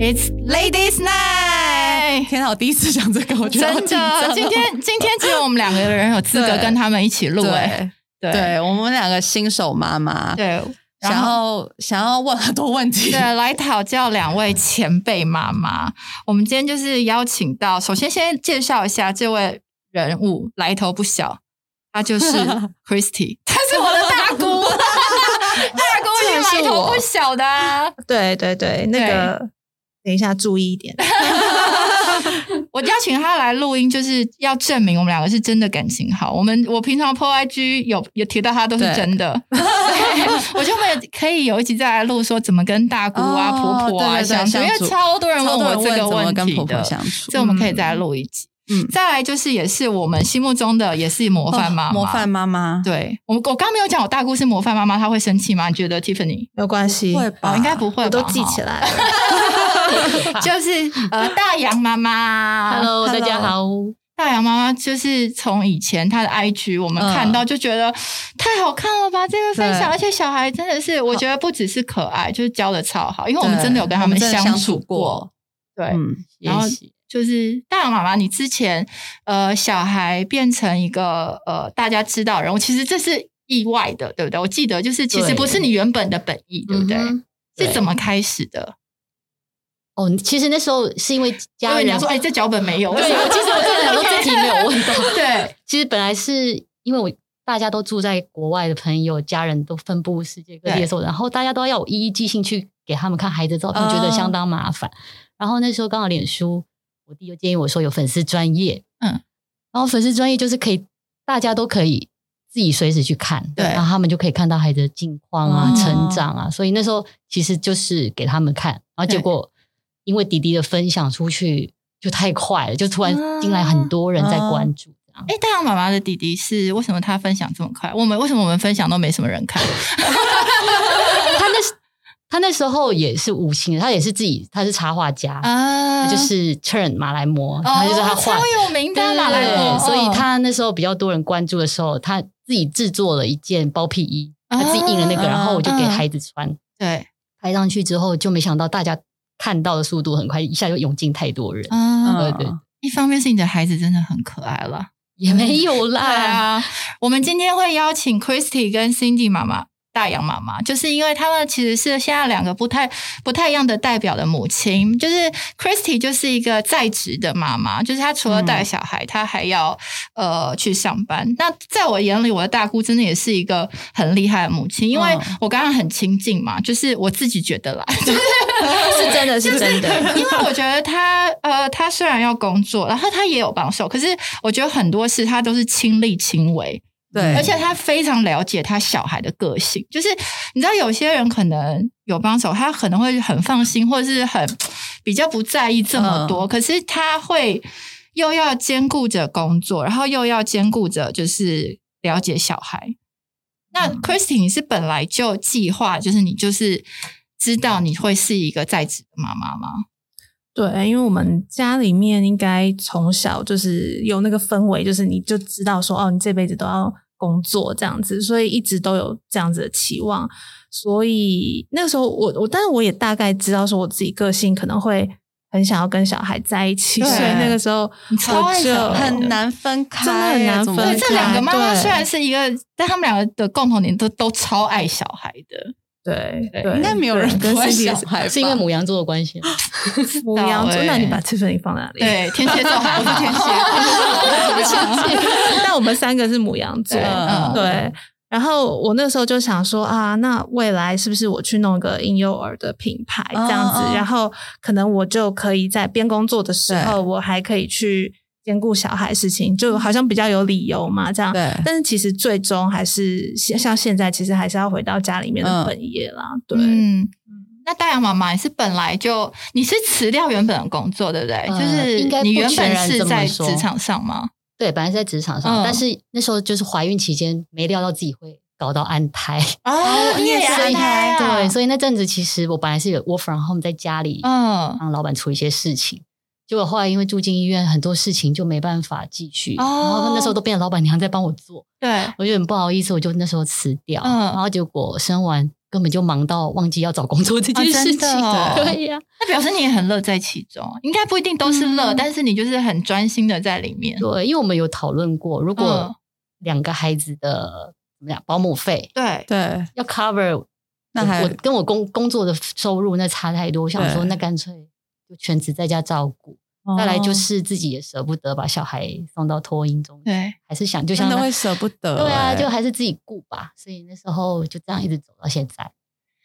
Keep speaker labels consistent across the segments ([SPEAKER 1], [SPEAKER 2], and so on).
[SPEAKER 1] It's Ladies Night。
[SPEAKER 2] 天啊，我第一次讲这个，我觉得好
[SPEAKER 1] 真
[SPEAKER 2] 紧张哦
[SPEAKER 1] 的， 今天今天只有我们两个人有资格
[SPEAKER 2] 对
[SPEAKER 1] 跟他们一起录哎、
[SPEAKER 2] 对对我们两个新手妈妈，
[SPEAKER 1] 对，
[SPEAKER 2] 想
[SPEAKER 1] 然后
[SPEAKER 2] 要想要问很多问题
[SPEAKER 1] 对，啊来讨教两位前辈妈妈。我们今天就是邀请到，首先先介绍一下这位人物，来头不小，她 就是 Christy，她是我的大姑， 大姑也来头不小的、啊。
[SPEAKER 3] 对对对，那个等一下注意 一点。
[SPEAKER 1] 我邀请他来录音，就是要证明我们两个是真的感情好。我们我平常 PO IG 有有提到他都是
[SPEAKER 2] 对
[SPEAKER 1] 真 的，对 我觉得我们也可以有一集再来录说怎么跟大姑啊、
[SPEAKER 2] 哦
[SPEAKER 1] 婆婆啊
[SPEAKER 2] 对对对
[SPEAKER 1] 相处，因
[SPEAKER 2] 相
[SPEAKER 1] 为
[SPEAKER 2] 处
[SPEAKER 1] 超多人问
[SPEAKER 2] 超多
[SPEAKER 1] 我
[SPEAKER 2] 人
[SPEAKER 1] 这
[SPEAKER 2] 问
[SPEAKER 1] 个
[SPEAKER 2] 怎么
[SPEAKER 1] 问
[SPEAKER 2] 跟
[SPEAKER 1] 题
[SPEAKER 2] 婆婆
[SPEAKER 1] 的，
[SPEAKER 2] 相处
[SPEAKER 1] 这我们可以再录一集。
[SPEAKER 2] 嗯
[SPEAKER 1] 再来就是也是我们心目中的也是模范妈妈，
[SPEAKER 2] 哦模范。妈妈，
[SPEAKER 1] 对我，我刚刚没有讲我大姑是模范妈妈，她会生气吗？你觉得 Tiffany？
[SPEAKER 3] 没有关系，
[SPEAKER 2] 会吧？
[SPEAKER 1] 哦，应该不会吧，
[SPEAKER 3] 我都记起
[SPEAKER 1] 来。
[SPEAKER 3] 来 了。
[SPEAKER 1] 就是呃，大洋妈妈
[SPEAKER 4] Hello，大家好。
[SPEAKER 1] 大洋妈妈就是从以前她的 IG 我们
[SPEAKER 2] 嗯
[SPEAKER 1] 看到就觉得、太好看了吧，这个分享，
[SPEAKER 2] 对
[SPEAKER 1] 而且小孩真的是，我觉得不只是可爱，就是教的超好，因为
[SPEAKER 2] 对，
[SPEAKER 1] 我们真的有跟他
[SPEAKER 2] 我们真的
[SPEAKER 1] 相
[SPEAKER 2] 相处
[SPEAKER 1] 过，，对。
[SPEAKER 2] 嗯，
[SPEAKER 1] 然后
[SPEAKER 4] 谢谢
[SPEAKER 1] 就是大洋妈妈，你之前呃小孩变成一个呃大家知道人物，其实这是意外的，对不对？我记得就是其实
[SPEAKER 4] 对
[SPEAKER 1] 不是你原本的本意，对不对？
[SPEAKER 4] 嗯哼
[SPEAKER 1] 是怎么开始的？
[SPEAKER 4] 哦，其实那时候是因为
[SPEAKER 1] 因
[SPEAKER 4] 家
[SPEAKER 1] 为
[SPEAKER 4] 人，
[SPEAKER 1] 你要说，哎、这脚本没有，
[SPEAKER 4] 对，我其实我真的 想说这题没有问到。
[SPEAKER 1] 对，
[SPEAKER 4] 其实本来是因为我大家都住在国外的朋友、家人都分布世界各地的时候，然后大家都要我一一寄信去给他们看孩子的照片，
[SPEAKER 2] 哦
[SPEAKER 4] 觉得相当麻烦。然后那时候刚好脸书，我弟就建议我说有粉丝专业，
[SPEAKER 1] 嗯，
[SPEAKER 4] 然后粉丝专业就是可以大家都可以自己随时去看，
[SPEAKER 1] 对
[SPEAKER 4] 然后他们就可以看到孩子的近况啊、
[SPEAKER 2] 哦
[SPEAKER 4] 成长啊。所以那时候其实就是给他们看，然后结果因为迪迪的分享出去就太快了，就突然进来很多人在
[SPEAKER 2] 哦
[SPEAKER 4] 关注。这样。
[SPEAKER 1] 哎、大洋妈妈的弟弟是为什么他分享这么快？我们为什么我们分享都没什么人看？
[SPEAKER 4] 他那时他那时候也是无心的，他也是自己，他是插画家，
[SPEAKER 1] 啊
[SPEAKER 4] 他就是 Turn 马来
[SPEAKER 1] 哦
[SPEAKER 4] 模，他就是他画
[SPEAKER 1] 超。有名的马来哦文，
[SPEAKER 4] 对所以他那时候比较多人关注的时候，他自己制作了一件包屁衣，他自己印了那个，
[SPEAKER 2] 哦
[SPEAKER 4] 然后我就给
[SPEAKER 1] 嗯
[SPEAKER 4] 孩子穿，
[SPEAKER 1] 对
[SPEAKER 4] 拍上去之后，就没想到大家看到的速度很快，一下就涌进太多人，
[SPEAKER 2] 嗯
[SPEAKER 1] 啊，
[SPEAKER 4] 对对，
[SPEAKER 1] 一方面是你的孩子真的很可爱了，
[SPEAKER 4] 也没有
[SPEAKER 1] 对
[SPEAKER 4] 啦，
[SPEAKER 1] 啊，我们今天会邀请 Christy 跟 Cindy 妈妈。大洋妈妈，就是因为他们其实是现在两个不太不太一样的代表的母亲，就是 Christy 就是一个在职的妈妈，就是她除了带小孩，她还要呃去上班。那在我眼里，我的大姑真的也是一个很厉害的母亲，因为
[SPEAKER 2] 嗯
[SPEAKER 1] 我刚刚很亲近嘛，就是我自己觉得啦，啊
[SPEAKER 3] 是真的，是 真的。
[SPEAKER 1] 因为我觉得他呃，他虽然要工作，然后他也有帮手，可是我觉得很多事他都是亲力亲为，
[SPEAKER 2] 对，
[SPEAKER 1] 而且他非常了解他小孩的个性。就是你知道，有些人可能有帮手，他可能会很放心，或者是很比较不在意这么多，可是他会又要兼顾着工作，然后又要兼顾着就是了解小孩。那 Christine 你是本来就计划，就是你就是知道你会是一个在职的妈妈吗？
[SPEAKER 3] 对，因为我们家里面应该从小就是有那个氛围，就是你就知道说，哦，你这辈子都要工作这样子，所以一直都有这样子的期望。所以那个时候我，我但是我也大概知道说，我自己个性可能会很想要跟小孩在一起，
[SPEAKER 1] 对
[SPEAKER 3] 所以那个时候
[SPEAKER 1] 你超爱
[SPEAKER 3] 我就
[SPEAKER 1] 小孩的
[SPEAKER 2] 很难分开，啊
[SPEAKER 3] 真的很难
[SPEAKER 2] 怎么
[SPEAKER 3] 分
[SPEAKER 1] 对，
[SPEAKER 3] 开
[SPEAKER 1] 这两个妈妈
[SPEAKER 3] 对
[SPEAKER 1] 虽然是一个，但他们两个的共同点都都超爱小孩的。
[SPEAKER 3] 对
[SPEAKER 1] 对
[SPEAKER 3] 对，
[SPEAKER 2] 应该没有人
[SPEAKER 3] 对跟
[SPEAKER 2] 不爱
[SPEAKER 3] Cindy 也
[SPEAKER 2] 小
[SPEAKER 3] 是
[SPEAKER 2] 孩吧，
[SPEAKER 4] 是因为母羊座的关系吗。啊
[SPEAKER 3] 母羊座
[SPEAKER 1] 欸，
[SPEAKER 3] 那你把 Tiffany 放哪里？
[SPEAKER 1] 对，天蝎座还不是 天蝎，
[SPEAKER 3] 但我们三个是母羊座，
[SPEAKER 1] 对嗯
[SPEAKER 3] 对。然后我那时候就想说啊，那未来是不是我去弄个婴幼儿的品牌
[SPEAKER 2] 哦
[SPEAKER 3] 这样子？
[SPEAKER 2] 哦
[SPEAKER 3] 然后可能我就可以在边工作的时候，
[SPEAKER 2] 对
[SPEAKER 3] 我还可以去兼顾小孩事情，就好像比较有理由嘛，这样。
[SPEAKER 2] 对
[SPEAKER 3] 但是其实最终还是像像现在，其实还是要回到家里面
[SPEAKER 2] 嗯
[SPEAKER 3] 的本业啦。对，
[SPEAKER 1] 嗯。那大洋妈妈，你是本来就你是辞掉原本的工作，对不对？
[SPEAKER 4] 呃
[SPEAKER 1] 就是
[SPEAKER 4] 应该
[SPEAKER 1] 你
[SPEAKER 4] 不
[SPEAKER 1] 原
[SPEAKER 4] 全
[SPEAKER 1] 本
[SPEAKER 4] 然
[SPEAKER 1] 是
[SPEAKER 4] 这么
[SPEAKER 1] 在
[SPEAKER 4] 说
[SPEAKER 1] 职场上吗？
[SPEAKER 4] 对，本来是在职场
[SPEAKER 1] 嗯
[SPEAKER 4] 上，但是那时候就是怀孕期间，没料到自己会搞到安胎。
[SPEAKER 1] 哦你也
[SPEAKER 4] 所
[SPEAKER 1] 安
[SPEAKER 4] 以
[SPEAKER 1] 胎啊？
[SPEAKER 4] 对，所以那阵子其实我本来是有 work from home 在家里，
[SPEAKER 1] 嗯，
[SPEAKER 4] 帮老板处理一些事情。结果后来因为住进医院，很多事情就没办法继续，
[SPEAKER 1] 哦
[SPEAKER 4] 然后那时候都变成老板娘在帮我做，
[SPEAKER 1] 对，
[SPEAKER 4] 我就很不好意思，我就那时候辞掉。
[SPEAKER 1] 嗯
[SPEAKER 4] 然后结果生完根本就忙到忘记要找工作 这件
[SPEAKER 1] 啊
[SPEAKER 4] 事
[SPEAKER 2] 真
[SPEAKER 4] 情。
[SPEAKER 2] 的哦
[SPEAKER 4] 对呀、
[SPEAKER 1] 那表示你也很乐在其中，应该不一定都是乐，
[SPEAKER 2] 嗯
[SPEAKER 1] 但是你就是很专心的在里面。
[SPEAKER 4] 对，因为我们有讨论过，如
[SPEAKER 1] 嗯
[SPEAKER 4] 果两个孩子的怎么样保姆费
[SPEAKER 1] 对，
[SPEAKER 2] 对，
[SPEAKER 4] 要 cover，
[SPEAKER 2] 那
[SPEAKER 4] 我
[SPEAKER 2] 还
[SPEAKER 4] 我跟我工工作的收入那差太多，我想说
[SPEAKER 2] 对
[SPEAKER 4] 那干脆就全职在家照顾。再
[SPEAKER 2] 哦
[SPEAKER 4] 来就是自己也舍不得把小孩送到托婴中心，
[SPEAKER 1] 对，哎
[SPEAKER 4] 还是想就
[SPEAKER 2] 真
[SPEAKER 4] 像
[SPEAKER 2] 的
[SPEAKER 4] 那
[SPEAKER 2] 会舍不得欸、
[SPEAKER 4] 对啊，就还是自己顾吧。所以那时候就这样一直走到现在。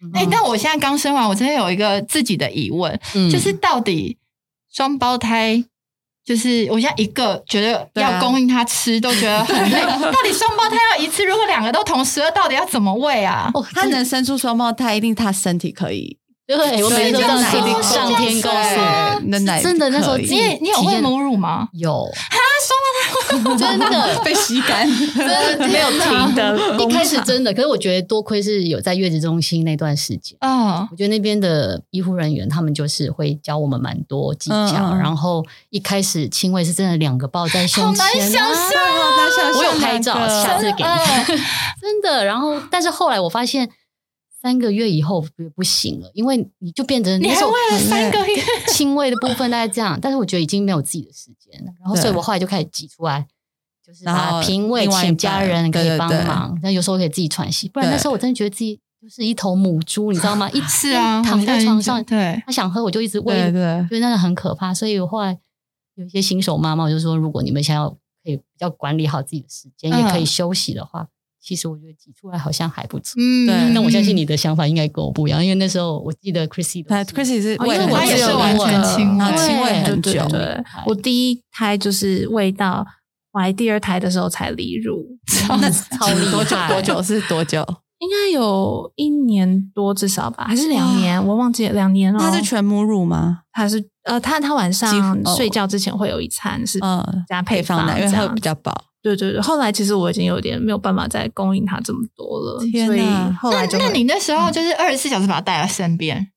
[SPEAKER 4] 嗯
[SPEAKER 1] 哎、但我现在刚生完，我真的有一个自己的疑问，
[SPEAKER 4] 嗯
[SPEAKER 1] 就是到底双胞胎，就是我现在一个觉得
[SPEAKER 2] 对啊
[SPEAKER 1] 要供应他吃都觉得 很累，到底双胞胎要一次，如果两个都同时，到底要怎么喂啊？
[SPEAKER 4] 哦，
[SPEAKER 2] 他
[SPEAKER 4] 真的
[SPEAKER 2] 能生出双胞胎，一定他身体可以。
[SPEAKER 4] 对我
[SPEAKER 2] 所以
[SPEAKER 4] 每次都
[SPEAKER 2] 就
[SPEAKER 4] 这样
[SPEAKER 2] 奶一定
[SPEAKER 4] 说，上
[SPEAKER 2] 够
[SPEAKER 4] 天告诉我。
[SPEAKER 2] 对那奶
[SPEAKER 4] 真的那时候
[SPEAKER 2] 可以
[SPEAKER 1] 你也你有喂母乳吗？
[SPEAKER 4] 有 啊，双胞胎，真 的，
[SPEAKER 2] 被吸干，
[SPEAKER 4] 真的没有
[SPEAKER 3] 停的 哦工
[SPEAKER 4] 一开始
[SPEAKER 3] 厂
[SPEAKER 4] 真的，可是我觉得多亏是有在月子中心那段时间，
[SPEAKER 1] 嗯，
[SPEAKER 4] 我觉得那边的医护人员他们就是会教我们蛮多技巧，
[SPEAKER 2] 嗯嗯
[SPEAKER 4] 然后一开始亲喂是真的两个抱在
[SPEAKER 1] 好
[SPEAKER 4] 胸前、啊，
[SPEAKER 1] 难想象啊
[SPEAKER 2] 那像
[SPEAKER 4] 我有拍照，下次给你
[SPEAKER 1] 嗯。
[SPEAKER 4] 真的，然后但是后来我发现三个月以后不不行了，因为你就变成
[SPEAKER 1] 你
[SPEAKER 4] 那
[SPEAKER 1] 还
[SPEAKER 4] 时候
[SPEAKER 1] 喂了三个月，
[SPEAKER 4] 轻微的部分大概这样，但是我觉得已经没有自己的时间了，然后
[SPEAKER 2] 对
[SPEAKER 4] 所以我后来就开始挤出来，就是
[SPEAKER 2] 然后
[SPEAKER 4] 把平位
[SPEAKER 2] 另外一
[SPEAKER 4] 请家
[SPEAKER 2] 半
[SPEAKER 4] 人可
[SPEAKER 2] 对
[SPEAKER 4] 以
[SPEAKER 2] 对
[SPEAKER 4] 帮
[SPEAKER 2] 对
[SPEAKER 4] 忙，但有时候可以自己喘息，不然
[SPEAKER 2] 对
[SPEAKER 4] 那时候我真的觉得自己就是一头母猪，你知道吗？一
[SPEAKER 1] 是啊，
[SPEAKER 4] 躺在床上，
[SPEAKER 1] 对，
[SPEAKER 4] 他想喝我就一直喂，
[SPEAKER 2] 对对，
[SPEAKER 4] 所以那个很可怕。所以我后来有一些新手妈妈，我就说，如果你们想要可以比较管理好自己的时间，
[SPEAKER 1] 嗯
[SPEAKER 4] 也可以休息的话，其实我觉得挤出来好像还不错。
[SPEAKER 1] 嗯
[SPEAKER 2] 对
[SPEAKER 4] 但我相信你的想法应该跟我不一样，因为那时候我记得 Chrissy
[SPEAKER 2] 他
[SPEAKER 4] 的
[SPEAKER 2] Chrissy 是
[SPEAKER 3] 哦因
[SPEAKER 2] 喂
[SPEAKER 3] 为
[SPEAKER 2] 很久，
[SPEAKER 3] 我
[SPEAKER 1] 也是完全亲
[SPEAKER 2] 然后啊
[SPEAKER 1] 喂
[SPEAKER 2] 亲喂很
[SPEAKER 3] 对
[SPEAKER 2] 久哎
[SPEAKER 3] 对，对我第一胎就是喂到怀第二胎的时候才离乳，
[SPEAKER 2] 那
[SPEAKER 4] 超厉害
[SPEAKER 2] 多久多久是多久？
[SPEAKER 3] 应该有一年多至少吧，还是两年？我忘记了，两年 哦。
[SPEAKER 2] 他是全母乳吗？
[SPEAKER 3] 他是呃，他他晚
[SPEAKER 2] 几乎
[SPEAKER 3] 上
[SPEAKER 2] 哦
[SPEAKER 3] 睡觉之前会有一餐是
[SPEAKER 2] 嗯，
[SPEAKER 3] 加
[SPEAKER 2] 配
[SPEAKER 3] 配
[SPEAKER 2] 方
[SPEAKER 3] 方
[SPEAKER 2] 奶，因为
[SPEAKER 3] 这
[SPEAKER 2] 它
[SPEAKER 3] 样
[SPEAKER 2] 会比较饱。
[SPEAKER 3] 对对对，后来其实我已经有点没有办法再供应他这么多了，
[SPEAKER 2] 天
[SPEAKER 3] 所以
[SPEAKER 2] 哪
[SPEAKER 3] 后来就
[SPEAKER 1] 那
[SPEAKER 3] 会
[SPEAKER 1] 你那时候就是二十四小时把他带在身边，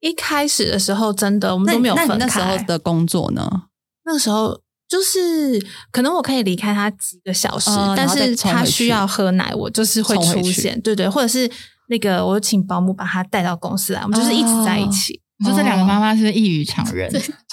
[SPEAKER 3] 一开始的时候真的我们
[SPEAKER 2] 那
[SPEAKER 3] 都没有
[SPEAKER 2] 那
[SPEAKER 3] 分
[SPEAKER 2] 你
[SPEAKER 3] 开。
[SPEAKER 2] 那时候的工作呢？
[SPEAKER 3] 那时候就是可能我可以离开他几个小时，
[SPEAKER 2] 嗯
[SPEAKER 3] 但
[SPEAKER 2] 然后再
[SPEAKER 3] 是
[SPEAKER 2] 冲回
[SPEAKER 3] 他
[SPEAKER 2] 去
[SPEAKER 3] 需要喝奶，我就是会
[SPEAKER 2] 冲回
[SPEAKER 3] 出
[SPEAKER 2] 去
[SPEAKER 3] 现，对对，或者是那个我请保姆把他带到公司来，我们就是一直
[SPEAKER 2] 哦
[SPEAKER 3] 在一起。
[SPEAKER 1] 你说这两个妈妈是不是异于常人，
[SPEAKER 4] 很值得活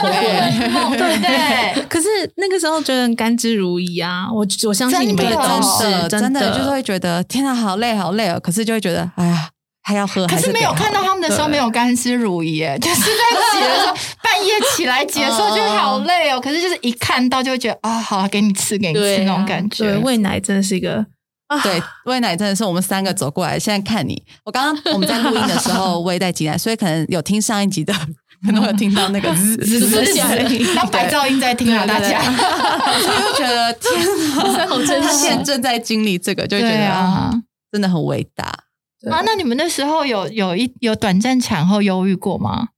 [SPEAKER 4] 过来。
[SPEAKER 1] 哦对不对？
[SPEAKER 3] 可是那个时候觉得很甘之如饴啊，我我相信你们
[SPEAKER 1] 真
[SPEAKER 3] 也
[SPEAKER 1] 的
[SPEAKER 3] 都
[SPEAKER 1] 哦
[SPEAKER 3] 是
[SPEAKER 2] 的，真
[SPEAKER 3] 真
[SPEAKER 2] 的就是会觉得天啊，好累好累哦。可是就会觉得哎呀，还要喝，
[SPEAKER 1] 可
[SPEAKER 2] 还
[SPEAKER 1] 是没有
[SPEAKER 2] 得
[SPEAKER 1] 看到他们的时候，
[SPEAKER 2] 对
[SPEAKER 1] 没有甘之如饴，哎就是在挤的时候，半夜起来挤的时候就会好累哦。可是就是一看到就会觉得啊，好，给你吃，给你吃
[SPEAKER 4] 对啊
[SPEAKER 1] 那种感
[SPEAKER 3] 对
[SPEAKER 1] 觉。
[SPEAKER 3] 喂奶真的是一个啊，
[SPEAKER 2] 对，喂奶真的是我们三个走过来。现在看你，我刚刚我们在录音的时 候，我也在挤奶，所以可能有听上一集的，可能有听到那个 滋滋滋
[SPEAKER 4] 滋
[SPEAKER 2] 响，
[SPEAKER 1] 当白噪音在听啊，大家。
[SPEAKER 2] 所以就觉 得天哪，
[SPEAKER 4] 好真实
[SPEAKER 2] 他现在正在经历这个，就会觉
[SPEAKER 1] 对
[SPEAKER 2] 得
[SPEAKER 1] 啊
[SPEAKER 2] 啊真的很伟大。
[SPEAKER 3] 对
[SPEAKER 1] 啊，那你们那时候有有一有短暂产后忧郁过吗？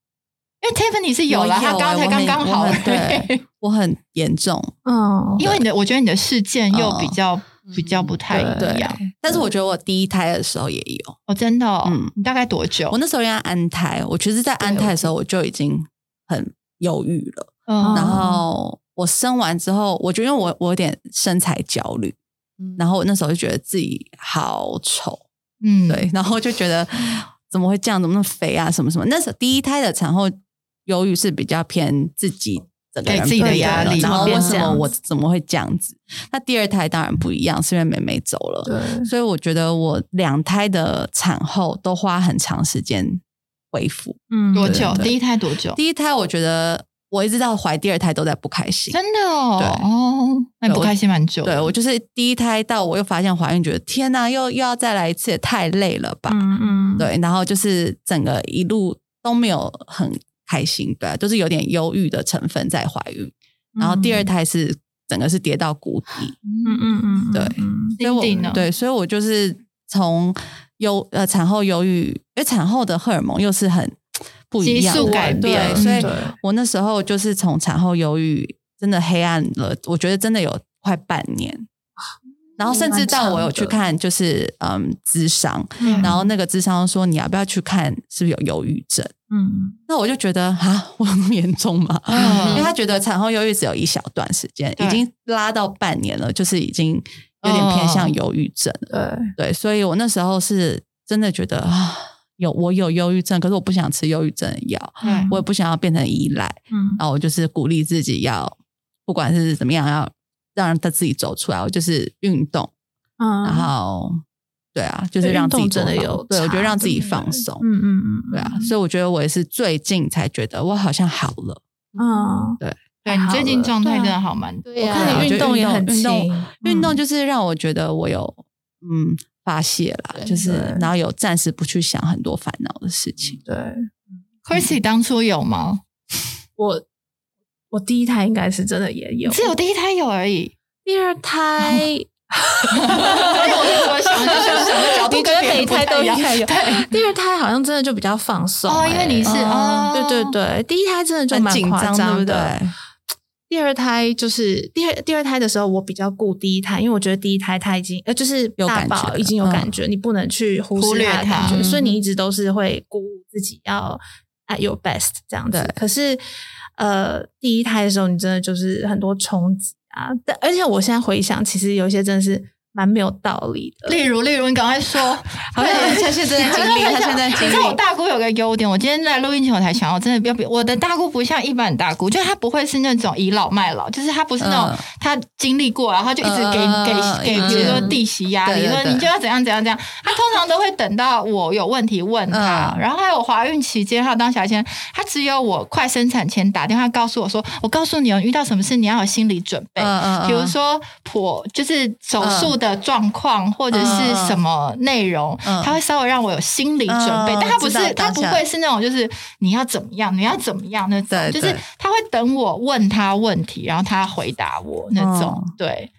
[SPEAKER 1] 因为 Tiffany 是有
[SPEAKER 2] 我
[SPEAKER 1] 啦，
[SPEAKER 2] 欸
[SPEAKER 1] 她刚才
[SPEAKER 2] 我
[SPEAKER 1] 刚
[SPEAKER 2] 很
[SPEAKER 1] 刚好
[SPEAKER 2] 我
[SPEAKER 1] 而
[SPEAKER 2] 很
[SPEAKER 1] 已，
[SPEAKER 2] 对，我很严重，
[SPEAKER 3] 嗯，
[SPEAKER 1] 因为你的，我觉得你的事件又
[SPEAKER 2] 嗯
[SPEAKER 1] 比较比较不太一
[SPEAKER 2] 对
[SPEAKER 1] 样。。
[SPEAKER 2] 但是我觉得我第一胎的时候也有，
[SPEAKER 1] 哦，真的哦
[SPEAKER 2] 嗯，
[SPEAKER 1] 你大概多久
[SPEAKER 2] 我？那时候应该安胎，我其实，在安胎的时候我就已经很犹豫了。
[SPEAKER 1] 嗯
[SPEAKER 2] 然后我生完之后，我觉得因为我我有点身材焦虑，然后我那时候就觉得自己好丑，
[SPEAKER 1] 嗯，
[SPEAKER 2] 对，然后就觉 得怎么会这样，怎么那么肥啊，什么什么。那时候第一胎的产后忧郁是比较偏自己整个
[SPEAKER 1] 给
[SPEAKER 2] 人
[SPEAKER 1] 自己的
[SPEAKER 2] 本
[SPEAKER 1] 压
[SPEAKER 2] 人
[SPEAKER 1] 力
[SPEAKER 2] 然
[SPEAKER 1] 然
[SPEAKER 2] 后
[SPEAKER 1] 后
[SPEAKER 2] 为
[SPEAKER 1] 变
[SPEAKER 2] 什
[SPEAKER 1] 这
[SPEAKER 2] 么
[SPEAKER 1] 样
[SPEAKER 2] 我怎么会这样子？那第二胎当然不一样，是因为妹妹走了，
[SPEAKER 3] 对
[SPEAKER 2] 所以我觉得我两胎的产后都花很长时间恢复。
[SPEAKER 3] 嗯
[SPEAKER 1] 多久？
[SPEAKER 2] 对对
[SPEAKER 1] 第一胎多久？
[SPEAKER 2] 第一胎我觉得我一直到怀第二胎都在不开心，
[SPEAKER 1] 真的哦，
[SPEAKER 2] 对
[SPEAKER 1] 哦，那你不开心蛮久的。
[SPEAKER 2] 对我就是第一胎到我又发现怀孕，觉得天哪，又又要再来一次，也太累了吧？
[SPEAKER 3] 嗯嗯，
[SPEAKER 2] 对，然后就是整个一路都没有很开心，对、啊，就是有点忧郁的成分在怀孕。
[SPEAKER 3] 嗯，
[SPEAKER 2] 然后第二胎是整个是跌到谷底，
[SPEAKER 3] 嗯，嗯嗯嗯，
[SPEAKER 2] 对
[SPEAKER 3] 嗯
[SPEAKER 2] 所以我
[SPEAKER 1] 丁丁呢
[SPEAKER 2] 对，所以我就是从忧呃产后忧郁，因为产后的荷尔蒙又是很不一
[SPEAKER 1] 急
[SPEAKER 2] 样
[SPEAKER 1] 速
[SPEAKER 2] 的
[SPEAKER 1] 改
[SPEAKER 2] 对
[SPEAKER 1] 变
[SPEAKER 2] 所以
[SPEAKER 3] 对
[SPEAKER 2] 我那时候就是从产后忧郁真的黑暗了，我觉得真的有快半年。然后甚至到我有去看，就是嗯，智商，
[SPEAKER 3] 嗯
[SPEAKER 2] 然后那个智商说你要不要去看是不是有忧郁症？
[SPEAKER 3] 嗯
[SPEAKER 2] 那我就觉得啊，我有那么严重吗？因为
[SPEAKER 1] 嗯，
[SPEAKER 2] 他觉得产后忧郁只有一小段时间，
[SPEAKER 1] 对
[SPEAKER 2] 已经拉到半年了，就是已经有点偏向忧郁症了。
[SPEAKER 3] 对，
[SPEAKER 2] 对，所以我那时候是真的觉得啊，有我有忧郁症，可是我不想吃忧郁症的药，
[SPEAKER 1] 对
[SPEAKER 2] 我也不想要变成依赖，
[SPEAKER 3] 嗯
[SPEAKER 2] 然后我就是鼓励自己要，不管是怎么样，要让他自己走出来。我就是运动，
[SPEAKER 3] 嗯，
[SPEAKER 2] 然后对啊，就是让自己
[SPEAKER 3] 运动真的
[SPEAKER 2] 做放
[SPEAKER 3] 有
[SPEAKER 2] 对我觉得
[SPEAKER 3] 差
[SPEAKER 2] 让自己
[SPEAKER 3] 真的
[SPEAKER 2] 放松，
[SPEAKER 3] 嗯嗯嗯，
[SPEAKER 2] 对啊，所以我觉得我也是最近才觉得我好像好了。
[SPEAKER 3] 嗯，
[SPEAKER 1] 对你最近状态真
[SPEAKER 3] 对
[SPEAKER 1] 的
[SPEAKER 3] 啊
[SPEAKER 1] 好蛮多。
[SPEAKER 4] 对呀、
[SPEAKER 2] 我
[SPEAKER 3] 看
[SPEAKER 2] 觉
[SPEAKER 3] 你
[SPEAKER 2] 得
[SPEAKER 3] 运动也很
[SPEAKER 2] 运
[SPEAKER 3] 轻嗯
[SPEAKER 2] 动，运动
[SPEAKER 3] 就
[SPEAKER 2] 就是让我觉得我有嗯发泄啦，就是
[SPEAKER 3] 对
[SPEAKER 2] 然后有暂时不去想很多烦恼的事情。
[SPEAKER 3] 对
[SPEAKER 1] Chrissy 当初有吗？
[SPEAKER 3] 我。我第一胎应该是真的也有，
[SPEAKER 1] 只有第一胎有而已。
[SPEAKER 3] 第二胎
[SPEAKER 1] 所以我是怎么想，就想想的角度
[SPEAKER 3] 你觉
[SPEAKER 1] 跟
[SPEAKER 3] 得
[SPEAKER 1] 别
[SPEAKER 3] 每
[SPEAKER 1] 人不
[SPEAKER 3] 胎
[SPEAKER 1] 太
[SPEAKER 3] 都
[SPEAKER 1] 一
[SPEAKER 3] 应
[SPEAKER 1] 样。
[SPEAKER 3] 该有，第二胎好像真的就比较放松、
[SPEAKER 1] 哦，因为你是
[SPEAKER 3] 欸
[SPEAKER 1] 哦，
[SPEAKER 3] 对对对，第一胎真的就
[SPEAKER 2] 嗯很
[SPEAKER 3] 蛮
[SPEAKER 2] 紧
[SPEAKER 3] 夸
[SPEAKER 2] 张，对
[SPEAKER 3] 张
[SPEAKER 2] 不
[SPEAKER 3] 的。
[SPEAKER 2] 对？
[SPEAKER 3] 第二胎就是第二第二胎的时候，我比较顾第一胎，因为我觉得第一胎他已经呃就是
[SPEAKER 2] 有
[SPEAKER 3] 大
[SPEAKER 2] 感觉
[SPEAKER 3] 宝已经有感觉，你不能去忽
[SPEAKER 1] 忽
[SPEAKER 3] 视
[SPEAKER 1] 略
[SPEAKER 3] 他的感
[SPEAKER 1] 它
[SPEAKER 3] 觉，所以你
[SPEAKER 2] 嗯
[SPEAKER 3] 一直都是会鼓舞自己要 at your best 这样子
[SPEAKER 2] 对。
[SPEAKER 3] 可是呃，第一胎的时候你真的就是很多冲击啊，但而且我现在回想，其实有一些真的是蛮没有道理的。
[SPEAKER 1] 例如，例如，你赶快说，
[SPEAKER 2] 好像他现在正在 经历，他现在经
[SPEAKER 1] 你知道我
[SPEAKER 2] 历。
[SPEAKER 1] 大姑有个优点，我今天在录音前我才想到，真的不要比我的大姑不像一般的大姑，就是她不会是那种倚老卖老，就是她不是那种
[SPEAKER 2] 嗯
[SPEAKER 1] 她经历过，然后她就一直给、
[SPEAKER 2] 嗯
[SPEAKER 1] 给
[SPEAKER 2] 嗯
[SPEAKER 1] 给，比如说
[SPEAKER 2] 嗯
[SPEAKER 1] 弟媳压力，
[SPEAKER 2] 对对
[SPEAKER 1] 说
[SPEAKER 2] 对
[SPEAKER 1] 你就要怎样怎样怎样，她通常都会等到我有问题问她，
[SPEAKER 2] 嗯
[SPEAKER 1] 然后还有怀孕期间，还有当小孩前，她只有我快生产前打电话告诉我说，我告诉你哦，遇到什么事你要有心理准备，
[SPEAKER 2] 嗯
[SPEAKER 1] 比如说婆就是手术的状况、或者是什么内容，
[SPEAKER 2] 嗯
[SPEAKER 1] 他会稍微让我有心理准备，
[SPEAKER 2] 嗯
[SPEAKER 1] 但他不是
[SPEAKER 2] 知道
[SPEAKER 1] 他
[SPEAKER 2] 当
[SPEAKER 1] 不
[SPEAKER 2] 下
[SPEAKER 1] 会是那种就是你要怎么样，你要怎么样那种，
[SPEAKER 2] 对
[SPEAKER 1] 就是
[SPEAKER 2] 对
[SPEAKER 1] 他会等我问他问题，然后他回答我那种，
[SPEAKER 2] 哦
[SPEAKER 1] 对，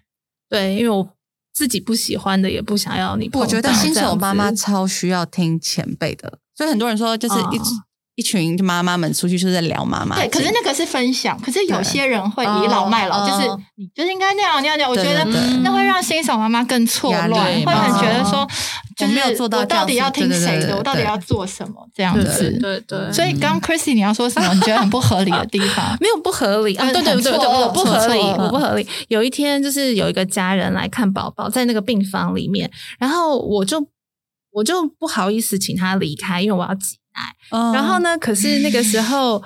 [SPEAKER 3] 对，因为我自己不喜欢的，也不想要你碰
[SPEAKER 2] 我
[SPEAKER 3] 到这
[SPEAKER 2] 觉
[SPEAKER 3] 样子。
[SPEAKER 2] 得新手妈妈超需要听前辈的，所以很多人说，就是一、
[SPEAKER 3] 嗯
[SPEAKER 2] 一群妈妈们出去就是在聊妈妈
[SPEAKER 1] 对，
[SPEAKER 2] 经。
[SPEAKER 1] 可是那个是分享，可是有些人会倚老卖老，
[SPEAKER 2] 哦
[SPEAKER 1] 就是
[SPEAKER 2] 哦
[SPEAKER 1] 你就是应该那样那样那样。我觉
[SPEAKER 2] 对
[SPEAKER 1] 得
[SPEAKER 2] 对对
[SPEAKER 1] 那会让新手妈妈更错
[SPEAKER 2] 压
[SPEAKER 1] 乱，
[SPEAKER 2] 力嘛
[SPEAKER 1] 会很觉得说
[SPEAKER 3] 哦，
[SPEAKER 1] 就
[SPEAKER 2] 我没有
[SPEAKER 1] 是
[SPEAKER 2] 做到
[SPEAKER 1] 我
[SPEAKER 2] 这
[SPEAKER 1] 到
[SPEAKER 2] 样
[SPEAKER 1] 底要
[SPEAKER 2] 子
[SPEAKER 1] 听
[SPEAKER 2] 对对
[SPEAKER 1] 谁
[SPEAKER 2] 对
[SPEAKER 1] 的，
[SPEAKER 2] 对
[SPEAKER 1] 我到底
[SPEAKER 2] 对
[SPEAKER 1] 要做什么这样
[SPEAKER 3] 对
[SPEAKER 1] 子
[SPEAKER 3] 对。对对，？
[SPEAKER 1] 所以刚 Chrissy 你要说什么？你觉得很不合理的地方
[SPEAKER 3] 没有不合理啊！
[SPEAKER 1] 嗯
[SPEAKER 3] 对对
[SPEAKER 1] 很
[SPEAKER 3] 对对，
[SPEAKER 1] 错愕
[SPEAKER 3] 我不合理，
[SPEAKER 1] 错愕
[SPEAKER 3] 我不合理。有一天就是有一个家人来看宝宝，在那个病房里面，然后我就我就不好意思请他离开，因为我要挤奶。
[SPEAKER 2] 嗯，
[SPEAKER 3] 然后呢，可是那个时候。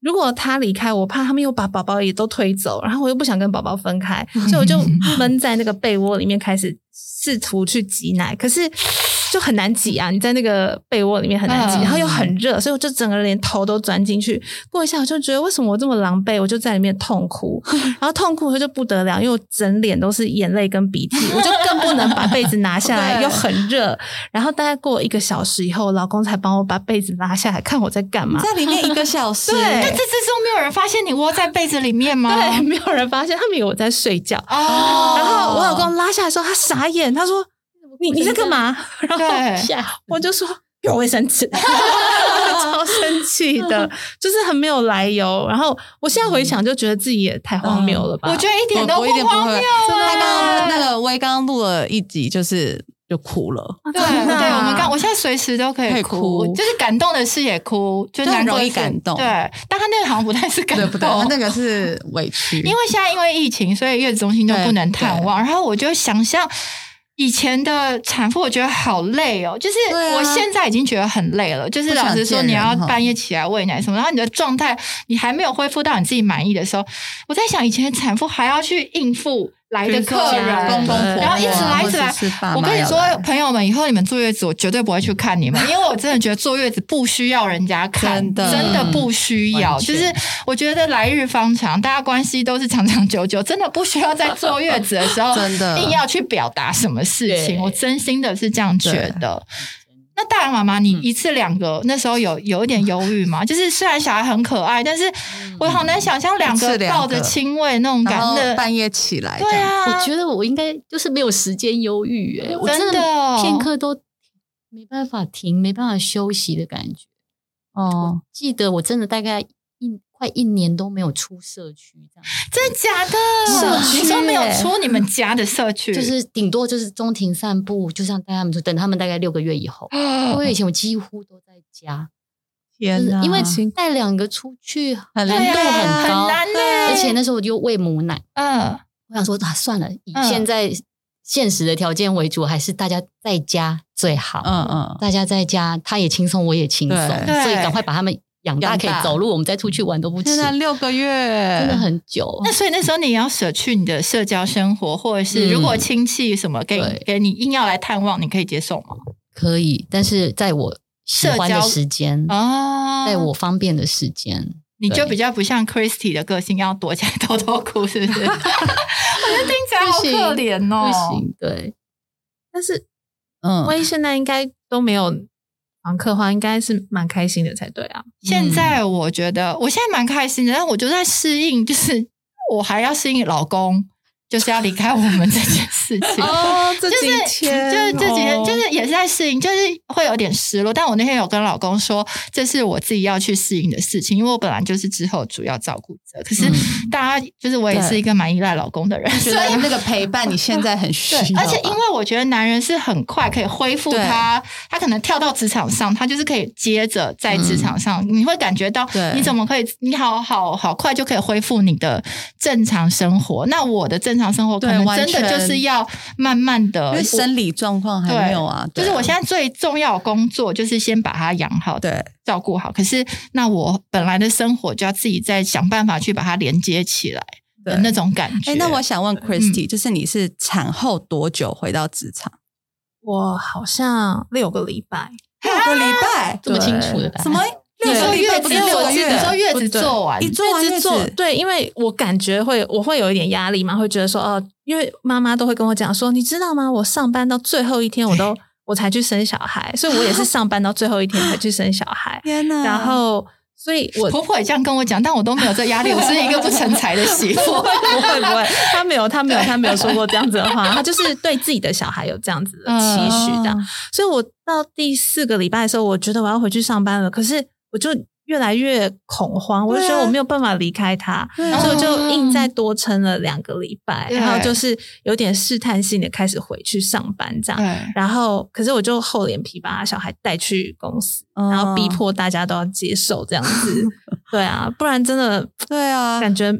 [SPEAKER 3] 如果他离开，我怕他们又把宝宝也都推走，然后我又不想跟宝宝分开，所以我就闷在那个被窝里面，开始试图去挤奶，可是 就很难挤啊！你在那个被窝里面很难挤，
[SPEAKER 1] 嗯
[SPEAKER 3] 然后又很热，所以我就整个人连头都钻进去。过一下我就觉得为什么我这么狼狈，我就在里面痛哭，然后痛哭我就不得了，因为我整脸都是眼泪跟鼻涕，我就更不能把被子拿下来，
[SPEAKER 2] 对
[SPEAKER 3] 又很热。然后大概过一个小时以后，我老公才帮我把被子拉下来，看我在干嘛。
[SPEAKER 2] 在里面一个小时，
[SPEAKER 1] 但
[SPEAKER 3] 对
[SPEAKER 1] 这之中没有人发现你窝在被子里面吗？
[SPEAKER 3] 对， 没有人发现，他们以为我在睡觉。
[SPEAKER 1] 哦，
[SPEAKER 3] 然后我老公拉下来的时候，他傻眼，他说：“你你在干 嘛？”然后
[SPEAKER 1] 对
[SPEAKER 4] 下
[SPEAKER 3] 我就说有卫生 纸，超生气的，就是很没有来由。然后我现在回想，就觉得自己也太荒谬了吧？
[SPEAKER 1] 我觉得一点都
[SPEAKER 2] 我我一点不
[SPEAKER 1] 荒
[SPEAKER 2] 会
[SPEAKER 1] 谬。。
[SPEAKER 2] 他刚刚
[SPEAKER 1] 哎
[SPEAKER 2] 那个威刚录了一集，就是就哭了，
[SPEAKER 1] 对
[SPEAKER 3] 真的啊
[SPEAKER 1] 对，我们刚，我现在随时都可
[SPEAKER 2] 可
[SPEAKER 1] 以
[SPEAKER 2] 以
[SPEAKER 1] 哭，
[SPEAKER 2] 哭
[SPEAKER 1] 就是感动的事也哭，就
[SPEAKER 2] 就很
[SPEAKER 1] 难
[SPEAKER 2] 容
[SPEAKER 1] 过的
[SPEAKER 2] 易
[SPEAKER 1] 事
[SPEAKER 2] 感动
[SPEAKER 1] 对，但他那个好像不太是感
[SPEAKER 2] 对
[SPEAKER 1] 动，
[SPEAKER 2] 不对？他那个是委屈，
[SPEAKER 1] 因为现在因为疫情，所以月子中心就不能探望。然后我就想象以前的产妇，我觉得好累哦，就是
[SPEAKER 2] 对啊
[SPEAKER 1] 我现在已经觉得很累了。就是
[SPEAKER 2] 不想
[SPEAKER 1] 老实
[SPEAKER 2] 见
[SPEAKER 1] 说，
[SPEAKER 2] 人
[SPEAKER 1] 你要
[SPEAKER 2] 哈
[SPEAKER 1] 半夜起来喂奶什么，然后你的状态你还没有恢复到你自己满意的时候，我在想以前的产妇还要去应付来的客人，
[SPEAKER 2] 公公婆婆，啊
[SPEAKER 1] 然后一直来一直来
[SPEAKER 2] 或者是爸妈
[SPEAKER 1] 我跟你说
[SPEAKER 2] 要来，
[SPEAKER 1] 朋友们，以后你们坐月子，我绝对不会去看 你们，因为我真的觉得坐月子不需要人家看，
[SPEAKER 2] 真的
[SPEAKER 1] 不需要。
[SPEAKER 2] 完
[SPEAKER 1] 就
[SPEAKER 2] 全
[SPEAKER 1] 是我觉得来日方长，大家关系都是长长久久，真的不需要在坐月子的时 候
[SPEAKER 2] 真的
[SPEAKER 1] 硬要去表达什么事情。
[SPEAKER 4] 对
[SPEAKER 1] 我真心的是这样觉得。那大人妈妈，你
[SPEAKER 2] 嗯
[SPEAKER 1] 一次两个、那时候有有一点忧郁吗？就是虽然小孩很可爱，但是我好难想象两
[SPEAKER 2] 一
[SPEAKER 1] 个
[SPEAKER 2] 次两个
[SPEAKER 1] 抱着亲喂那种感
[SPEAKER 2] 然后
[SPEAKER 1] 觉。
[SPEAKER 2] 半夜起来，
[SPEAKER 1] 对，啊，
[SPEAKER 4] 我觉得我应该就是没有时间忧郁、欸，我
[SPEAKER 1] 真
[SPEAKER 4] 真
[SPEAKER 1] 的哦
[SPEAKER 4] 的片刻都没办法停，没办法休息的感觉。
[SPEAKER 2] 哦，
[SPEAKER 4] 记得我真的大概一快一年都没有出社区，这
[SPEAKER 1] 真
[SPEAKER 4] 样
[SPEAKER 1] 的假的？
[SPEAKER 3] 社区
[SPEAKER 1] 你说没有
[SPEAKER 3] 耶
[SPEAKER 1] 出你们家的社区，
[SPEAKER 4] 就是顶多就是中庭散步，就像带他们就等他们大概六个月以后。
[SPEAKER 1] 哦
[SPEAKER 4] 因为以前我几乎都在家，就是
[SPEAKER 2] 天哪，
[SPEAKER 4] 因为带两个出去
[SPEAKER 2] 很
[SPEAKER 4] 难
[SPEAKER 1] 对
[SPEAKER 4] 度
[SPEAKER 1] 啊
[SPEAKER 4] 很高，
[SPEAKER 1] 难呢。
[SPEAKER 4] 而且那时候我就喂母奶，
[SPEAKER 1] 嗯，
[SPEAKER 4] 我想说啊算了，以
[SPEAKER 1] 嗯
[SPEAKER 4] 现在现实的条件为主，还是大家在家最好。
[SPEAKER 2] 嗯嗯，
[SPEAKER 4] 大家在家，他也轻松，我也轻松，
[SPEAKER 2] 对
[SPEAKER 4] 所以赶快把他们养大，
[SPEAKER 2] 养
[SPEAKER 4] 可以
[SPEAKER 2] 大
[SPEAKER 4] 走路，我们再出去玩都不迟
[SPEAKER 2] 现。在六个月，
[SPEAKER 4] 真的很久，
[SPEAKER 1] 那所以那时候你也要舍去你的社交生活，或者是
[SPEAKER 4] 嗯
[SPEAKER 1] 如果亲戚什么给你
[SPEAKER 4] 对
[SPEAKER 1] 给你硬要来探望，你可以接受吗？
[SPEAKER 4] 可以，但是在我喜欢
[SPEAKER 1] 社交
[SPEAKER 4] 的时间，
[SPEAKER 1] 哦，
[SPEAKER 4] 在我方便的时间，
[SPEAKER 1] 你就
[SPEAKER 4] 对
[SPEAKER 1] 比较不像 Christy 的个性，要躲起来偷偷哭，是不 是？我觉得听起来好可怜
[SPEAKER 4] 不
[SPEAKER 1] 哦。
[SPEAKER 4] 行，对，
[SPEAKER 3] 但是
[SPEAKER 2] 嗯
[SPEAKER 3] 万一现在应该都没有房客的话，应该是蛮开心的才对 啊。
[SPEAKER 1] 现在我觉得我现在蛮开心的，但我就在适应，就是我还要适应老公就是要离开我们这件事情。
[SPEAKER 3] 哦，这
[SPEAKER 1] 就是就是这几
[SPEAKER 2] 哦
[SPEAKER 1] 天，就是也是在适应，就是会有点失落。但我那天有跟老公说，这是我自己要去适应的事情，因为我本来就是之后主要照顾者。可是
[SPEAKER 4] 嗯
[SPEAKER 1] 大家就是我也是一个蛮依赖老公的人，
[SPEAKER 2] 觉
[SPEAKER 1] 所 以
[SPEAKER 2] 得那个陪伴你现在很需
[SPEAKER 1] 对
[SPEAKER 2] 要吧，，
[SPEAKER 1] 而且因为我觉得男人是很快可以恢复他，他可能跳到职场上，他就是可以接着在职场上，你会感觉到
[SPEAKER 2] 嗯对
[SPEAKER 1] 你怎么可以，你好好好快就可以恢复你的正常生活。那我的正常生活可
[SPEAKER 2] 对
[SPEAKER 1] 能
[SPEAKER 2] 完
[SPEAKER 1] 真的
[SPEAKER 2] 全
[SPEAKER 1] 就是要慢慢的，
[SPEAKER 2] 因为生理状况还没有啊，
[SPEAKER 1] 就
[SPEAKER 2] 对
[SPEAKER 1] 是我现在最重要的工作就是先把它养好，
[SPEAKER 2] 对
[SPEAKER 1] 照顾好。可是那我本来的生活就要自己再想办法去把它连接起来的那。种感觉。嗯
[SPEAKER 2] 哎，那我想问 Christy，就是你是产后多久回到职场？
[SPEAKER 3] 我好像六个礼拜，
[SPEAKER 2] 六个礼拜，
[SPEAKER 4] 这么清楚的答案
[SPEAKER 2] 什么？六
[SPEAKER 1] 你
[SPEAKER 2] 个
[SPEAKER 1] 说
[SPEAKER 2] 礼拜
[SPEAKER 1] 月
[SPEAKER 2] 不
[SPEAKER 1] 子
[SPEAKER 2] 是六个
[SPEAKER 1] 做完，你说
[SPEAKER 2] 月？
[SPEAKER 1] 月子
[SPEAKER 3] 不对
[SPEAKER 1] 做完
[SPEAKER 2] 一做完
[SPEAKER 3] 一
[SPEAKER 2] 月
[SPEAKER 3] 直
[SPEAKER 2] 子，
[SPEAKER 3] 做，对，因为我感觉会我会有一点压力嘛，会觉得说哦，因为妈妈都会跟我讲说，你知道吗？我上班到最后一天我都我才去生小孩，所以我也是上班到最后一天才去生小孩
[SPEAKER 2] 天哪！
[SPEAKER 3] 然后所以我
[SPEAKER 1] 婆婆也这样跟我讲，但我都没有这压力，我是一个不成才的媳妇。
[SPEAKER 3] 不会不会，他没有他没有他没有说过这样子的话，他就是对自己的小孩有这样子的期
[SPEAKER 2] 嗯
[SPEAKER 3] 许这
[SPEAKER 2] 哦
[SPEAKER 3] 样。所以我到第四个礼拜的时候，我觉得我要回去上班了，可是我就越来越恐慌，我就觉得我没有办法离开他，
[SPEAKER 2] 对啊
[SPEAKER 3] 所以我就硬再多撑了两个礼拜，
[SPEAKER 1] 对
[SPEAKER 3] 然后就是有点试探性的开始回去上班这样。
[SPEAKER 1] 对，
[SPEAKER 3] 然后，可是我就厚脸皮把小孩带去公司，
[SPEAKER 2] 嗯
[SPEAKER 3] 然后逼迫大家都要接受这样子。对啊，不然真的
[SPEAKER 2] 对啊，
[SPEAKER 3] 感觉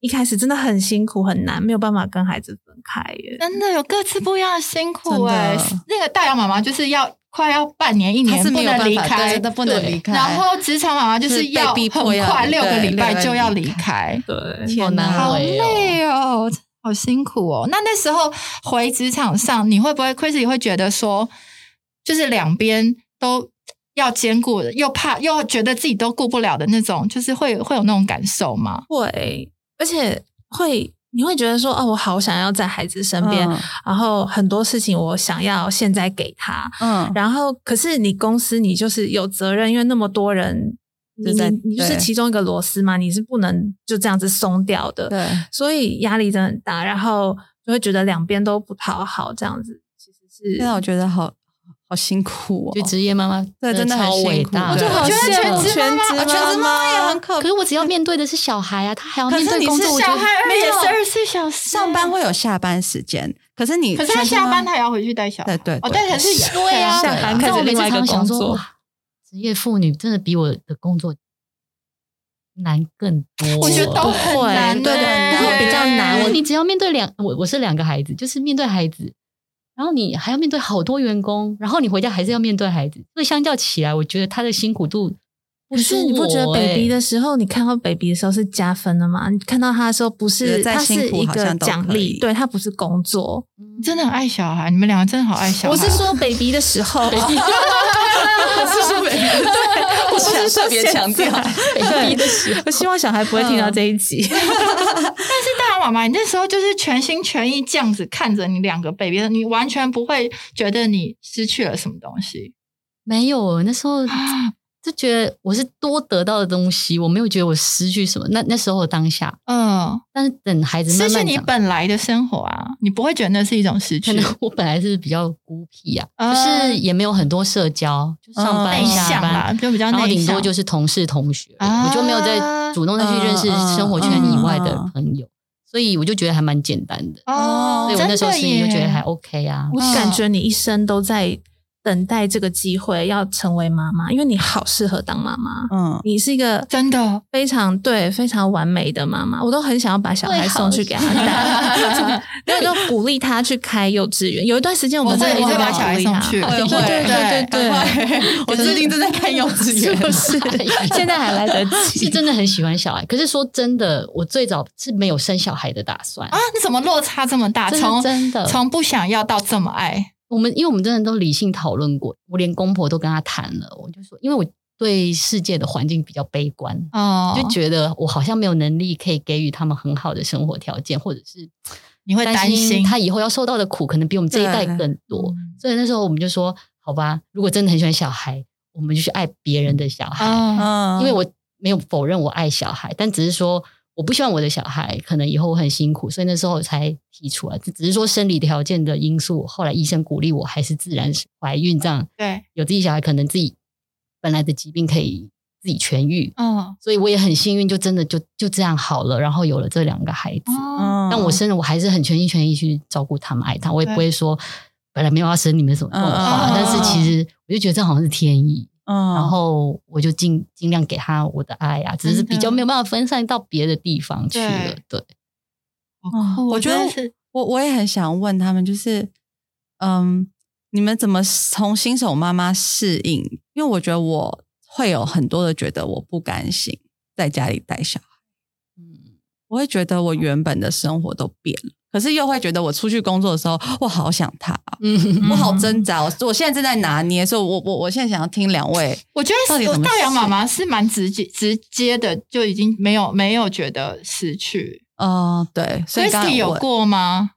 [SPEAKER 3] 一开始真的很辛苦，很难，没有办法跟孩子分开耶。
[SPEAKER 1] 真的有各自不一样的辛苦哎、
[SPEAKER 2] 真的
[SPEAKER 1] 那个大洋妈妈就是要快要半年一
[SPEAKER 2] 他
[SPEAKER 1] 年
[SPEAKER 2] 是
[SPEAKER 1] 不
[SPEAKER 2] 没有
[SPEAKER 1] 能
[SPEAKER 2] 办
[SPEAKER 1] 离
[SPEAKER 2] 法，对
[SPEAKER 1] 开
[SPEAKER 2] 真，的不能
[SPEAKER 4] 对
[SPEAKER 2] 离开。
[SPEAKER 1] 然后职场妈妈就是
[SPEAKER 2] 就是
[SPEAKER 1] 要
[SPEAKER 2] 被逼
[SPEAKER 1] 很
[SPEAKER 2] 迫要
[SPEAKER 1] 快六个
[SPEAKER 2] 对
[SPEAKER 1] 礼拜
[SPEAKER 2] 六个
[SPEAKER 1] 就要
[SPEAKER 2] 礼
[SPEAKER 1] 离开。
[SPEAKER 3] 对，
[SPEAKER 2] 天
[SPEAKER 4] 好难
[SPEAKER 1] 好
[SPEAKER 4] 为哦。
[SPEAKER 1] 累哦，好辛苦哦。那那时候回职场上，你会不会 Chrissy 会觉得说，就是两边都要兼顾，又怕又觉得自己都顾不了的那种，就是会会有那种感受吗？
[SPEAKER 3] 会，而且会，你会觉得说，哦，我好想要在孩子身边，
[SPEAKER 2] 嗯
[SPEAKER 3] 然后很多事情我想要现在给他，
[SPEAKER 2] 嗯，
[SPEAKER 3] 然后可是你公司你就是有责任，因为那么多人。你
[SPEAKER 2] 就在
[SPEAKER 3] 你你就是
[SPEAKER 2] 对
[SPEAKER 3] 其中一个螺丝嘛，你是不能就这样子松掉的。
[SPEAKER 2] 对，
[SPEAKER 3] 所以压力真的很大，然后就会觉得两边都不讨好，这样子其实是
[SPEAKER 2] 现在我觉得好好辛苦哦，
[SPEAKER 4] 就职业妈妈，
[SPEAKER 2] 对真的很
[SPEAKER 4] 超伟
[SPEAKER 2] 辛苦
[SPEAKER 4] 大的，
[SPEAKER 2] 我就好
[SPEAKER 1] 我觉得
[SPEAKER 2] 羡
[SPEAKER 1] 全
[SPEAKER 2] 慕
[SPEAKER 1] 职妈妈，
[SPEAKER 2] 啊全职妈妈也很可
[SPEAKER 4] 可是啊我只要面对的是小孩啊，他还要
[SPEAKER 2] 可
[SPEAKER 4] 面
[SPEAKER 2] 是
[SPEAKER 4] 对
[SPEAKER 2] 你
[SPEAKER 4] 工
[SPEAKER 2] 是
[SPEAKER 4] 作，我觉
[SPEAKER 1] 小
[SPEAKER 4] 得
[SPEAKER 1] 孩而已也是二十四小时
[SPEAKER 2] 上班，会有下班时间，可是你
[SPEAKER 1] 可是他
[SPEAKER 2] 全职
[SPEAKER 1] 下
[SPEAKER 2] 妈
[SPEAKER 1] 班
[SPEAKER 2] 妈
[SPEAKER 1] 他也要回去带小孩。
[SPEAKER 2] 对对
[SPEAKER 1] 哦，但可是也
[SPEAKER 4] 对啊，
[SPEAKER 3] 下班开始
[SPEAKER 4] 但我每
[SPEAKER 3] 另
[SPEAKER 4] 次
[SPEAKER 3] 外一
[SPEAKER 4] 常
[SPEAKER 3] 个
[SPEAKER 4] 常想
[SPEAKER 3] 工
[SPEAKER 4] 说，
[SPEAKER 3] 作
[SPEAKER 4] 哇职业妇女真的比我的工作难更多。
[SPEAKER 1] 我觉得都很
[SPEAKER 3] 会
[SPEAKER 1] 难欸，
[SPEAKER 2] 对对
[SPEAKER 3] 都比较难
[SPEAKER 4] 因
[SPEAKER 3] 我
[SPEAKER 4] 为你只要面对两，我我是两个孩子，就是面对孩子，然后你还要面对好多员工，然后你回家还是要面对孩子，所以相较起来，我觉得他的辛苦度不
[SPEAKER 3] 可是你不觉得
[SPEAKER 4] 输我欸
[SPEAKER 3] baby 的时候，你看到 baby 的时候是加分的吗？你看到他的时候不
[SPEAKER 2] 觉
[SPEAKER 3] 是，
[SPEAKER 2] 得再
[SPEAKER 3] 他是
[SPEAKER 2] 辛苦
[SPEAKER 3] 一
[SPEAKER 2] 好
[SPEAKER 3] 个
[SPEAKER 2] 像都
[SPEAKER 3] 奖
[SPEAKER 2] 可
[SPEAKER 3] 励
[SPEAKER 2] 以，
[SPEAKER 3] 对他不是工作。
[SPEAKER 1] 你真的很爱小孩，你们两个真的好爱小孩。
[SPEAKER 3] 我是说 baby 的时 候，
[SPEAKER 2] 我是说每个，对，我是特别强调，
[SPEAKER 3] 对
[SPEAKER 4] 的时候
[SPEAKER 3] 我希望小孩不会听到这一集。
[SPEAKER 1] 大洋妈妈，你那时候就是全心全意这样子看着你两个 baby，你完全不会觉得你失去了什么东西。
[SPEAKER 4] 没有，那 时候
[SPEAKER 1] 啊
[SPEAKER 4] 就觉得我是多得到的东西，我没有觉得我失去什么。那那时候的当下，
[SPEAKER 1] 嗯，
[SPEAKER 4] 但是等孩子
[SPEAKER 1] 失
[SPEAKER 4] 慢
[SPEAKER 1] 去
[SPEAKER 4] 慢
[SPEAKER 1] 你
[SPEAKER 4] 长大，
[SPEAKER 1] 本来的生活啊，你不会觉得那是一种失去，
[SPEAKER 4] 可能我本来是比较孤僻啊，
[SPEAKER 1] 嗯
[SPEAKER 4] 就是也没有很多社交，就上班、
[SPEAKER 2] 嗯
[SPEAKER 1] 内
[SPEAKER 4] 下
[SPEAKER 1] 向
[SPEAKER 4] 班
[SPEAKER 1] 啦，就比较
[SPEAKER 4] 然后
[SPEAKER 1] 内
[SPEAKER 4] 顶
[SPEAKER 1] 向，
[SPEAKER 4] 多就是同事同学，
[SPEAKER 1] 啊嗯
[SPEAKER 4] 我就没有再主动的去认识生活圈以外的朋友，所以我就觉得还蛮简单的。
[SPEAKER 1] 哦
[SPEAKER 4] 所以，我那时候
[SPEAKER 1] 真
[SPEAKER 4] 心
[SPEAKER 1] 的
[SPEAKER 4] 里
[SPEAKER 1] 耶嗯
[SPEAKER 4] 就觉得还 OK 啊。
[SPEAKER 3] 我感觉你一生都在等待这个机会要成为妈妈，因为你好适合当妈妈，
[SPEAKER 2] 嗯，
[SPEAKER 3] 你是一个
[SPEAKER 1] 真的啊
[SPEAKER 3] 非常对非常完美的妈妈，我都很想要把小孩送去给他 带，然后就鼓励他去开幼稚园。有一段时间我们
[SPEAKER 1] 我
[SPEAKER 3] 真的
[SPEAKER 1] 会
[SPEAKER 3] 一直
[SPEAKER 1] 把小孩
[SPEAKER 3] 鼓励他
[SPEAKER 1] 送去
[SPEAKER 3] 对
[SPEAKER 1] 我也
[SPEAKER 3] 对
[SPEAKER 1] 会
[SPEAKER 3] 对对对对，
[SPEAKER 2] 对，我最近正在看幼稚
[SPEAKER 3] 是
[SPEAKER 2] 园，
[SPEAKER 3] 不是？现在还 来得及，
[SPEAKER 4] 是真的很喜欢小孩。可是说真的，我最早是没有生小孩的打算
[SPEAKER 1] 啊，，你怎么落差这么大？
[SPEAKER 4] 这是
[SPEAKER 1] 从
[SPEAKER 4] 真的
[SPEAKER 1] 从不想要到这么爱，
[SPEAKER 4] 我们因为我们真的都理性讨论过，我连公婆都跟他谈了，我就说，因为我对世界的环境比较悲观，
[SPEAKER 1] 哦，
[SPEAKER 4] 就觉得我好像没有能力可以给予他们很好的生活条件，或者是
[SPEAKER 1] 你会担
[SPEAKER 4] 担
[SPEAKER 1] 心
[SPEAKER 4] 心他以后要受到的苦可能比我们这一代
[SPEAKER 2] 对
[SPEAKER 4] 更多。
[SPEAKER 1] 嗯
[SPEAKER 4] 所以那时候我们就说，好吧，如果真的很喜欢小孩，我们就去爱别人的小孩，
[SPEAKER 1] 啊，
[SPEAKER 2] 嗯
[SPEAKER 4] 因为我没有否认我爱小孩，但只是说我不希望我的小孩可能以后很辛苦，所以那时候我才提出来，只只是说生理条件的因素。后来医生鼓励我还是自然怀孕，这样
[SPEAKER 1] 对，
[SPEAKER 4] 有自己小孩，可能自己本来的疾病可以自己痊愈。
[SPEAKER 1] 嗯，
[SPEAKER 4] 所以我也很幸运，就真的就就这样好了，然后有了这两个孩子。
[SPEAKER 1] 哦，
[SPEAKER 2] 嗯
[SPEAKER 4] 但我生了，我还是很全心全意去照顾他们、爱他，我也
[SPEAKER 1] 对
[SPEAKER 4] 不会说本来没有要生你们什么这种话
[SPEAKER 1] 嗯嗯嗯，
[SPEAKER 4] 但是其实我就觉得这好像是天意，
[SPEAKER 2] 嗯
[SPEAKER 4] 然后我就尽尽量给他我的爱啊，只是
[SPEAKER 1] 真的
[SPEAKER 4] 比较没有办法分散到别的地方去了。对，
[SPEAKER 1] 好酷
[SPEAKER 2] 嗯我觉得
[SPEAKER 1] 真的是
[SPEAKER 2] 我我也很想问他们，就是嗯，你们怎么从新手妈妈适应？因为我觉得我会有很多的觉得我不甘心在家里带小孩，
[SPEAKER 4] 嗯，
[SPEAKER 2] 我会觉得我原本的生活都变了，可是又会觉得我出去工作的时候，我好想他哦，
[SPEAKER 4] 嗯，
[SPEAKER 2] 我好挣扎哦，我我现在正在拿捏，所以我我我现在想要听两 位
[SPEAKER 1] 我觉
[SPEAKER 2] 到底
[SPEAKER 1] 得
[SPEAKER 2] 怎么
[SPEAKER 1] 大洋
[SPEAKER 2] 适
[SPEAKER 1] 妈妈是蛮直接直接的，就已经没有没有觉得失去。
[SPEAKER 2] 哦，对，所以
[SPEAKER 1] Christy
[SPEAKER 2] 刚刚
[SPEAKER 1] 有
[SPEAKER 2] 问
[SPEAKER 1] 过吗？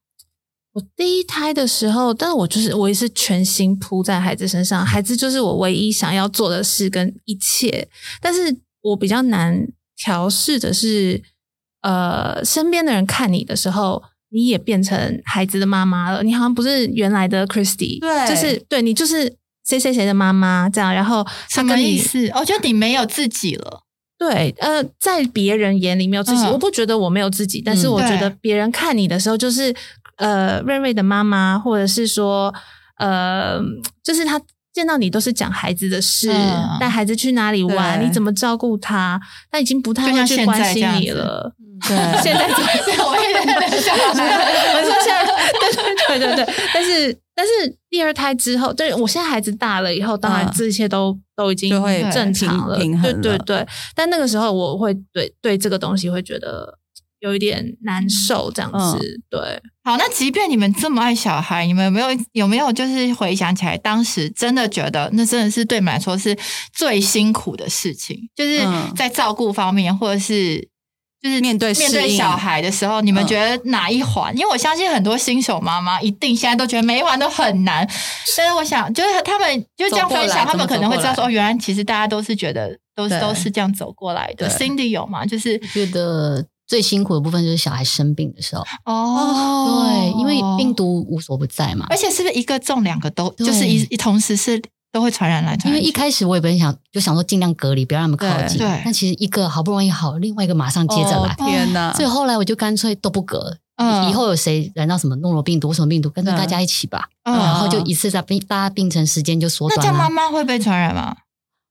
[SPEAKER 3] 我第一胎的时候，但是我就是我也是全心扑在孩子身上，孩子就是我唯一想要做的事跟一切。但是我比较难调试的是，呃，身边的人看你的时候，你也变成孩子的妈妈了，你好像不是原来的 Christy，
[SPEAKER 2] 对
[SPEAKER 3] 就是对你就是谁谁谁的妈妈这样。然后
[SPEAKER 1] 什
[SPEAKER 3] 他
[SPEAKER 1] 么
[SPEAKER 3] 跟
[SPEAKER 1] 意
[SPEAKER 3] 你
[SPEAKER 1] 思？哦，就你没有自己了。
[SPEAKER 3] 对，呃，在别人眼里没有自己，
[SPEAKER 1] 嗯
[SPEAKER 3] 我不觉得我没有自己，但是
[SPEAKER 4] 嗯
[SPEAKER 3] 我觉得
[SPEAKER 1] 对
[SPEAKER 3] 别人看你的时候，就是呃，瑞瑞的妈妈，或者是说呃，就是他见到你都是讲孩子的事，
[SPEAKER 1] 嗯
[SPEAKER 3] 带孩子去哪里玩，
[SPEAKER 2] 对
[SPEAKER 3] 你怎么照顾他，他已经不
[SPEAKER 1] 就
[SPEAKER 3] 太
[SPEAKER 1] 像
[SPEAKER 3] 会去
[SPEAKER 1] 现
[SPEAKER 3] 关
[SPEAKER 1] 在这
[SPEAKER 3] 心
[SPEAKER 1] 样
[SPEAKER 3] 你
[SPEAKER 1] 子嗯
[SPEAKER 3] 了。
[SPEAKER 2] 对
[SPEAKER 3] 现在怎么
[SPEAKER 1] 对，我也在想，
[SPEAKER 3] 我说现在，对对对对对，但是但是第二胎之后，对我现在孩子大了以后，当然
[SPEAKER 2] 嗯
[SPEAKER 3] 这一切都、都已经
[SPEAKER 2] 就会
[SPEAKER 3] 正常了，
[SPEAKER 2] 平平衡了
[SPEAKER 3] 对对对。但那个时候我会对对这个东西会觉得有一点难受，这样子，对，
[SPEAKER 1] 好，那即便你们这么爱小孩，你们有没有有没有就是回想起来，当时真的觉得那真的是对你们来说是最辛苦的事情，就是
[SPEAKER 2] 嗯
[SPEAKER 1] 在照顾方面，或者是就是
[SPEAKER 2] 面对嗯
[SPEAKER 1] 面
[SPEAKER 2] 适
[SPEAKER 1] 对
[SPEAKER 2] 应
[SPEAKER 1] 小孩的时候，你们
[SPEAKER 2] 嗯
[SPEAKER 1] 觉得哪一环？因为我相信很多新手妈妈一定现在都觉得每一环都很难，但是我想就是他们就是这样
[SPEAKER 2] 走过
[SPEAKER 1] 分
[SPEAKER 2] 来
[SPEAKER 1] 享，他
[SPEAKER 2] 怎
[SPEAKER 1] 们
[SPEAKER 2] 么
[SPEAKER 1] 可能会
[SPEAKER 2] 走过
[SPEAKER 1] 知道
[SPEAKER 2] 来
[SPEAKER 1] 说，哦，原来其实大家都是觉得都是
[SPEAKER 2] 对
[SPEAKER 1] 都是这样走过来的。
[SPEAKER 2] 对
[SPEAKER 1] Cindy 有吗？就是
[SPEAKER 4] 觉得最辛苦的部分就是小孩生病的时候，
[SPEAKER 1] 哦，
[SPEAKER 4] 对，因为病毒无所不在嘛
[SPEAKER 1] 而。且是不是一个中两个都
[SPEAKER 4] 对
[SPEAKER 1] 就是一一同时是都会传染来
[SPEAKER 4] 因
[SPEAKER 1] 传
[SPEAKER 4] 为
[SPEAKER 1] 染去？
[SPEAKER 4] 一开始我也本想就想说尽量隔离，不要让他们靠近
[SPEAKER 1] 对对。
[SPEAKER 4] 但其实一个好不容易好，另外一个马上接着来
[SPEAKER 2] 哦，天哪，
[SPEAKER 4] 所以后来我就干脆都不隔，
[SPEAKER 1] 嗯
[SPEAKER 4] 以后有谁染到什么诺如病毒、什么病毒，干脆
[SPEAKER 2] 嗯
[SPEAKER 4] 大家一起吧，
[SPEAKER 1] 嗯
[SPEAKER 4] 然后就一次在病大家病程时间就缩
[SPEAKER 1] 那这
[SPEAKER 4] 短
[SPEAKER 1] 样妈
[SPEAKER 4] 了。
[SPEAKER 1] 妈会被传染吗？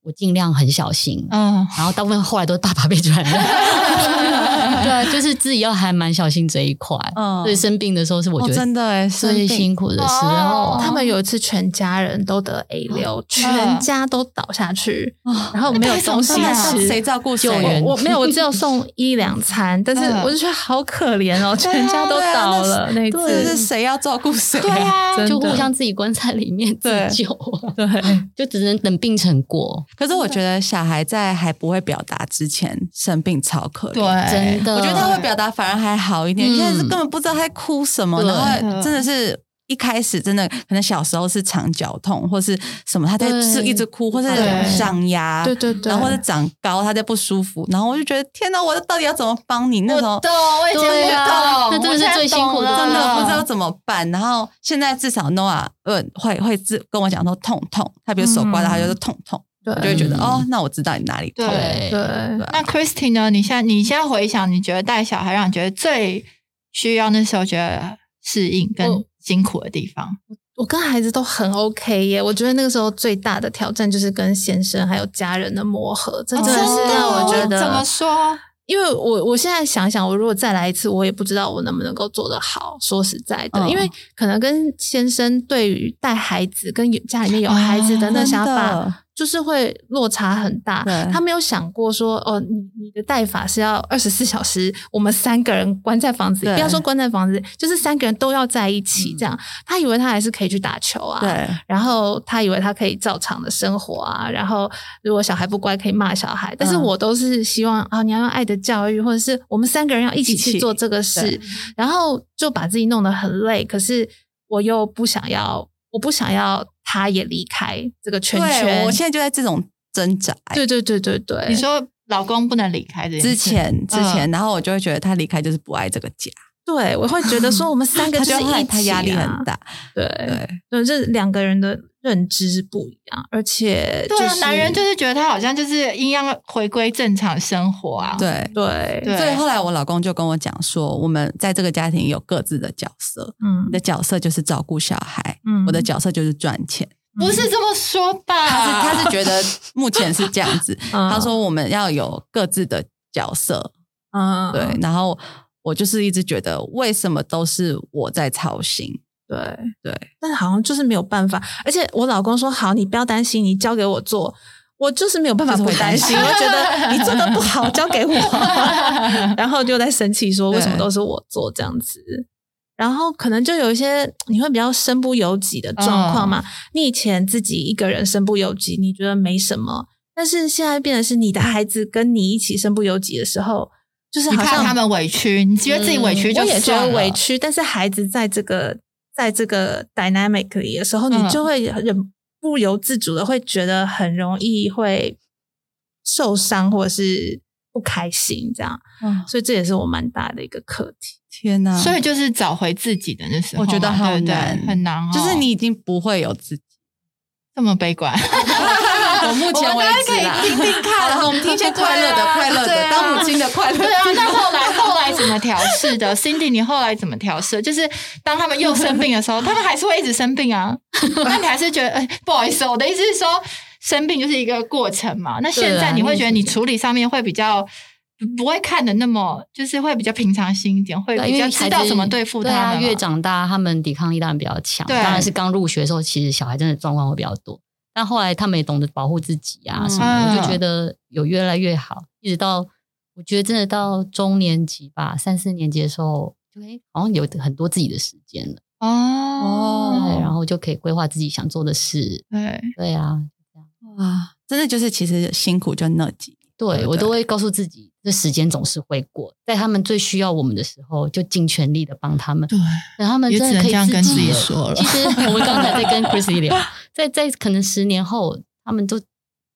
[SPEAKER 4] 我尽量很小心，
[SPEAKER 1] 嗯，
[SPEAKER 4] 然后大部分后来都是爸爸被传 染。对啊，就是自己要还蛮小心这一块。
[SPEAKER 2] 嗯
[SPEAKER 4] 所以生病的时候是我
[SPEAKER 2] 哦
[SPEAKER 4] 觉得
[SPEAKER 2] 真的哎，
[SPEAKER 4] 最辛苦的时候
[SPEAKER 1] 哦。
[SPEAKER 3] 他们有一次全家人都得 A 流，全家都倒下去，
[SPEAKER 2] 啊，
[SPEAKER 3] 然后没有东西
[SPEAKER 1] 那该怎么办啊
[SPEAKER 3] 吃，
[SPEAKER 2] 谁照顾
[SPEAKER 4] 救
[SPEAKER 2] 谁？
[SPEAKER 4] 援
[SPEAKER 3] 我我没有，我只有送一两餐，但是
[SPEAKER 1] 嗯
[SPEAKER 3] 我就觉得好可怜哦，全家都
[SPEAKER 2] 对啊
[SPEAKER 3] 倒了那一
[SPEAKER 2] 这是
[SPEAKER 3] 次，
[SPEAKER 2] 谁要照顾谁？
[SPEAKER 1] 对啊，
[SPEAKER 3] 真的
[SPEAKER 4] 就互相自己关在里面自
[SPEAKER 2] 对
[SPEAKER 4] 救啊，
[SPEAKER 3] 对，
[SPEAKER 4] 就只能等病程过。
[SPEAKER 2] 可是我觉得小孩在还不会表达之前生病超可怜。
[SPEAKER 1] 对，啊
[SPEAKER 4] 真的
[SPEAKER 2] 我觉得他会表达反而还好一点，
[SPEAKER 4] 嗯
[SPEAKER 2] 现在是根本不知道他在哭什么，
[SPEAKER 4] 对
[SPEAKER 2] 然后真的是。一开始真的可能小时候是肠绞痛或是什么，他在
[SPEAKER 4] 对
[SPEAKER 2] 是一直哭，或是
[SPEAKER 1] 对
[SPEAKER 2] 长牙，
[SPEAKER 3] 对对对，
[SPEAKER 2] 然后或者长高，他在不舒服，然后我就觉得天哪，我到底要怎么帮你？那
[SPEAKER 1] 我
[SPEAKER 2] 时候
[SPEAKER 1] 懂，我以前
[SPEAKER 4] 对
[SPEAKER 1] 不
[SPEAKER 4] 啊
[SPEAKER 1] 懂，
[SPEAKER 4] 那真
[SPEAKER 1] 我
[SPEAKER 4] 的是
[SPEAKER 1] 现在
[SPEAKER 4] 最辛苦的
[SPEAKER 1] 懂了
[SPEAKER 2] 真的不知道怎么办。然后现在至少 Noah 呃会会自跟我讲说痛痛，他比如手刮到，
[SPEAKER 3] 嗯
[SPEAKER 2] 他就是痛痛，
[SPEAKER 3] 对
[SPEAKER 2] 我就会觉得
[SPEAKER 4] 嗯
[SPEAKER 2] 哦，那我知道你哪里痛。
[SPEAKER 1] 对
[SPEAKER 4] 对，
[SPEAKER 3] 对，
[SPEAKER 1] 那 Christy 呢？你现在你现在回想，你觉得带小孩让你觉得最需要那时候觉得适应跟
[SPEAKER 4] 哦
[SPEAKER 3] 我
[SPEAKER 1] 辛苦的地方？
[SPEAKER 3] 我跟孩子都很 OK 耶，我觉得那个时候最大的挑战就是跟先生还有家人的磨合，这真的
[SPEAKER 1] 哦
[SPEAKER 3] 是
[SPEAKER 1] 真的
[SPEAKER 3] 让
[SPEAKER 1] 哦
[SPEAKER 3] 我觉得
[SPEAKER 1] 怎么说？
[SPEAKER 3] 因为我我现在想想，我如果再来一次，我也不知道我能不能够做得好。说实在的，
[SPEAKER 2] 嗯
[SPEAKER 3] 因为可能跟先生对于带孩子跟有家里面有孩子
[SPEAKER 1] 哦
[SPEAKER 3] 的那
[SPEAKER 2] 啊
[SPEAKER 3] 想
[SPEAKER 2] 真的
[SPEAKER 3] 法，就是会落差很大
[SPEAKER 2] 对。
[SPEAKER 3] 他没有想过说，哦，你你的带法是要二十四小时，我们三个人关在房子里，
[SPEAKER 2] 对嗯
[SPEAKER 3] 不要说关在房子里，就是三个人都要在一起这样。他以为他还是可以去打球啊，
[SPEAKER 2] 对，
[SPEAKER 3] 然后他以为他可以照常的生活啊，然后如果小孩不乖可以骂小孩，但是
[SPEAKER 2] 嗯
[SPEAKER 3] 我都是希望啊、你要用爱的教育，或者是我们三个人要一起
[SPEAKER 2] 一起
[SPEAKER 3] 去做这个事
[SPEAKER 2] 对，
[SPEAKER 3] 然后就把自己弄得很累，可是我又不想要，我不想要他也离开这个圈
[SPEAKER 2] 对，
[SPEAKER 3] 圈
[SPEAKER 2] 我。现在就在这种挣扎。
[SPEAKER 3] 对对对对对，
[SPEAKER 1] 你说老公不能离开这件
[SPEAKER 2] 之
[SPEAKER 1] 事
[SPEAKER 2] 前之前，
[SPEAKER 1] 嗯
[SPEAKER 2] 然后我就会觉得他离开就是不爱这个家，
[SPEAKER 3] 对，我会觉得说我们三个
[SPEAKER 2] 他
[SPEAKER 3] 就是
[SPEAKER 2] 就
[SPEAKER 3] 一起、啊
[SPEAKER 2] 害，他压力很，大。
[SPEAKER 3] 对
[SPEAKER 2] 对，
[SPEAKER 3] 对，这两个人的认知是不一样，而且、就是、
[SPEAKER 1] 对啊，男人就是觉得他好像就是应该回归正常生活啊。
[SPEAKER 2] 对。
[SPEAKER 3] 对
[SPEAKER 1] 对
[SPEAKER 2] 所以后来我老公就跟我讲说，我们在这个家庭有各自的角色，
[SPEAKER 3] 嗯
[SPEAKER 2] 你的角色就是照顾小孩，
[SPEAKER 3] 嗯
[SPEAKER 2] 我的角色就是赚钱。
[SPEAKER 1] 不是这么说吧？
[SPEAKER 2] 他是他是觉得目前是这样子，
[SPEAKER 3] 嗯
[SPEAKER 2] 他说我们要有各自的角色，
[SPEAKER 3] 嗯
[SPEAKER 2] 对。然后我就是一直觉得为什么都是我在操心，
[SPEAKER 3] 对。
[SPEAKER 2] 对，
[SPEAKER 3] 但好像就是没有办法。而且我老公说：“好，你不要担心，你交给我做。”我就是没有办法
[SPEAKER 2] 就是
[SPEAKER 3] 不
[SPEAKER 2] 会
[SPEAKER 3] 担心，我觉得你做的不好，交给我， 然后就在生气说为什么都是我做这样子。然后可能就有一些你会比较身不由己的状况
[SPEAKER 1] 嗯
[SPEAKER 3] 嘛。你以前自己一个人身不由己，你觉得没什么，但是现在变得是你的孩子跟你一起身不由己的时候，就 是
[SPEAKER 1] 你
[SPEAKER 3] 好
[SPEAKER 1] 怕
[SPEAKER 3] 像
[SPEAKER 1] 他们委屈，你觉得自己委屈就
[SPEAKER 3] 我也觉
[SPEAKER 1] 算
[SPEAKER 3] 得
[SPEAKER 1] 了
[SPEAKER 3] 委。屈，但是孩子在这个在这个 dynamic 里的时候，
[SPEAKER 1] 嗯
[SPEAKER 3] 你就会忍不由自主的会觉得很容易会受伤或者是不开心这样，
[SPEAKER 2] 嗯，
[SPEAKER 3] 所以这也是我蛮大的一个课题。
[SPEAKER 2] 天哪！
[SPEAKER 1] 所以就是找回自己的那时候嘛，
[SPEAKER 2] 我觉得好
[SPEAKER 1] 对不对
[SPEAKER 2] 难
[SPEAKER 1] 很难哦。
[SPEAKER 2] 就是你已经不会有自己。
[SPEAKER 1] 这么悲观，
[SPEAKER 2] 我目前为止啦
[SPEAKER 1] 我们大家可以听听看
[SPEAKER 2] 好了，我们听一些快乐的、
[SPEAKER 1] 对啊
[SPEAKER 2] 快乐
[SPEAKER 1] 对
[SPEAKER 2] 的，
[SPEAKER 1] 啊
[SPEAKER 2] 当母亲的快乐。
[SPEAKER 1] 对啊。那后来后来怎么调试的？Cindy，你后来怎么调试？就是当他们又生病的时候，他们还是会一直生病啊。那你还是觉得，哎、不好意思，我的意思是说，生病就是一个过程嘛。那现
[SPEAKER 4] 对
[SPEAKER 1] 在
[SPEAKER 4] 啊
[SPEAKER 1] 你会觉得你
[SPEAKER 4] 那是
[SPEAKER 1] 处理上面会比较。不会看的那么，就是会比较平常心一点，会
[SPEAKER 4] 对
[SPEAKER 1] 比
[SPEAKER 4] 因
[SPEAKER 1] 较
[SPEAKER 4] 为
[SPEAKER 1] 知道
[SPEAKER 4] 孩子
[SPEAKER 1] 怎么对付他
[SPEAKER 4] 对啊，
[SPEAKER 1] 们嘛
[SPEAKER 4] 越长大，他们抵抗力当然比较强。
[SPEAKER 1] 对
[SPEAKER 4] 当然是刚入学的时候，其实小孩真的状况会比较多。但后来他们也懂得保护自己啊
[SPEAKER 2] 嗯
[SPEAKER 4] 什么的，
[SPEAKER 1] 嗯
[SPEAKER 4] 我就觉得有越来越好。一直到我觉得真的到中年级吧，三四年级的时候，就哎好像有很多自己的时间了，对，然
[SPEAKER 1] 哦，
[SPEAKER 4] 后就可以规划自己想做的事。
[SPEAKER 1] 对，
[SPEAKER 4] 对啊，
[SPEAKER 2] 哇，真的就是其实辛苦就那几年，对
[SPEAKER 4] 对
[SPEAKER 1] 呃
[SPEAKER 2] 不
[SPEAKER 4] 我都
[SPEAKER 2] 对
[SPEAKER 4] 会告诉自己，这时间总是会过，在他们最需要我们的时候，就尽全力的帮他们。
[SPEAKER 1] 对，
[SPEAKER 4] 等他们
[SPEAKER 1] 也
[SPEAKER 4] 真
[SPEAKER 1] 只能
[SPEAKER 4] 的可以
[SPEAKER 1] 这样跟自己
[SPEAKER 4] 了
[SPEAKER 1] 说了
[SPEAKER 4] 其实我们刚才在跟 Chrissy 聊，在在可能十年后，他们都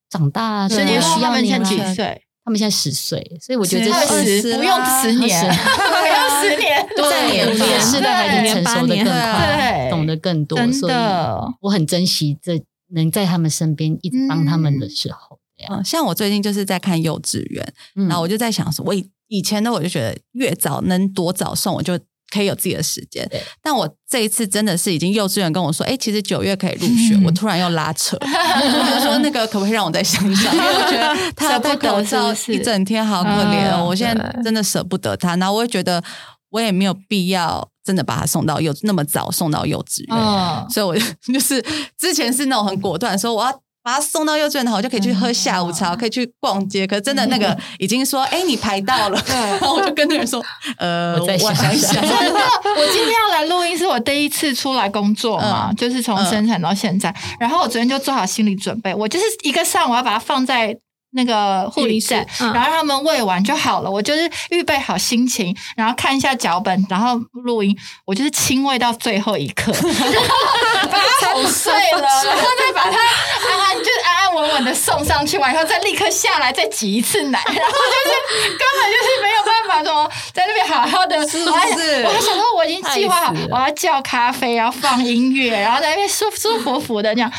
[SPEAKER 4] 长大啊，
[SPEAKER 2] 对
[SPEAKER 1] 十年后
[SPEAKER 4] 需
[SPEAKER 1] 他
[SPEAKER 4] 要
[SPEAKER 1] 们
[SPEAKER 4] 你
[SPEAKER 1] 才
[SPEAKER 4] 了
[SPEAKER 1] 几？岁？
[SPEAKER 4] 他们现在十岁，所以我觉得这
[SPEAKER 1] 二
[SPEAKER 4] 是
[SPEAKER 2] 二
[SPEAKER 1] 十，
[SPEAKER 2] 十
[SPEAKER 1] 不用
[SPEAKER 2] 啦
[SPEAKER 1] 十年，
[SPEAKER 4] 二
[SPEAKER 1] 不用十年，
[SPEAKER 4] 对，
[SPEAKER 2] 五
[SPEAKER 4] 我
[SPEAKER 2] 年
[SPEAKER 4] 觉得是的，孩子
[SPEAKER 1] 对
[SPEAKER 4] 成熟的
[SPEAKER 3] 年
[SPEAKER 4] 更
[SPEAKER 2] 八
[SPEAKER 1] 年
[SPEAKER 4] 快，懂得更多，
[SPEAKER 1] 真
[SPEAKER 4] 所以
[SPEAKER 1] 的
[SPEAKER 4] 我很珍惜这能在他们身边一直帮他们的时候。这样
[SPEAKER 2] 嗯，像我最近就是在看幼稚园，
[SPEAKER 4] 嗯
[SPEAKER 2] 然后我就在想说，我以以前的我就觉得越早能多早送，我就可以有自己的时间
[SPEAKER 4] 对。
[SPEAKER 2] 但我这一次真的是已经幼稚园跟我说，哎、其实九月可以入学，
[SPEAKER 1] 嗯
[SPEAKER 2] 我突然又拉 扯，我就说那个可不可以让我再想一想？因为我觉得他
[SPEAKER 1] 舍不
[SPEAKER 2] 在
[SPEAKER 1] 得
[SPEAKER 2] 口罩
[SPEAKER 1] 是不是
[SPEAKER 2] 一整天好可怜哦，
[SPEAKER 1] 嗯
[SPEAKER 2] 我现在
[SPEAKER 3] 对
[SPEAKER 2] 真的舍不得他，然后我也觉得我也没有必要真的把他送到幼那么早送到幼稚园。
[SPEAKER 1] 嗯，
[SPEAKER 2] 所以我就 就是之前是那种很果断，说我要把他送到幼稚园，然后我就可以去喝下午茶，可以去逛街。可是真的那个已经说，哎、你排到了， 然后我就跟那人说，呃，
[SPEAKER 4] 我再想
[SPEAKER 2] 想
[SPEAKER 4] 一
[SPEAKER 2] 想
[SPEAKER 4] 想。
[SPEAKER 1] 真的，我今天要来录音，是我第一次出来工作嘛，
[SPEAKER 2] 嗯
[SPEAKER 1] 就是从生产到现在。然后我昨天就做好心理准备，我就是一个上午要把它放在那个护理站，
[SPEAKER 3] 嗯
[SPEAKER 1] 然后让他们喂完就好了。我就是预备好心情，然后看一下脚本，然后录音。我就是亲喂到最后一刻，然后把它哄睡了，然后再把它啊安安就是安安稳稳的送上去，完以后再立刻下来再挤一次奶，然后就是根本就是没有办法怎么在那边好好的，
[SPEAKER 2] 是不是
[SPEAKER 1] 我还我还想说我已经计划好
[SPEAKER 4] 太死了
[SPEAKER 1] 我要叫咖啡，然后放音乐，然后在那边舒舒服服的这样，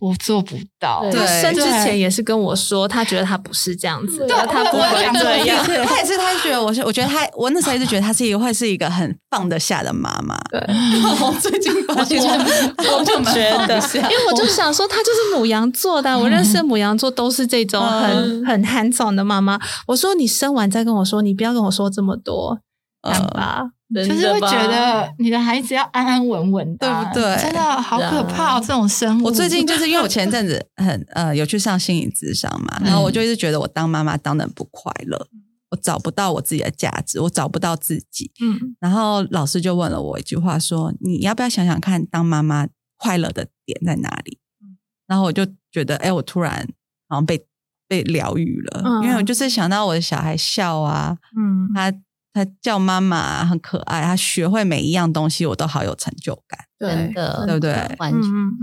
[SPEAKER 1] 我做不到。
[SPEAKER 4] 对
[SPEAKER 3] 他生之
[SPEAKER 1] 对
[SPEAKER 3] 前也是跟我说，他觉得他不是这样子的，
[SPEAKER 4] 对
[SPEAKER 3] 他不
[SPEAKER 1] 我也
[SPEAKER 3] 会这样。
[SPEAKER 2] 他也是，他觉得我是，我觉得他，我那时候一直觉得他是一个会是一个很放得下的妈妈。
[SPEAKER 3] 对，
[SPEAKER 2] 我最近发现，我就觉得
[SPEAKER 3] 因为我就想说，他就是母羊座 的啊，我认识的母羊座都是这种很
[SPEAKER 2] 嗯
[SPEAKER 3] 很憨爽的妈妈。我说你生完再跟我说，你不要跟我说这么多，
[SPEAKER 1] 嗯
[SPEAKER 3] 干吧，
[SPEAKER 1] 就是会觉得你的孩子要安安稳稳的啊、
[SPEAKER 2] 对不对啊
[SPEAKER 1] 真的好可怕、哦，这种生物。
[SPEAKER 2] 我最近就是因为我前阵子很呃有去上心理咨商嘛，然后我就一直觉得我当妈妈当的不快乐，我找不到我自己的价值，我找不到自己。
[SPEAKER 3] 嗯，
[SPEAKER 2] 然后老师就问了我一句话说：“你要不要想想看，当妈妈快乐的点在哪里？”
[SPEAKER 4] 嗯
[SPEAKER 2] 然后我就觉得，哎、我突然好像被被疗愈了，
[SPEAKER 3] 嗯
[SPEAKER 2] 因为我就是想到我的小孩笑啊，
[SPEAKER 3] 嗯
[SPEAKER 2] 他他叫妈妈很可爱，他学会每一样东西，我都好有成就感，
[SPEAKER 4] 真的，
[SPEAKER 2] 对不对
[SPEAKER 4] 完
[SPEAKER 3] 嗯
[SPEAKER 4] 全
[SPEAKER 3] 嗯嗯，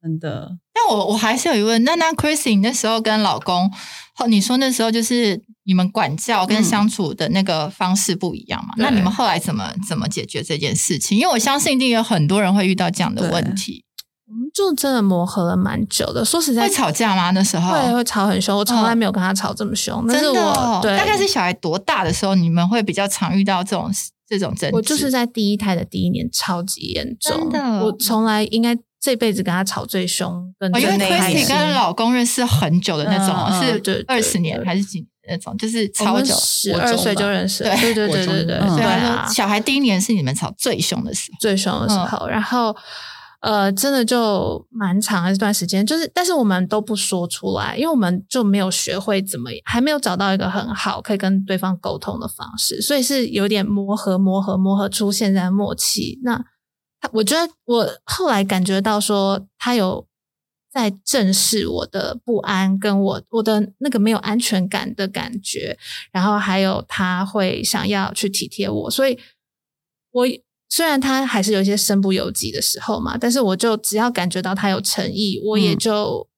[SPEAKER 2] 真的。
[SPEAKER 1] 但我我还是有疑问。那那 Chrissy 你那时候跟老公，后你说那时候就是你们管教跟
[SPEAKER 2] 嗯
[SPEAKER 1] 相处的那个方式不一样嘛？
[SPEAKER 2] 对
[SPEAKER 1] 那你们后来怎么怎么解决这件事情？因为我相信一定有很多人会遇到这样的问题，
[SPEAKER 3] 我们就真的磨合了蛮久的。说实在，
[SPEAKER 1] 会吵架吗？那时候
[SPEAKER 3] 会会吵很凶，我从来没有跟他吵这么凶。但是
[SPEAKER 1] 真
[SPEAKER 3] 我、
[SPEAKER 1] 的哦、
[SPEAKER 3] 对，
[SPEAKER 1] 大概是小孩多大的时候，你们会比较常遇到这种这种争执？
[SPEAKER 3] 我就是在第一胎的第一年超级严
[SPEAKER 1] 真
[SPEAKER 3] 重，
[SPEAKER 1] 的
[SPEAKER 3] 我从来应该这辈子跟他吵最凶，跟
[SPEAKER 1] 哦，因为
[SPEAKER 3] 最内
[SPEAKER 2] 孩
[SPEAKER 1] Chrissy
[SPEAKER 2] 子
[SPEAKER 3] 心
[SPEAKER 1] 跟老公认识很久的那种，
[SPEAKER 2] 嗯嗯嗯
[SPEAKER 3] 对
[SPEAKER 1] 是二
[SPEAKER 3] 对
[SPEAKER 1] 十年
[SPEAKER 3] 对
[SPEAKER 1] 还是几年那种，就是
[SPEAKER 3] 我
[SPEAKER 1] 超
[SPEAKER 3] 们
[SPEAKER 1] 久。
[SPEAKER 3] 十
[SPEAKER 4] 国
[SPEAKER 3] 二
[SPEAKER 4] 中
[SPEAKER 3] 岁
[SPEAKER 4] 吧
[SPEAKER 3] 就认识了，
[SPEAKER 1] 对
[SPEAKER 3] 对对
[SPEAKER 4] 国
[SPEAKER 3] 对
[SPEAKER 4] 中
[SPEAKER 3] 对对，
[SPEAKER 2] 嗯
[SPEAKER 1] 对
[SPEAKER 3] 对
[SPEAKER 1] 啊，
[SPEAKER 3] 啊
[SPEAKER 1] 说，小孩第一年是你们吵最凶的时候。
[SPEAKER 3] 最凶的时候，然后呃，真的就蛮长的一段时间，就是但是我们都不说出来，因为我们就没有学会怎么，还没有找到一个很好可以跟对方沟通的方式，所以是有点磨合、磨合、磨合出现在默契。那他，我觉得我后来感觉到说，他有在正视我的不安，跟我我的那个没有安全感的感觉，然后还有他会想要去体贴我，所以我虽然他还是有一些身不由己的时候嘛，但是我就只要感觉到他有诚意，我也就、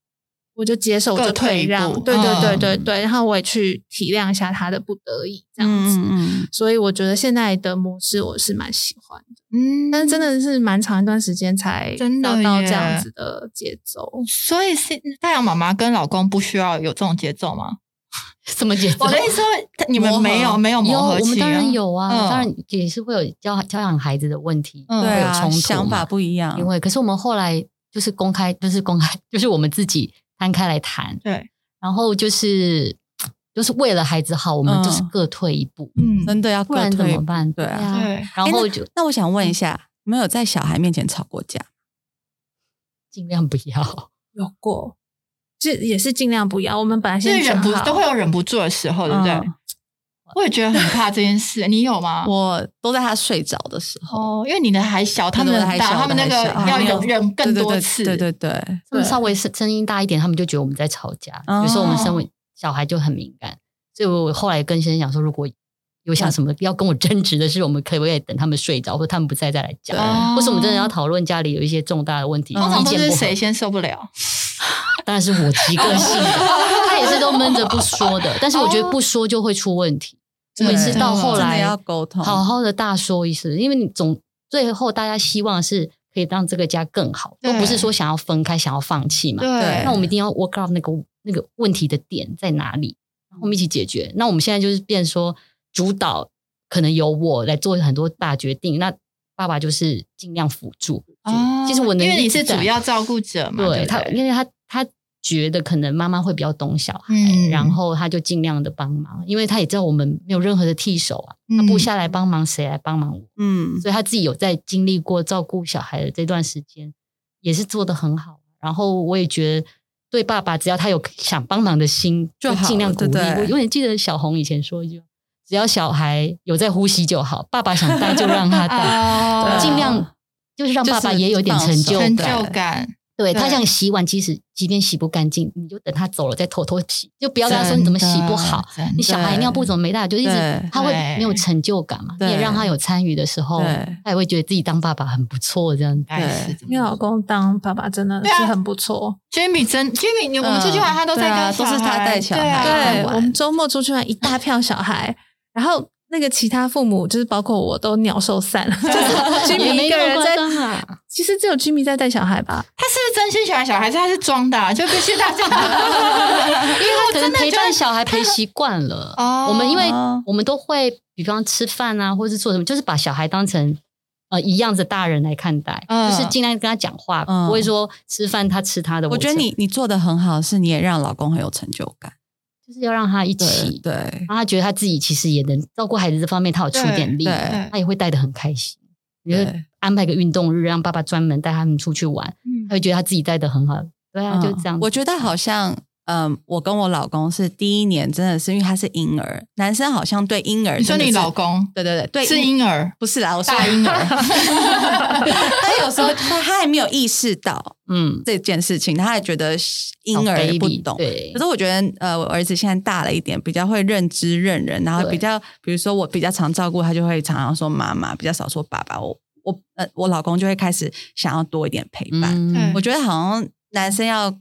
[SPEAKER 3] 我就接受，我
[SPEAKER 1] 嗯各
[SPEAKER 3] 就
[SPEAKER 1] 退一
[SPEAKER 3] 退让，
[SPEAKER 1] 步
[SPEAKER 3] 对对对
[SPEAKER 1] 嗯
[SPEAKER 3] 对对，然后我也去体谅一下他的不得已，这样子。
[SPEAKER 2] 嗯嗯
[SPEAKER 3] 所以我觉得现在的模式我是蛮喜欢的，
[SPEAKER 1] 嗯
[SPEAKER 3] 但是真的是蛮长一段时间才
[SPEAKER 1] 真的
[SPEAKER 3] 找到
[SPEAKER 1] 耶
[SPEAKER 3] 这样子的节奏。
[SPEAKER 1] 所以是嗯太阳妈妈跟老公不需要有这种节奏吗？
[SPEAKER 4] 什么节奏？
[SPEAKER 1] 我的意思说，你
[SPEAKER 2] 磨合
[SPEAKER 1] 们没有没有
[SPEAKER 4] 有，
[SPEAKER 1] 磨合
[SPEAKER 4] 我
[SPEAKER 1] 期、啊，
[SPEAKER 4] 们当然有啊，
[SPEAKER 1] 嗯
[SPEAKER 4] 当然也是会有教教养孩子的问题，
[SPEAKER 1] 嗯
[SPEAKER 2] 嗯，对
[SPEAKER 4] 会有
[SPEAKER 2] 啊，
[SPEAKER 4] 冲突嘛
[SPEAKER 2] 想法不一样，
[SPEAKER 4] 因为可是我们后来就是公开，就是公开， 就是我们自己摊开来谈，
[SPEAKER 1] 对，
[SPEAKER 4] 然后就是就是为了孩子好，我们
[SPEAKER 2] 嗯
[SPEAKER 4] 就是各退一步，
[SPEAKER 1] 嗯，
[SPEAKER 2] 真的要
[SPEAKER 4] 不
[SPEAKER 2] 各
[SPEAKER 4] 然怎
[SPEAKER 2] 退
[SPEAKER 4] 么。嗯办？
[SPEAKER 2] 对啊
[SPEAKER 1] 对
[SPEAKER 4] 然后就
[SPEAKER 2] 诶那那我想问一下，你们有在小孩面前吵过架？
[SPEAKER 4] 尽量不要。
[SPEAKER 3] 有过，这也是尽量不要。我们本来
[SPEAKER 1] 就
[SPEAKER 3] 先
[SPEAKER 1] 是忍不
[SPEAKER 3] 讲好
[SPEAKER 1] 都会有忍不住的时候，对不对？
[SPEAKER 2] 嗯
[SPEAKER 1] 我也觉得很怕这件事，你有吗？
[SPEAKER 2] 我都在他睡着的时候，
[SPEAKER 1] 哦，因为你的还小，他们
[SPEAKER 2] 我的
[SPEAKER 1] 很
[SPEAKER 2] 还
[SPEAKER 1] 大，
[SPEAKER 2] 小
[SPEAKER 1] 他们那个
[SPEAKER 2] 我的还
[SPEAKER 1] 要
[SPEAKER 2] 小
[SPEAKER 1] 忍
[SPEAKER 2] 哦
[SPEAKER 1] 忍更多
[SPEAKER 2] 对对对
[SPEAKER 1] 次，
[SPEAKER 2] 对对对，
[SPEAKER 4] 他们
[SPEAKER 3] 对
[SPEAKER 4] 稍微声声音大一点，他们就觉得我们在吵架。
[SPEAKER 2] 哦
[SPEAKER 4] 有时候我们身为小孩就很敏感，所以我后来跟先生讲说，如果有
[SPEAKER 1] 嗯
[SPEAKER 4] 想什么要跟我争执的事，我们可不可以等他们睡着，或他们不在再来讲？
[SPEAKER 1] 哦
[SPEAKER 4] 或是我们真的要讨论家里有一些重大的问题，
[SPEAKER 1] 通常都
[SPEAKER 4] 意嗯见
[SPEAKER 1] 是
[SPEAKER 4] 不合
[SPEAKER 1] 谁先受不了？
[SPEAKER 4] 当然是我急个性 的，他也是都闷着不说的。但是我觉
[SPEAKER 1] 哦
[SPEAKER 4] 得不说就会出问题。我
[SPEAKER 2] 真的
[SPEAKER 4] 每次到后
[SPEAKER 2] 真的
[SPEAKER 4] 来
[SPEAKER 2] 要沟通，
[SPEAKER 4] 好好的大说一次，因为你总最后大家希望是可以让这个家更好，
[SPEAKER 1] 对
[SPEAKER 4] 都不是说想要分开、想要放弃嘛。
[SPEAKER 1] 对
[SPEAKER 2] 对
[SPEAKER 4] 那我们一定要 work out 那个那个问题的点在哪里，
[SPEAKER 1] 嗯
[SPEAKER 4] 然后我们一起解决。那我们现在就是变说主导，可能由我来做很多大决定，那爸爸就是尽量辅助。
[SPEAKER 1] 哦
[SPEAKER 4] 其实我能
[SPEAKER 1] 因为你
[SPEAKER 4] 理解
[SPEAKER 1] 是主要照顾者嘛，对
[SPEAKER 4] 对
[SPEAKER 1] 不
[SPEAKER 4] 他，
[SPEAKER 1] 对
[SPEAKER 4] 因为他他觉得可能妈妈会比较懂小孩，
[SPEAKER 1] 嗯
[SPEAKER 4] 然后他就尽量的帮忙，因为他也知道我们没有任何的替手啊，
[SPEAKER 1] 嗯
[SPEAKER 4] 他不下来帮忙，谁来帮忙我？
[SPEAKER 2] 嗯，
[SPEAKER 4] 所以他自己有在经历过照顾小孩的这段时间，也是做得很好。然后我也觉得，对爸爸只要他有想帮忙的心，
[SPEAKER 2] 就好了
[SPEAKER 4] 尽量鼓励。
[SPEAKER 2] 对不对
[SPEAKER 4] 我永远记得小红以前说一句：“只要小孩有在呼吸就好，爸爸想带就让他带，
[SPEAKER 1] 哦
[SPEAKER 2] 对
[SPEAKER 4] 尽量就是让爸爸也有一点成就
[SPEAKER 1] 成
[SPEAKER 4] 感。
[SPEAKER 1] 就感，
[SPEAKER 4] 对他
[SPEAKER 1] 对
[SPEAKER 4] 想洗碗，即使即便洗不干净，你就等他走了再偷偷洗，就不要跟他说你怎么洗不好。”
[SPEAKER 1] 真的，
[SPEAKER 4] 你小孩尿布怎么没带？就一直
[SPEAKER 2] 对
[SPEAKER 4] 他会
[SPEAKER 1] 对
[SPEAKER 4] 没有成就感嘛。你
[SPEAKER 2] 对
[SPEAKER 4] 也让他有参与的时候
[SPEAKER 2] 对，
[SPEAKER 4] 他也会觉得自己当爸爸很不错这样。
[SPEAKER 1] 真的该死
[SPEAKER 3] 因为老公当爸爸真的
[SPEAKER 1] 对啊
[SPEAKER 3] 是很不错。
[SPEAKER 1] Jimmy 真 Jimmy，你我
[SPEAKER 2] 嗯
[SPEAKER 1] 们出去玩，他都在
[SPEAKER 2] 对啊
[SPEAKER 1] 跟小孩
[SPEAKER 2] 都是他带小孩
[SPEAKER 1] 对啊
[SPEAKER 2] 对
[SPEAKER 3] 我们周末出去玩一大票小孩，然后那个其他父母，就是包括我都鸟兽散了，
[SPEAKER 1] 啊
[SPEAKER 3] 就 是居
[SPEAKER 4] 也
[SPEAKER 3] 民
[SPEAKER 4] 没
[SPEAKER 3] 一个
[SPEAKER 4] 那么
[SPEAKER 3] 人
[SPEAKER 4] 夸
[SPEAKER 3] 在
[SPEAKER 4] 张啊啦。
[SPEAKER 3] 其实只有居民在带小孩吧？
[SPEAKER 1] 他是不是真心喜欢小孩，还是他是装的、啊？就必须大 家，
[SPEAKER 4] 因为他可能陪伴小孩陪习惯了。
[SPEAKER 1] 哦
[SPEAKER 4] 我们因为
[SPEAKER 2] 哦
[SPEAKER 4] 我们都会，比方吃饭啊，或是做什么，就是把小孩当成呃一样的大人来看待，
[SPEAKER 1] 嗯
[SPEAKER 4] 就是尽量跟他讲话，
[SPEAKER 2] 嗯
[SPEAKER 4] 不会说吃饭他吃他的。
[SPEAKER 2] 我觉得
[SPEAKER 4] 吃
[SPEAKER 2] 你你做的很好，是你也让老公很有成就感。
[SPEAKER 4] 就是要让他一
[SPEAKER 2] 对
[SPEAKER 4] 起，
[SPEAKER 2] 对，
[SPEAKER 4] 然后他觉得他自己其实也能照顾孩子这方面，他有出点力，
[SPEAKER 2] 对
[SPEAKER 1] 对
[SPEAKER 4] 他也会带的很开心。你就
[SPEAKER 2] 对
[SPEAKER 4] 安排个运动日，让爸爸专门带他们出去玩，
[SPEAKER 1] 嗯
[SPEAKER 4] 他会觉得他自己带的很好。对啊，
[SPEAKER 2] 嗯
[SPEAKER 4] 就这样子。
[SPEAKER 2] 我觉得好像，嗯，我跟我老公是第一年，真的是因为他是婴儿，男生好像对婴儿
[SPEAKER 1] 你说
[SPEAKER 2] 真的是，
[SPEAKER 1] 你老公
[SPEAKER 2] 对对对，对
[SPEAKER 1] 是婴儿，
[SPEAKER 2] 不是啦，我说
[SPEAKER 1] 大婴儿
[SPEAKER 2] 他有时候他他还没有意识到
[SPEAKER 4] 嗯，
[SPEAKER 2] 这件事情，他还觉得婴
[SPEAKER 4] 小
[SPEAKER 2] 儿也不
[SPEAKER 4] baby，
[SPEAKER 2] 懂。
[SPEAKER 4] 对
[SPEAKER 2] 可，是我觉得，呃，我儿子现在大了一点，比较会认知认人，然后
[SPEAKER 4] 对
[SPEAKER 2] 比较，比如说我比较常照顾他，就会常常说妈妈，比较少说爸爸。我我呃，我老公就会开始想要多一点陪伴。
[SPEAKER 4] 嗯
[SPEAKER 1] 对
[SPEAKER 2] 我觉得好像男生要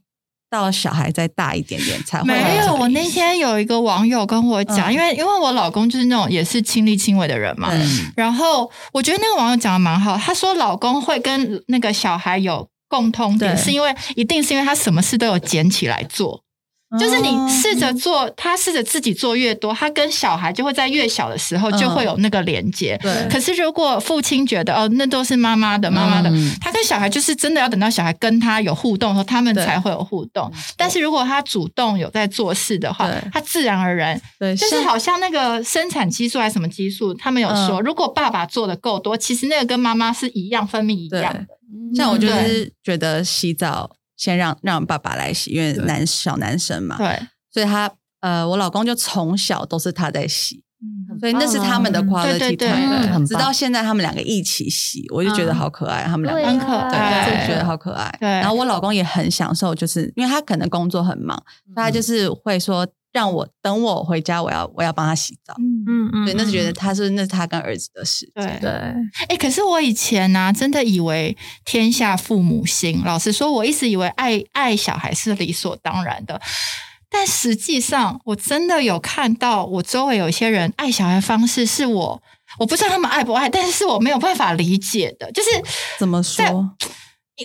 [SPEAKER 2] 到小孩再大一点点才会
[SPEAKER 1] 没
[SPEAKER 2] 这
[SPEAKER 1] 有，
[SPEAKER 2] 个
[SPEAKER 1] 我那天有一个网友跟我讲，
[SPEAKER 2] 嗯
[SPEAKER 1] 因为因为我老公就是那种也是亲力亲为的人嘛，
[SPEAKER 2] 对
[SPEAKER 1] 然后我觉得那个网友讲的蛮好，他说老公会跟那个小孩有共通点，
[SPEAKER 2] 对
[SPEAKER 1] 是因为一定是因为他什么事都有捡起来做，嗯就是你
[SPEAKER 2] 哦
[SPEAKER 1] 试着做，他试着自己做越多，他跟小孩就会在越小的时候
[SPEAKER 2] 嗯
[SPEAKER 1] 就会有那个连接。
[SPEAKER 2] 对
[SPEAKER 1] 可是如果父亲觉得哦，那都是妈妈的妈妈的。
[SPEAKER 4] 嗯
[SPEAKER 1] 他跟小孩就是真的要等到小孩跟他有互动的时候，他们
[SPEAKER 2] 对嗯
[SPEAKER 1] 才会有互动。但是如果他主动有在做事的话
[SPEAKER 2] 对，
[SPEAKER 1] 他自然而然
[SPEAKER 2] 对，
[SPEAKER 1] 就是
[SPEAKER 2] 像
[SPEAKER 1] 好像那个生产激素还是什么激素，他们有
[SPEAKER 2] 嗯
[SPEAKER 1] 说，如果爸爸做的够多，其实那个跟妈妈是一样分泌一
[SPEAKER 2] 对
[SPEAKER 1] 样。
[SPEAKER 2] 像我就
[SPEAKER 1] 嗯对
[SPEAKER 2] 是觉得洗澡先让让爸爸来洗，因为
[SPEAKER 3] 对
[SPEAKER 2] 男小男生嘛，
[SPEAKER 1] 对，
[SPEAKER 2] 所以他呃，我老公就从小都是他在洗，
[SPEAKER 1] 嗯，
[SPEAKER 2] 所以那是他们的
[SPEAKER 3] 嗯
[SPEAKER 2] quality
[SPEAKER 1] 对对对
[SPEAKER 2] time
[SPEAKER 4] 嗯很棒
[SPEAKER 2] 直到现在他们两个一起洗，我就觉得好可爱，他们两个
[SPEAKER 4] 对
[SPEAKER 1] 很
[SPEAKER 4] 啊
[SPEAKER 1] 可爱
[SPEAKER 2] 对，
[SPEAKER 1] 对
[SPEAKER 2] 就觉得好可爱。
[SPEAKER 1] 对
[SPEAKER 2] 然后我老公也很享受，就是因为他可能工作很忙，所以他
[SPEAKER 4] 嗯
[SPEAKER 2] 就是会说让我等我回家，我要我要帮他洗澡。
[SPEAKER 1] 嗯，
[SPEAKER 3] 嗯嗯，
[SPEAKER 2] 对，那是觉得
[SPEAKER 3] 嗯
[SPEAKER 2] 他是那是他跟儿子的事。
[SPEAKER 1] 对。
[SPEAKER 3] 对
[SPEAKER 1] 哎、，可是我以前呢、啊真的以为天下父母心。老实说，我一直以为爱爱小孩是理所当然的。但实际上，我真的有看到我周围有一些人爱小孩的方式是我我不知道他们爱不爱，但是是我没有办法理解的，就是
[SPEAKER 2] 怎么说？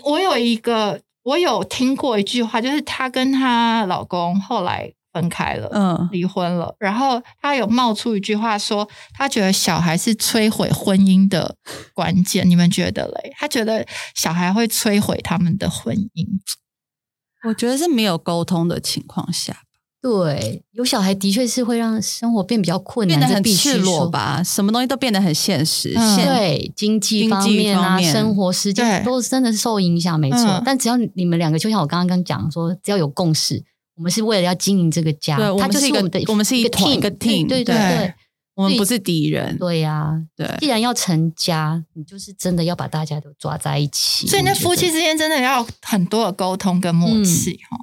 [SPEAKER 1] 我有一个，我有听过一句话，就是她跟她老公后来分开了，
[SPEAKER 2] 嗯，
[SPEAKER 1] 离婚了，然后她有冒出一句话说，她觉得小孩是摧毁婚姻的关键，你们觉得嘞？她觉得小孩会摧毁他们的婚姻，
[SPEAKER 2] 我觉得是没有沟通的情况下，
[SPEAKER 4] 对，有小孩的确是会让生活变比较困难，
[SPEAKER 2] 变得
[SPEAKER 4] 这
[SPEAKER 2] 很
[SPEAKER 4] 必须
[SPEAKER 2] 赤裸
[SPEAKER 4] 说？
[SPEAKER 2] 吧，什么东西都变得很现实。
[SPEAKER 1] 嗯
[SPEAKER 2] 现
[SPEAKER 4] 对，经济
[SPEAKER 2] 经
[SPEAKER 4] 方
[SPEAKER 2] 济
[SPEAKER 4] 面
[SPEAKER 2] 方
[SPEAKER 4] 啊，
[SPEAKER 2] 面
[SPEAKER 4] 生活时间
[SPEAKER 1] 对
[SPEAKER 4] 都真的受影响，没错
[SPEAKER 1] 嗯。
[SPEAKER 4] 但只要你们两个，就像我刚刚刚讲说，只要有共识，我们是为了要经营这个家，
[SPEAKER 2] 对我
[SPEAKER 4] 它
[SPEAKER 2] 们
[SPEAKER 4] 就是
[SPEAKER 2] 一
[SPEAKER 4] 是
[SPEAKER 2] 个
[SPEAKER 4] 我们的，
[SPEAKER 2] 我们是一
[SPEAKER 4] 个
[SPEAKER 2] 团
[SPEAKER 4] team，
[SPEAKER 2] 一个 team，
[SPEAKER 4] 对
[SPEAKER 1] 对
[SPEAKER 4] 对对
[SPEAKER 2] 我们不是敌人，
[SPEAKER 4] 对啊呀。
[SPEAKER 2] 对
[SPEAKER 4] 既然要成家，你就是真的要把大家都抓在一起。
[SPEAKER 1] 所以那
[SPEAKER 4] 我觉得
[SPEAKER 1] 夫妻之间真的要很多的沟通跟默契哈。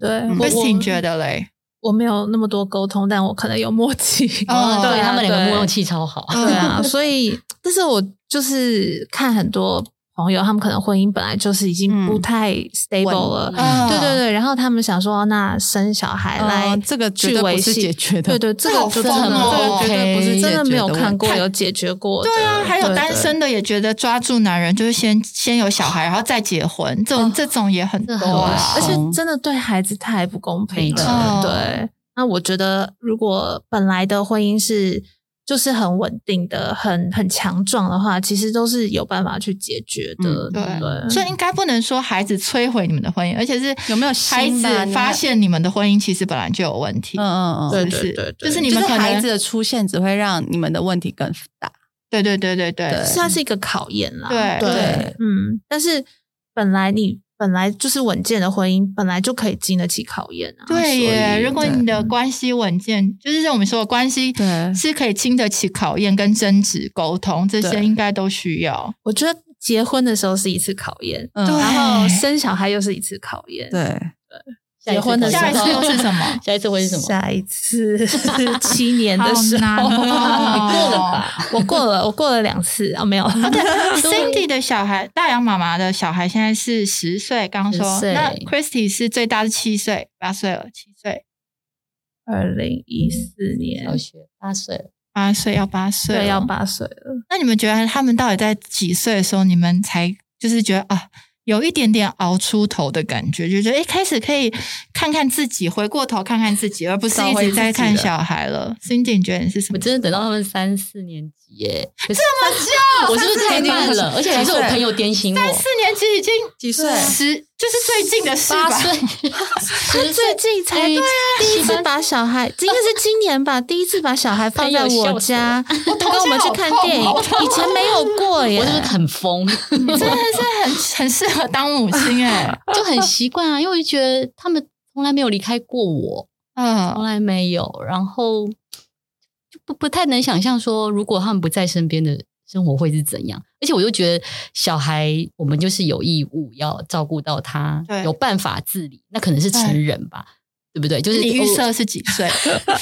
[SPEAKER 3] 对，
[SPEAKER 2] 嗯
[SPEAKER 3] 我
[SPEAKER 1] 威、斯，你
[SPEAKER 3] 我
[SPEAKER 1] 觉得嘞？
[SPEAKER 3] 我没有那么多沟通，但我可能有默契。
[SPEAKER 1] 哦
[SPEAKER 4] 对
[SPEAKER 3] 啊
[SPEAKER 4] 他们两个
[SPEAKER 3] 对
[SPEAKER 4] 默契超好，
[SPEAKER 3] 对啊，所以，但是我就是看很多朋友，他们可能婚姻本来就是已经不太 stable 了，
[SPEAKER 4] 稳
[SPEAKER 1] 嗯
[SPEAKER 3] 对对对，然后他们想说，哦那生小孩来、
[SPEAKER 2] 嗯这个绝对不是解决的
[SPEAKER 3] 对对，这
[SPEAKER 1] 这
[SPEAKER 3] 个
[SPEAKER 1] 好疯
[SPEAKER 3] 就真的
[SPEAKER 1] 哦
[SPEAKER 2] 这个绝对不是解决
[SPEAKER 3] 真的没有
[SPEAKER 2] 问题
[SPEAKER 3] 看过有解决过的，
[SPEAKER 1] 对啊，还有
[SPEAKER 3] 对
[SPEAKER 1] 单，身的也觉得抓住男人就是先先有小孩，然后再结婚，这种、
[SPEAKER 2] 哦
[SPEAKER 1] 啊这种也很多
[SPEAKER 4] 这很危
[SPEAKER 1] 啊
[SPEAKER 4] 险。
[SPEAKER 3] 对而且真的对孩子太不公平
[SPEAKER 4] 没
[SPEAKER 3] 了，
[SPEAKER 1] 错
[SPEAKER 3] 对。那我觉得，如果本来的婚姻是就是很稳定的、很很强壮的话，其实都是有办法去解决的，
[SPEAKER 2] 嗯
[SPEAKER 1] 对
[SPEAKER 3] 对，
[SPEAKER 1] 所以应该不能说孩子摧毁你们的婚姻，而且是
[SPEAKER 2] 有没有
[SPEAKER 1] 孩
[SPEAKER 2] 心
[SPEAKER 1] 子
[SPEAKER 2] 吧你们
[SPEAKER 1] 发现你们的婚姻其实本来就有问题？
[SPEAKER 2] 嗯嗯嗯，
[SPEAKER 1] 是
[SPEAKER 3] 对
[SPEAKER 1] 不是
[SPEAKER 3] 对对对
[SPEAKER 1] 就是你
[SPEAKER 2] 就
[SPEAKER 1] 们
[SPEAKER 2] 是
[SPEAKER 1] 可
[SPEAKER 2] 孩子
[SPEAKER 1] 能
[SPEAKER 2] 的出现只会让你们的问题更复杂。
[SPEAKER 1] 对对对对对，
[SPEAKER 2] 对
[SPEAKER 3] 是它是一个考验啦。
[SPEAKER 1] 对
[SPEAKER 2] 对
[SPEAKER 3] 嗯，但是本来你本来就是稳健的婚姻，本来就可以经得起考验啊。
[SPEAKER 1] 对
[SPEAKER 2] 所
[SPEAKER 1] 耶！
[SPEAKER 2] 以
[SPEAKER 1] 如果你的关系稳健，就是我们说的关系
[SPEAKER 2] 对
[SPEAKER 1] 是可以经得起考验、跟争执、沟通这些，
[SPEAKER 2] 对
[SPEAKER 1] 应该都需要。
[SPEAKER 3] 我觉得结婚的时候是一次考验，
[SPEAKER 2] 嗯
[SPEAKER 1] 对
[SPEAKER 3] 然后生小孩又是一次考验，，
[SPEAKER 2] 对，
[SPEAKER 3] 结婚的时
[SPEAKER 1] 下
[SPEAKER 3] 候
[SPEAKER 1] 一次又是什么？
[SPEAKER 4] 下一次会是什么？
[SPEAKER 3] 下一次七年的时
[SPEAKER 1] 好难
[SPEAKER 3] 候，
[SPEAKER 1] 哦
[SPEAKER 3] 你过了吧？我过了，我过了两次啊，没有。
[SPEAKER 1] Cindy 的小孩，大洋妈妈的小孩现在是十岁，刚说
[SPEAKER 4] 10。岁
[SPEAKER 1] 那 Christy 是最大是七岁，八岁了，七岁
[SPEAKER 3] 二零一四年
[SPEAKER 4] 小学八岁了，
[SPEAKER 1] 八岁要八岁了，
[SPEAKER 3] 对，要八岁了。
[SPEAKER 1] 那你们觉得他们到底在几岁的时候，你们才就是觉得啊，有一点点熬出头的感觉，就觉得哎，诶开始可以看看自己，回过头看看自己，而不是
[SPEAKER 2] 找
[SPEAKER 1] 一
[SPEAKER 2] 回
[SPEAKER 1] 直在
[SPEAKER 2] 自己
[SPEAKER 1] 看
[SPEAKER 2] 了
[SPEAKER 1] 小孩了。Cindy，你觉得你是什
[SPEAKER 4] 我
[SPEAKER 1] 么？
[SPEAKER 4] 真的等到他们三四年级耶，这么久，我是不是太慢了？而且还是我朋友点醒我，
[SPEAKER 1] 三四年级已经
[SPEAKER 2] 几岁？
[SPEAKER 1] 十，就是最近的事
[SPEAKER 4] 八
[SPEAKER 1] 吧？
[SPEAKER 4] 岁， 十岁
[SPEAKER 3] 最近才
[SPEAKER 4] 对啊
[SPEAKER 3] 第一次把小孩，应该是今年吧，第一次把小孩放在
[SPEAKER 4] 哎呦
[SPEAKER 3] 我
[SPEAKER 4] 笑死
[SPEAKER 3] 家，跟哦我们去看电影，
[SPEAKER 1] 我
[SPEAKER 3] 以前没有过耶
[SPEAKER 4] 我。是不是很疯？
[SPEAKER 1] 真的是很 很适合当母亲哎、
[SPEAKER 4] 就很习惯啊，因为我就觉得他们从来没有离开过我，从
[SPEAKER 1] 嗯，
[SPEAKER 4] 来没有，然后就不不太能想象说，如果他们不在身边的生活会是怎样。而且我就觉得，小孩我们就是有义务要照顾到他
[SPEAKER 1] 对，
[SPEAKER 4] 有办法自理，那可能是成人吧。对不对？就是
[SPEAKER 1] 你预
[SPEAKER 4] 我
[SPEAKER 1] 设是几 岁？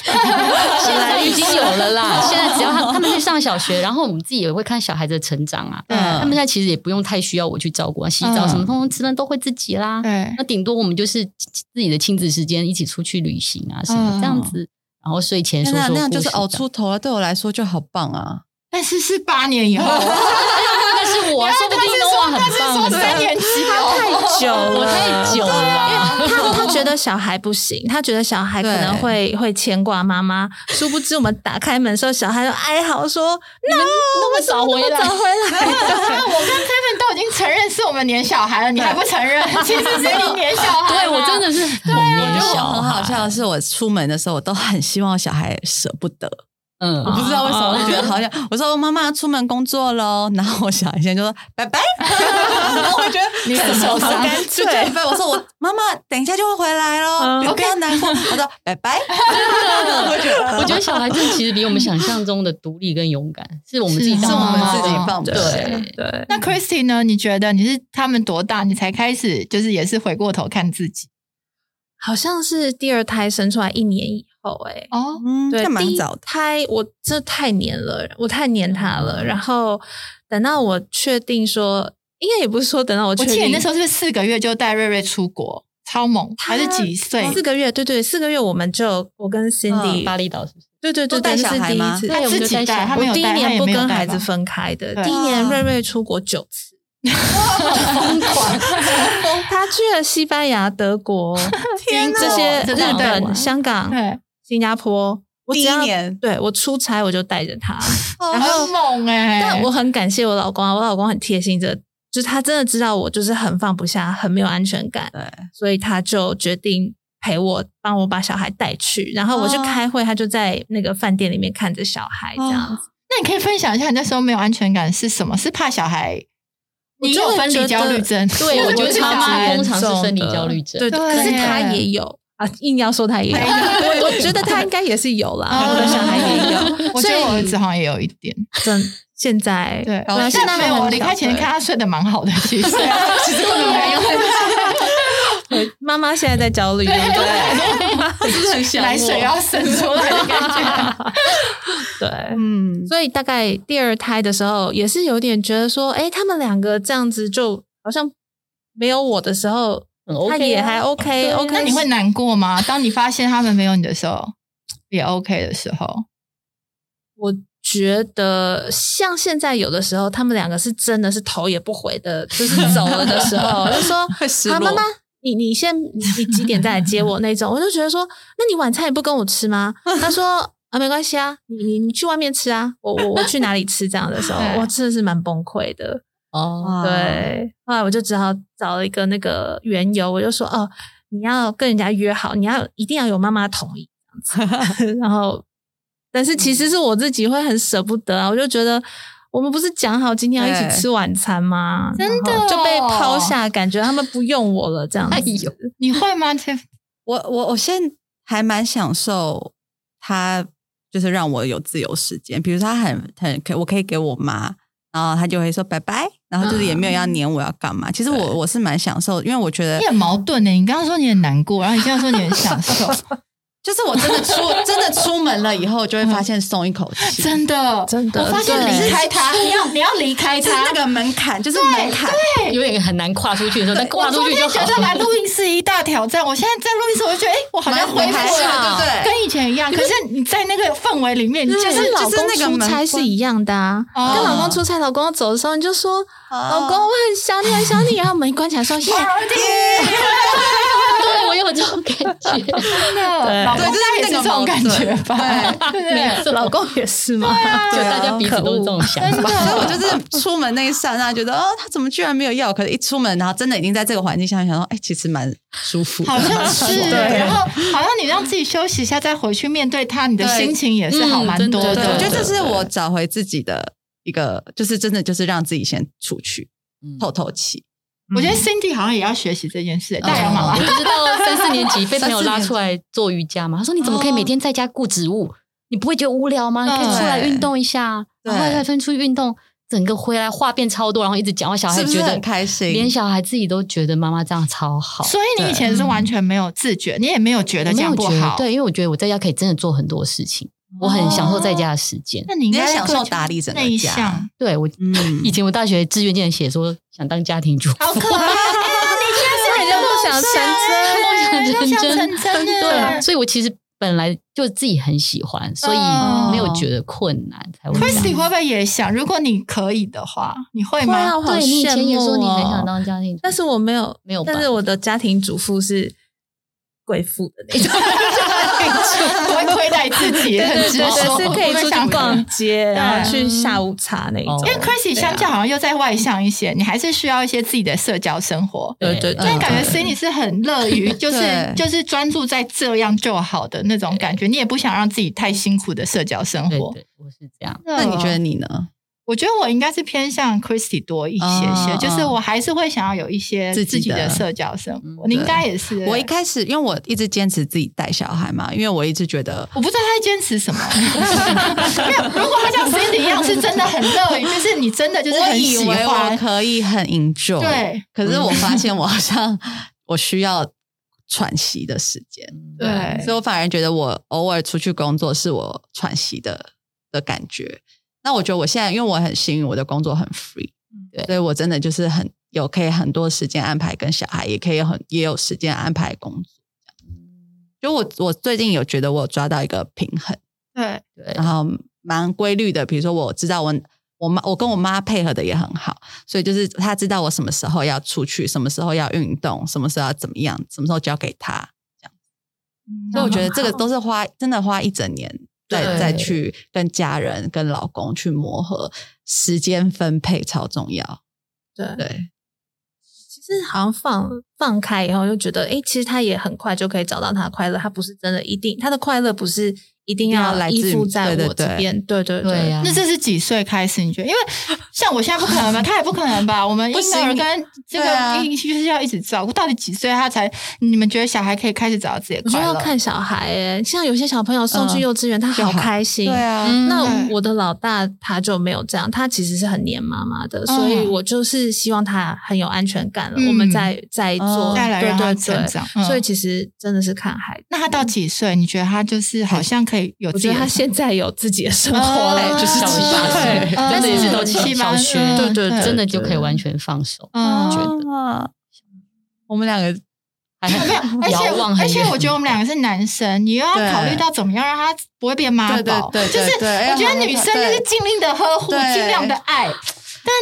[SPEAKER 4] 现在已经有了啦。现在只要他他们去上小学，然后我们自己也会看小孩子的成长啊。
[SPEAKER 2] 嗯
[SPEAKER 4] 他们现在其实也不用太需要我去照顾啊，洗澡
[SPEAKER 1] 嗯
[SPEAKER 4] 什么，通通吃饭都会自己啦。
[SPEAKER 1] 对
[SPEAKER 4] 那顶多我们就是自己的亲子时间，一起出去旅行啊什么
[SPEAKER 1] 嗯
[SPEAKER 4] 这样子，然后睡前
[SPEAKER 2] 天
[SPEAKER 4] 说说
[SPEAKER 2] 哪，那样
[SPEAKER 4] 故
[SPEAKER 2] 就
[SPEAKER 4] 事
[SPEAKER 2] 是熬
[SPEAKER 4] 这样。
[SPEAKER 2] 出头了。对我来说就好棒啊！
[SPEAKER 1] 但是是八年以后，
[SPEAKER 4] 但啊是 我说不定的话很棒，很
[SPEAKER 1] 三
[SPEAKER 4] 棒。
[SPEAKER 1] 年级哦，
[SPEAKER 2] 太久了
[SPEAKER 4] 我太久了，
[SPEAKER 3] 啊他他觉得小孩不行，他觉得小孩可能会会牵挂妈妈。殊不知我们打开门的时候，小孩就哀嚎说：“那
[SPEAKER 4] 那么早回来，
[SPEAKER 3] 走回来。
[SPEAKER 1] 啊我跟 Kevin 都已经承认是我们年小孩了，你还不承 认？其实是你年小孩啊。
[SPEAKER 4] 对我真的是很
[SPEAKER 2] 我觉
[SPEAKER 4] 年
[SPEAKER 2] 得
[SPEAKER 4] 小
[SPEAKER 2] 我很好
[SPEAKER 4] 孩，
[SPEAKER 2] 笑的是，我出门的时候我都很希望小孩舍不得，
[SPEAKER 4] 嗯
[SPEAKER 2] 我不知道为什么，我就觉得好像我说妈妈出门工作喽，然后我小孩现在就说拜拜，然后我觉得
[SPEAKER 1] 你很受
[SPEAKER 2] 好
[SPEAKER 1] 伤
[SPEAKER 2] 干脆，拜拜。我说我妈妈等一下就会回来喽，
[SPEAKER 3] 嗯
[SPEAKER 2] 你不要难过。我说拜拜，我觉得
[SPEAKER 4] 我觉得小孩子其实比我们想象中的独立跟勇敢，是我们自己
[SPEAKER 2] 是
[SPEAKER 4] 当
[SPEAKER 2] 我
[SPEAKER 4] 妈
[SPEAKER 2] 们
[SPEAKER 4] 妈
[SPEAKER 2] 自己
[SPEAKER 4] 的
[SPEAKER 2] 放不下。
[SPEAKER 4] 对，
[SPEAKER 3] 对，
[SPEAKER 1] 那 Christy 呢？你觉得你是他们多大，你才开始就是也是回过头看自己？
[SPEAKER 3] 好像是第二胎生出来一年以后、哎，
[SPEAKER 1] 哦，
[SPEAKER 2] 嗯，
[SPEAKER 3] 对
[SPEAKER 2] 这，蛮
[SPEAKER 3] 第一
[SPEAKER 2] 早的。
[SPEAKER 3] 胎我这太黏了，我太黏他了。然后等到我确定说，应该也不是说等到我
[SPEAKER 1] 我
[SPEAKER 3] 确
[SPEAKER 1] 记
[SPEAKER 3] 定，
[SPEAKER 1] 得你那时候是不是四个月就带瑞瑞出国，超猛，还是几岁？
[SPEAKER 3] 哦四个月，对对，四个月我们就我跟 Cindy，、
[SPEAKER 4] 巴厘岛是不是？
[SPEAKER 3] 对对对，
[SPEAKER 2] 都带
[SPEAKER 3] 对
[SPEAKER 2] 小
[SPEAKER 3] 那是
[SPEAKER 2] 孩
[SPEAKER 3] 第
[SPEAKER 2] 吗
[SPEAKER 3] 一次
[SPEAKER 1] 他
[SPEAKER 4] 对我
[SPEAKER 1] 自
[SPEAKER 4] 们就
[SPEAKER 1] 己
[SPEAKER 4] 带小
[SPEAKER 1] 带，
[SPEAKER 4] 孩
[SPEAKER 1] 他
[SPEAKER 3] 我
[SPEAKER 1] 没有
[SPEAKER 3] 第一
[SPEAKER 1] 带，他
[SPEAKER 3] 年
[SPEAKER 1] 也
[SPEAKER 3] 不
[SPEAKER 1] 没有
[SPEAKER 3] 跟
[SPEAKER 1] 带
[SPEAKER 3] 孩
[SPEAKER 1] 吧
[SPEAKER 3] 子分开的，
[SPEAKER 1] 对
[SPEAKER 3] 第一年
[SPEAKER 2] 哇
[SPEAKER 3] 瑞瑞出国九次，疯狂，他去了西班牙、德国、
[SPEAKER 2] 天哪
[SPEAKER 3] 这些
[SPEAKER 1] 这
[SPEAKER 3] 日
[SPEAKER 1] 哪会
[SPEAKER 3] 本、
[SPEAKER 1] 玩
[SPEAKER 3] 香港、
[SPEAKER 1] 对，
[SPEAKER 3] 新加坡。我只要
[SPEAKER 2] 第一年
[SPEAKER 3] 对我出差我就带着他，
[SPEAKER 2] 然后
[SPEAKER 1] 很猛哎、
[SPEAKER 3] 但我很感谢我老公啊，我老公很贴心这就是他真的知道我就是很放不下，很没有安全感，
[SPEAKER 2] 对，
[SPEAKER 3] 所以他就决定陪我，帮我把小孩带去。然后我去
[SPEAKER 2] 哦
[SPEAKER 3] 开会，他就在那个饭店里面看着小孩这
[SPEAKER 4] 哦
[SPEAKER 3] 样子。
[SPEAKER 1] 那你可以分享一下你那时候没有安全感是什么？是怕小孩？
[SPEAKER 3] 我
[SPEAKER 1] 你
[SPEAKER 3] 就
[SPEAKER 1] 有
[SPEAKER 3] 会
[SPEAKER 1] 分
[SPEAKER 3] 觉
[SPEAKER 1] 离
[SPEAKER 3] 得
[SPEAKER 1] 焦虑症？
[SPEAKER 4] 对
[SPEAKER 1] 我
[SPEAKER 4] 我觉
[SPEAKER 1] 觉
[SPEAKER 4] 得
[SPEAKER 1] 得
[SPEAKER 4] 妈妈
[SPEAKER 1] 蛮
[SPEAKER 4] 通常是
[SPEAKER 3] 重
[SPEAKER 4] 生理
[SPEAKER 3] 的
[SPEAKER 4] 焦虑症
[SPEAKER 3] 对，
[SPEAKER 1] 对哎
[SPEAKER 3] 可是他
[SPEAKER 1] 耶
[SPEAKER 3] 也有啊，硬要说他也有，我我觉得他应该也是有啦，
[SPEAKER 1] 哦
[SPEAKER 3] 我的小孩也有，
[SPEAKER 1] 我觉得我儿子好像也有一点。
[SPEAKER 3] 真现在
[SPEAKER 1] 对，
[SPEAKER 2] 好
[SPEAKER 1] 但
[SPEAKER 3] 现在
[SPEAKER 1] 呃没
[SPEAKER 3] 慢
[SPEAKER 1] 有。
[SPEAKER 3] 慢
[SPEAKER 1] 哦我离
[SPEAKER 3] 小
[SPEAKER 1] 开前
[SPEAKER 3] 对
[SPEAKER 1] 看他睡得蛮好的，其实 其实根本没 有。
[SPEAKER 3] 啊妈妈现在在焦虑，对不对？
[SPEAKER 4] 是很想
[SPEAKER 1] 奶水要渗出来的感觉。
[SPEAKER 3] 对。
[SPEAKER 2] 嗯，
[SPEAKER 3] 所以大概第二胎的时候，也是有点觉得说，哎、他们两个这样子就好像没有我的时候，
[SPEAKER 4] 很 OK 啊
[SPEAKER 3] 他也还 OK
[SPEAKER 4] 对啊
[SPEAKER 3] OK。
[SPEAKER 1] 那你会难过吗？当你发现他们没有你的时候，也 OK 的时候，
[SPEAKER 3] 我觉得像现在有的时候，他们两个是真的是头也不回的，就是走了的时 候，就说
[SPEAKER 2] 会失
[SPEAKER 3] 啊，
[SPEAKER 2] 落
[SPEAKER 3] 妈妈，你你先你你几点再来接我那种， 我就觉得说，那你晚餐也不跟我吃吗？他说啊，没关系啊，你你你去外面吃啊，我我我去哪里吃这样的 时候，
[SPEAKER 1] 对
[SPEAKER 3] 我真的是蛮崩溃的。
[SPEAKER 4] 哦，
[SPEAKER 2] 哇，
[SPEAKER 3] 对，后来我就只好找了一个那个缘由，我就说哦，你要跟人家约好，你要一定要有妈妈同意这样 子。然后，但是其实是我自己会很舍不得啊，我就觉得我们不是讲好今天要一
[SPEAKER 2] 对
[SPEAKER 3] 起吃晚餐吗？
[SPEAKER 1] 真的
[SPEAKER 3] 然后就被
[SPEAKER 1] 哦
[SPEAKER 3] 抛下，感觉他们不用我了这样子。
[SPEAKER 4] 哎呦
[SPEAKER 1] 你会吗？Tiff？
[SPEAKER 2] 我我我现在还蛮享受他，就是让我有自由时间。比如说他很很可，我可以给我妈，然后他就会说拜拜，然后就是也没有要黏我要干嘛。其实我 我是蛮享受，因为我觉得
[SPEAKER 1] 欸你很矛盾呢。你刚刚说你很难过，然后你现在说你很享受，
[SPEAKER 2] 就是我真的出真的出门了以后，就会发现松一口气，
[SPEAKER 1] 真的，
[SPEAKER 3] 真的
[SPEAKER 1] 我发现
[SPEAKER 3] 对
[SPEAKER 1] 离开他，你要你要离开
[SPEAKER 2] 就是
[SPEAKER 1] 他
[SPEAKER 2] 那。个门槛，就是门槛。
[SPEAKER 4] 有点很难跨出去的时候，但跨
[SPEAKER 1] 我
[SPEAKER 4] 出
[SPEAKER 1] 昨
[SPEAKER 4] 去就
[SPEAKER 1] 天
[SPEAKER 4] 好
[SPEAKER 1] 觉得来
[SPEAKER 4] 了。
[SPEAKER 1] 录音是一大挑战，我现在在录音室，我就觉得，哎，我好像
[SPEAKER 2] 蛮
[SPEAKER 1] 恢复
[SPEAKER 2] 蛮好
[SPEAKER 1] 了，
[SPEAKER 2] 的对
[SPEAKER 1] 跟以前一样。可是你在那个氛围里面，你就
[SPEAKER 3] 嗯就是是老
[SPEAKER 2] 就是
[SPEAKER 3] 公
[SPEAKER 2] 那个
[SPEAKER 3] 出
[SPEAKER 2] 门
[SPEAKER 3] 差
[SPEAKER 2] 关
[SPEAKER 3] 是一样的啊，
[SPEAKER 1] 哦
[SPEAKER 3] 跟老公出差，老公要走的时候，你就说老公我很想你，很想你，然后门一关起 来说耶，
[SPEAKER 4] 对我有这种感觉，
[SPEAKER 1] 真的，老公
[SPEAKER 2] 对就是
[SPEAKER 1] 大概也
[SPEAKER 2] 那
[SPEAKER 1] 是这
[SPEAKER 2] 个
[SPEAKER 1] 种
[SPEAKER 2] 矛
[SPEAKER 1] 感
[SPEAKER 2] 盾
[SPEAKER 1] 觉吧？
[SPEAKER 2] 对
[SPEAKER 1] 对不对
[SPEAKER 4] 没错，
[SPEAKER 3] 老公也是吗？
[SPEAKER 4] 就大家彼此都是这种想
[SPEAKER 1] 真
[SPEAKER 4] 法。
[SPEAKER 2] 哦所以我
[SPEAKER 1] 的，
[SPEAKER 2] 就是出门那一刹那，觉得哦，他怎么居然没有药？可是一出门，然后真的已经在这个环境下，想说，哎，其实蛮舒服的，
[SPEAKER 1] 好像是，
[SPEAKER 2] 对
[SPEAKER 1] 然后好像你让自己休息一下，再回去面对他，你的
[SPEAKER 2] 对
[SPEAKER 1] 心情也是好
[SPEAKER 4] 嗯
[SPEAKER 1] 蛮
[SPEAKER 4] 真的
[SPEAKER 1] 多
[SPEAKER 4] 真
[SPEAKER 1] 的。
[SPEAKER 2] 对，
[SPEAKER 4] 的
[SPEAKER 2] 我觉得
[SPEAKER 4] 对
[SPEAKER 2] 这是我找回自己的一个，就是真的就是让自己先出去
[SPEAKER 4] 嗯
[SPEAKER 2] 透透气。
[SPEAKER 1] 我觉得 Cindy 好像也要学习这件事，大洋妈
[SPEAKER 4] 我
[SPEAKER 2] 嗯
[SPEAKER 1] 妈。
[SPEAKER 4] 嗯就是到三四年级被朋友拉出来做瑜伽嘛，他说你怎么可以每天在家顾植物？你不会觉得无聊吗？你可以出来运动一下，啊
[SPEAKER 2] 对
[SPEAKER 4] 然后再分出去运动，整个回来话变超多，然后一直讲，我小
[SPEAKER 2] 是
[SPEAKER 4] 孩
[SPEAKER 2] 不是
[SPEAKER 4] 觉得
[SPEAKER 2] 很开心
[SPEAKER 4] 连小孩自己都觉得妈妈这样超好。
[SPEAKER 1] 所以你以前是完全没有自觉，你也没有觉得
[SPEAKER 4] 我
[SPEAKER 1] 这
[SPEAKER 4] 没有
[SPEAKER 1] 样不
[SPEAKER 4] 觉得
[SPEAKER 1] 好。，
[SPEAKER 4] 对，因为我觉得我在家可以真的做很多事情，我很享受在家的时间。
[SPEAKER 1] 那你应该
[SPEAKER 2] 你也享受
[SPEAKER 1] 更
[SPEAKER 2] 打理整个家
[SPEAKER 1] 内向，
[SPEAKER 4] 对我
[SPEAKER 2] 嗯，
[SPEAKER 4] 以前我大学志愿竟然写说想当家庭主妇，
[SPEAKER 1] 好可 爱！你
[SPEAKER 3] 你的梦想成真
[SPEAKER 1] 现在是
[SPEAKER 4] 梦
[SPEAKER 1] 梦
[SPEAKER 4] 想
[SPEAKER 1] 想
[SPEAKER 4] 成真
[SPEAKER 1] 成真
[SPEAKER 4] 对啊，
[SPEAKER 1] 的。
[SPEAKER 4] 所以我其实本来就自己很喜欢，所以
[SPEAKER 1] 哦
[SPEAKER 4] 没有觉得困难才会这
[SPEAKER 1] Christy
[SPEAKER 4] 样。
[SPEAKER 1] 会不会也想？如果你可以的话，你会
[SPEAKER 3] 会啊，
[SPEAKER 1] 吗？
[SPEAKER 3] 我好
[SPEAKER 4] 对你以
[SPEAKER 3] 羡
[SPEAKER 4] 前也
[SPEAKER 3] 慕
[SPEAKER 4] 说你很
[SPEAKER 3] 哦
[SPEAKER 4] 想当家庭主妇，
[SPEAKER 3] 但是我没有
[SPEAKER 4] 没有吧
[SPEAKER 3] 但是我的家庭主妇是贵妇的那种，
[SPEAKER 1] 不 会亏待自己，
[SPEAKER 3] 对
[SPEAKER 1] 很
[SPEAKER 3] 对
[SPEAKER 1] 直
[SPEAKER 3] 对，
[SPEAKER 1] 说，
[SPEAKER 3] 是可以
[SPEAKER 1] 我
[SPEAKER 3] 出
[SPEAKER 1] 们想
[SPEAKER 3] 去逛街，然后去
[SPEAKER 4] 嗯
[SPEAKER 3] 下午茶那一种
[SPEAKER 4] 哦。
[SPEAKER 1] 因为 Chrissy 相较好像又再外向一些，你还是需要一些自己的社交生活。
[SPEAKER 3] 对对，
[SPEAKER 1] 但
[SPEAKER 3] 对
[SPEAKER 2] 嗯
[SPEAKER 1] 感觉 Cindy 是很乐于，就是
[SPEAKER 2] 对
[SPEAKER 1] 就是专注在这样就好的那种感觉，你也不想让自己太辛苦的社交生
[SPEAKER 4] 对
[SPEAKER 1] 活。
[SPEAKER 4] 对，我是这样。
[SPEAKER 2] 那你觉得你呢？
[SPEAKER 1] 我觉得我应该是偏向 Christy 多一些些，
[SPEAKER 2] 哦
[SPEAKER 1] 就是我还是会想要有一些
[SPEAKER 2] 自
[SPEAKER 1] 自
[SPEAKER 2] 己
[SPEAKER 1] 己
[SPEAKER 2] 的
[SPEAKER 1] 的社交生
[SPEAKER 4] 嗯
[SPEAKER 1] 活。你应该也是，
[SPEAKER 2] 我一开始因为我一直坚持自己带小孩嘛，因为我一直觉得
[SPEAKER 1] 我不知道他在坚持什么。 没有，如果他像 Cindy 一样，是真的很乐于，就是你真的就是
[SPEAKER 2] 我
[SPEAKER 1] 很
[SPEAKER 2] 以
[SPEAKER 1] 喜
[SPEAKER 2] 为我
[SPEAKER 1] 欢，
[SPEAKER 2] 可以很 enjoy，
[SPEAKER 1] 对，
[SPEAKER 2] 可是我发现我好像 我需要喘息的时间，
[SPEAKER 4] 啊
[SPEAKER 1] 对
[SPEAKER 2] 所以我反而觉得我偶尔出去工作是我喘息的的感觉。那我觉得我现在因为我很幸运，我的工作很 free，
[SPEAKER 4] 对
[SPEAKER 2] 所以我真的就是很有可以很多时间安排跟小孩，也可以很也有时间安排工作。就我我最近有觉得我有抓到一个平衡。
[SPEAKER 1] 对，
[SPEAKER 4] 对
[SPEAKER 2] 然，后蛮规律的。比如说，我知道我我妈我跟我妈配合的也很好，所以就是她知道我什么时候要出去，什么时候要运动，什么时候要怎么样，什么时候交给她。所以
[SPEAKER 1] 嗯
[SPEAKER 2] 我觉得这个都是花真的花一整年。
[SPEAKER 4] 对
[SPEAKER 2] 再再去跟家人、跟老公去磨合，时间分配超重要。
[SPEAKER 3] 对
[SPEAKER 2] 对，
[SPEAKER 3] 其实好像放放开以后，就觉得哎、诶其实他也很快就可以找到他的快乐，他不是真的一定他的快乐不是一定
[SPEAKER 2] 一定要来自于
[SPEAKER 3] 依附在
[SPEAKER 2] 对
[SPEAKER 3] 我
[SPEAKER 2] 对
[SPEAKER 3] 这
[SPEAKER 2] 对
[SPEAKER 3] 边，对对
[SPEAKER 4] 对啊呀
[SPEAKER 1] 那这是几岁开始？你觉得？因为像我现在不可能吧，他也不可能吧？我们婴
[SPEAKER 2] 不行
[SPEAKER 1] 儿跟这
[SPEAKER 2] 对啊
[SPEAKER 1] 个婴就是要一直照顾，到底几岁他才？你们觉得小孩可以开始找到自己
[SPEAKER 3] 我
[SPEAKER 1] 的
[SPEAKER 3] 觉
[SPEAKER 1] 快
[SPEAKER 3] 得要
[SPEAKER 1] 乐？
[SPEAKER 3] 看小孩诶、像有些小朋友送去
[SPEAKER 2] 嗯
[SPEAKER 3] 幼稚园，他
[SPEAKER 2] 就
[SPEAKER 3] 好
[SPEAKER 2] 好
[SPEAKER 3] 开心。
[SPEAKER 2] 啊，
[SPEAKER 4] 嗯
[SPEAKER 3] 那我的老大他就没有这样，他其实是很黏妈妈的，所以我就是希望他很有安全感了，
[SPEAKER 1] 嗯
[SPEAKER 3] 我们再再做，
[SPEAKER 2] 哦
[SPEAKER 1] 再来让他
[SPEAKER 3] 对对
[SPEAKER 1] 成
[SPEAKER 3] 对。
[SPEAKER 1] 长。嗯
[SPEAKER 3] 所以其实真的是看孩子，
[SPEAKER 1] 那他到几岁？你觉得他就是好像可以有
[SPEAKER 3] 我
[SPEAKER 1] 自
[SPEAKER 3] 觉
[SPEAKER 1] 己
[SPEAKER 3] 得他
[SPEAKER 1] 的？
[SPEAKER 3] 现在有自己的生活嘞，
[SPEAKER 1] 哦
[SPEAKER 3] 就是
[SPEAKER 4] 小
[SPEAKER 3] 七八
[SPEAKER 4] 学
[SPEAKER 3] 岁，
[SPEAKER 1] 嗯
[SPEAKER 3] 真的
[SPEAKER 4] 对
[SPEAKER 3] 也是
[SPEAKER 4] 嗯
[SPEAKER 3] 都
[SPEAKER 4] 七
[SPEAKER 3] 七
[SPEAKER 4] 小
[SPEAKER 3] 八
[SPEAKER 4] 学
[SPEAKER 3] 岁，对对对，
[SPEAKER 4] 真的就可以完全放手，
[SPEAKER 1] 嗯
[SPEAKER 2] 哦
[SPEAKER 4] 觉得
[SPEAKER 2] 我们两个
[SPEAKER 4] 还很
[SPEAKER 1] 而且
[SPEAKER 4] 遥望很
[SPEAKER 1] 而且
[SPEAKER 4] 远
[SPEAKER 1] 我觉得我们两个是男生，你又要
[SPEAKER 2] 对
[SPEAKER 1] 考虑到怎么样让他不会变妈宝。
[SPEAKER 2] 对对对
[SPEAKER 1] 就是
[SPEAKER 2] 对哎对
[SPEAKER 1] 我觉得女生就是尽力的呵护，
[SPEAKER 2] 对
[SPEAKER 1] 尽量的爱。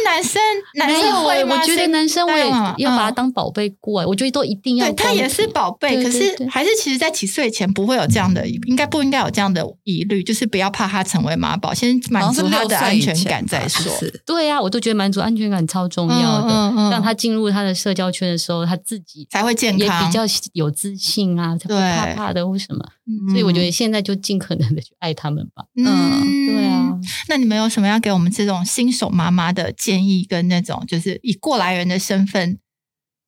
[SPEAKER 1] 但男生，男
[SPEAKER 4] 没有
[SPEAKER 1] 生会
[SPEAKER 4] 欸
[SPEAKER 1] 吗
[SPEAKER 4] 我觉得男生我也要把他
[SPEAKER 1] 嗯
[SPEAKER 4] 当宝贝顾啊，我觉得都一定要
[SPEAKER 1] 对
[SPEAKER 4] 公平。
[SPEAKER 1] 他也是宝贝，
[SPEAKER 4] 对
[SPEAKER 1] 可
[SPEAKER 4] 对
[SPEAKER 1] 是
[SPEAKER 4] 对
[SPEAKER 1] 还是其实，在几岁前不会有这样的，应该不应该有这样的疑虑，就是不要怕他成为妈宝，先满
[SPEAKER 2] 好像是
[SPEAKER 1] 足他
[SPEAKER 2] 六
[SPEAKER 1] 的
[SPEAKER 2] 岁
[SPEAKER 1] 安
[SPEAKER 2] 以
[SPEAKER 1] 全
[SPEAKER 2] 前
[SPEAKER 1] 感
[SPEAKER 2] 吧
[SPEAKER 1] 再说。
[SPEAKER 2] 是不是
[SPEAKER 4] 对啊，我都觉得满足安全感超重要的。
[SPEAKER 1] 嗯嗯嗯
[SPEAKER 4] 让他进入他的社交圈的时候，他自己
[SPEAKER 1] 才会健
[SPEAKER 4] 也
[SPEAKER 1] 康
[SPEAKER 4] 比较有自信啊，才不会怕
[SPEAKER 1] 对
[SPEAKER 4] 怕的。为什么？
[SPEAKER 1] 嗯
[SPEAKER 4] 所以我觉得现在就尽可能的去爱他们吧。
[SPEAKER 1] 嗯，
[SPEAKER 4] 对啊，
[SPEAKER 1] 那你们有什么要给我们这种新手妈妈的建议，跟那种就是以过来人的身份，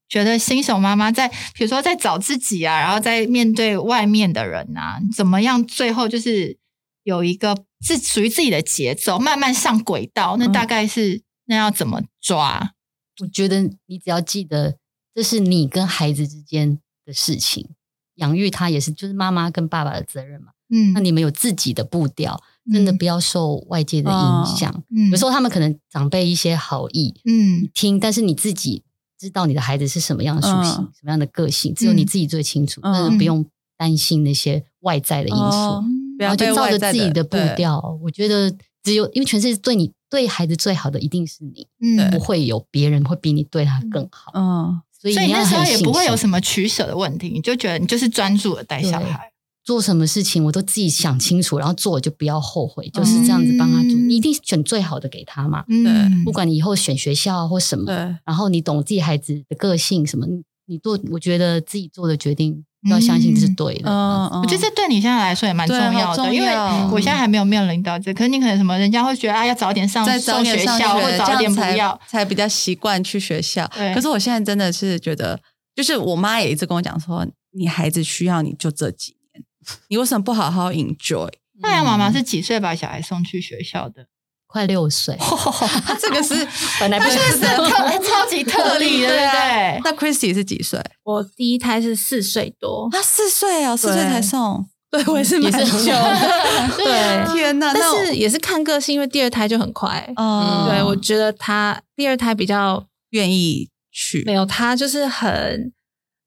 [SPEAKER 1] 觉得新手妈妈在，比如说在找自己啊，然后在面对外面的人啊，怎么样最后就是有一个自属于自己的节奏，慢慢上轨道，
[SPEAKER 4] 嗯
[SPEAKER 1] 那大概是、那要怎么抓？
[SPEAKER 4] 我觉得你只要记得，这是你跟孩子之间的事情，养育他也是就是妈妈跟爸爸的责任嘛。
[SPEAKER 1] 嗯
[SPEAKER 4] 那你们有自己的步调，真的不要受外界的影响。
[SPEAKER 1] 嗯
[SPEAKER 4] 有时候他们可能长辈一些好意
[SPEAKER 1] 嗯
[SPEAKER 4] 听，但是你自己知道你的孩子是什么样的属性、
[SPEAKER 2] 嗯
[SPEAKER 4] 什么样的个性，只有你自己最清楚，
[SPEAKER 2] 嗯
[SPEAKER 4] 但是不用担心那些外在的因素，
[SPEAKER 2] 哦不
[SPEAKER 4] 然
[SPEAKER 2] 要
[SPEAKER 4] 后
[SPEAKER 2] 被
[SPEAKER 4] 啊就照
[SPEAKER 2] 外
[SPEAKER 4] 着
[SPEAKER 2] 在
[SPEAKER 4] 自己的步
[SPEAKER 2] 对
[SPEAKER 4] 调。我觉得只有因为全世界对你对孩子最好的一定是你，
[SPEAKER 1] 嗯
[SPEAKER 4] 不会有别人会比你对他更好。
[SPEAKER 2] 嗯，
[SPEAKER 4] 所以
[SPEAKER 1] 所以
[SPEAKER 4] 你
[SPEAKER 1] 你
[SPEAKER 4] 要
[SPEAKER 1] 那时候
[SPEAKER 4] 很
[SPEAKER 1] 也
[SPEAKER 4] 信
[SPEAKER 1] 不会
[SPEAKER 4] 心
[SPEAKER 1] 有什么取舍的问题，你就觉得你就是专注的带小孩。
[SPEAKER 4] 做什么事情，我都自己想清楚，然后做了就不要后悔，就是这样子帮他做。
[SPEAKER 1] 嗯
[SPEAKER 4] 你一定选最好的给他嘛，
[SPEAKER 1] 嗯，
[SPEAKER 4] 不管你以后选学校啊或什么，
[SPEAKER 2] 对，
[SPEAKER 4] 然后你懂自己孩子的个性什么，你你做，我觉得自己做的决定要相信是对的。啊
[SPEAKER 2] 嗯，嗯
[SPEAKER 1] 我觉得这对你现在来说也蛮重
[SPEAKER 2] 对好
[SPEAKER 1] 要的，
[SPEAKER 2] 重
[SPEAKER 1] 因为
[SPEAKER 2] 要
[SPEAKER 1] 我现在还没有面临到这，可是你可能什么，人家会觉得啊，要早点上
[SPEAKER 2] 再早
[SPEAKER 1] 送
[SPEAKER 2] 点
[SPEAKER 1] 学
[SPEAKER 2] 上
[SPEAKER 1] 校，或
[SPEAKER 2] 学，这
[SPEAKER 1] 早
[SPEAKER 2] 样
[SPEAKER 1] 点不
[SPEAKER 2] 才嗯
[SPEAKER 1] 要，
[SPEAKER 2] 才比较习惯去学校。
[SPEAKER 1] 对
[SPEAKER 2] 可是我现在真的是觉得，就是我妈也一直跟我讲说，你孩子需要你就这几年，你为什么不好好 enjoy？
[SPEAKER 1] 太阳妈妈
[SPEAKER 4] 嗯
[SPEAKER 1] 是几岁把小孩送去学校的？
[SPEAKER 4] 快六岁，
[SPEAKER 2] 她 这个是
[SPEAKER 4] 本来不
[SPEAKER 2] 她
[SPEAKER 4] 是
[SPEAKER 2] 这个
[SPEAKER 1] 特超级特例，对不
[SPEAKER 2] 啊
[SPEAKER 1] 对？
[SPEAKER 2] 那 Christy 是几岁？
[SPEAKER 3] 我第一胎是四岁 多，
[SPEAKER 2] 她四岁哦，四岁才送。对，我也是
[SPEAKER 4] 也是很晚
[SPEAKER 3] 对啊
[SPEAKER 2] 天哪！那
[SPEAKER 3] 但
[SPEAKER 2] 我
[SPEAKER 3] 是也是看个性，因为第二胎就很快。
[SPEAKER 2] 嗯，
[SPEAKER 3] 对，我觉得他第二胎比较
[SPEAKER 2] 愿意去
[SPEAKER 3] 没有，他就是很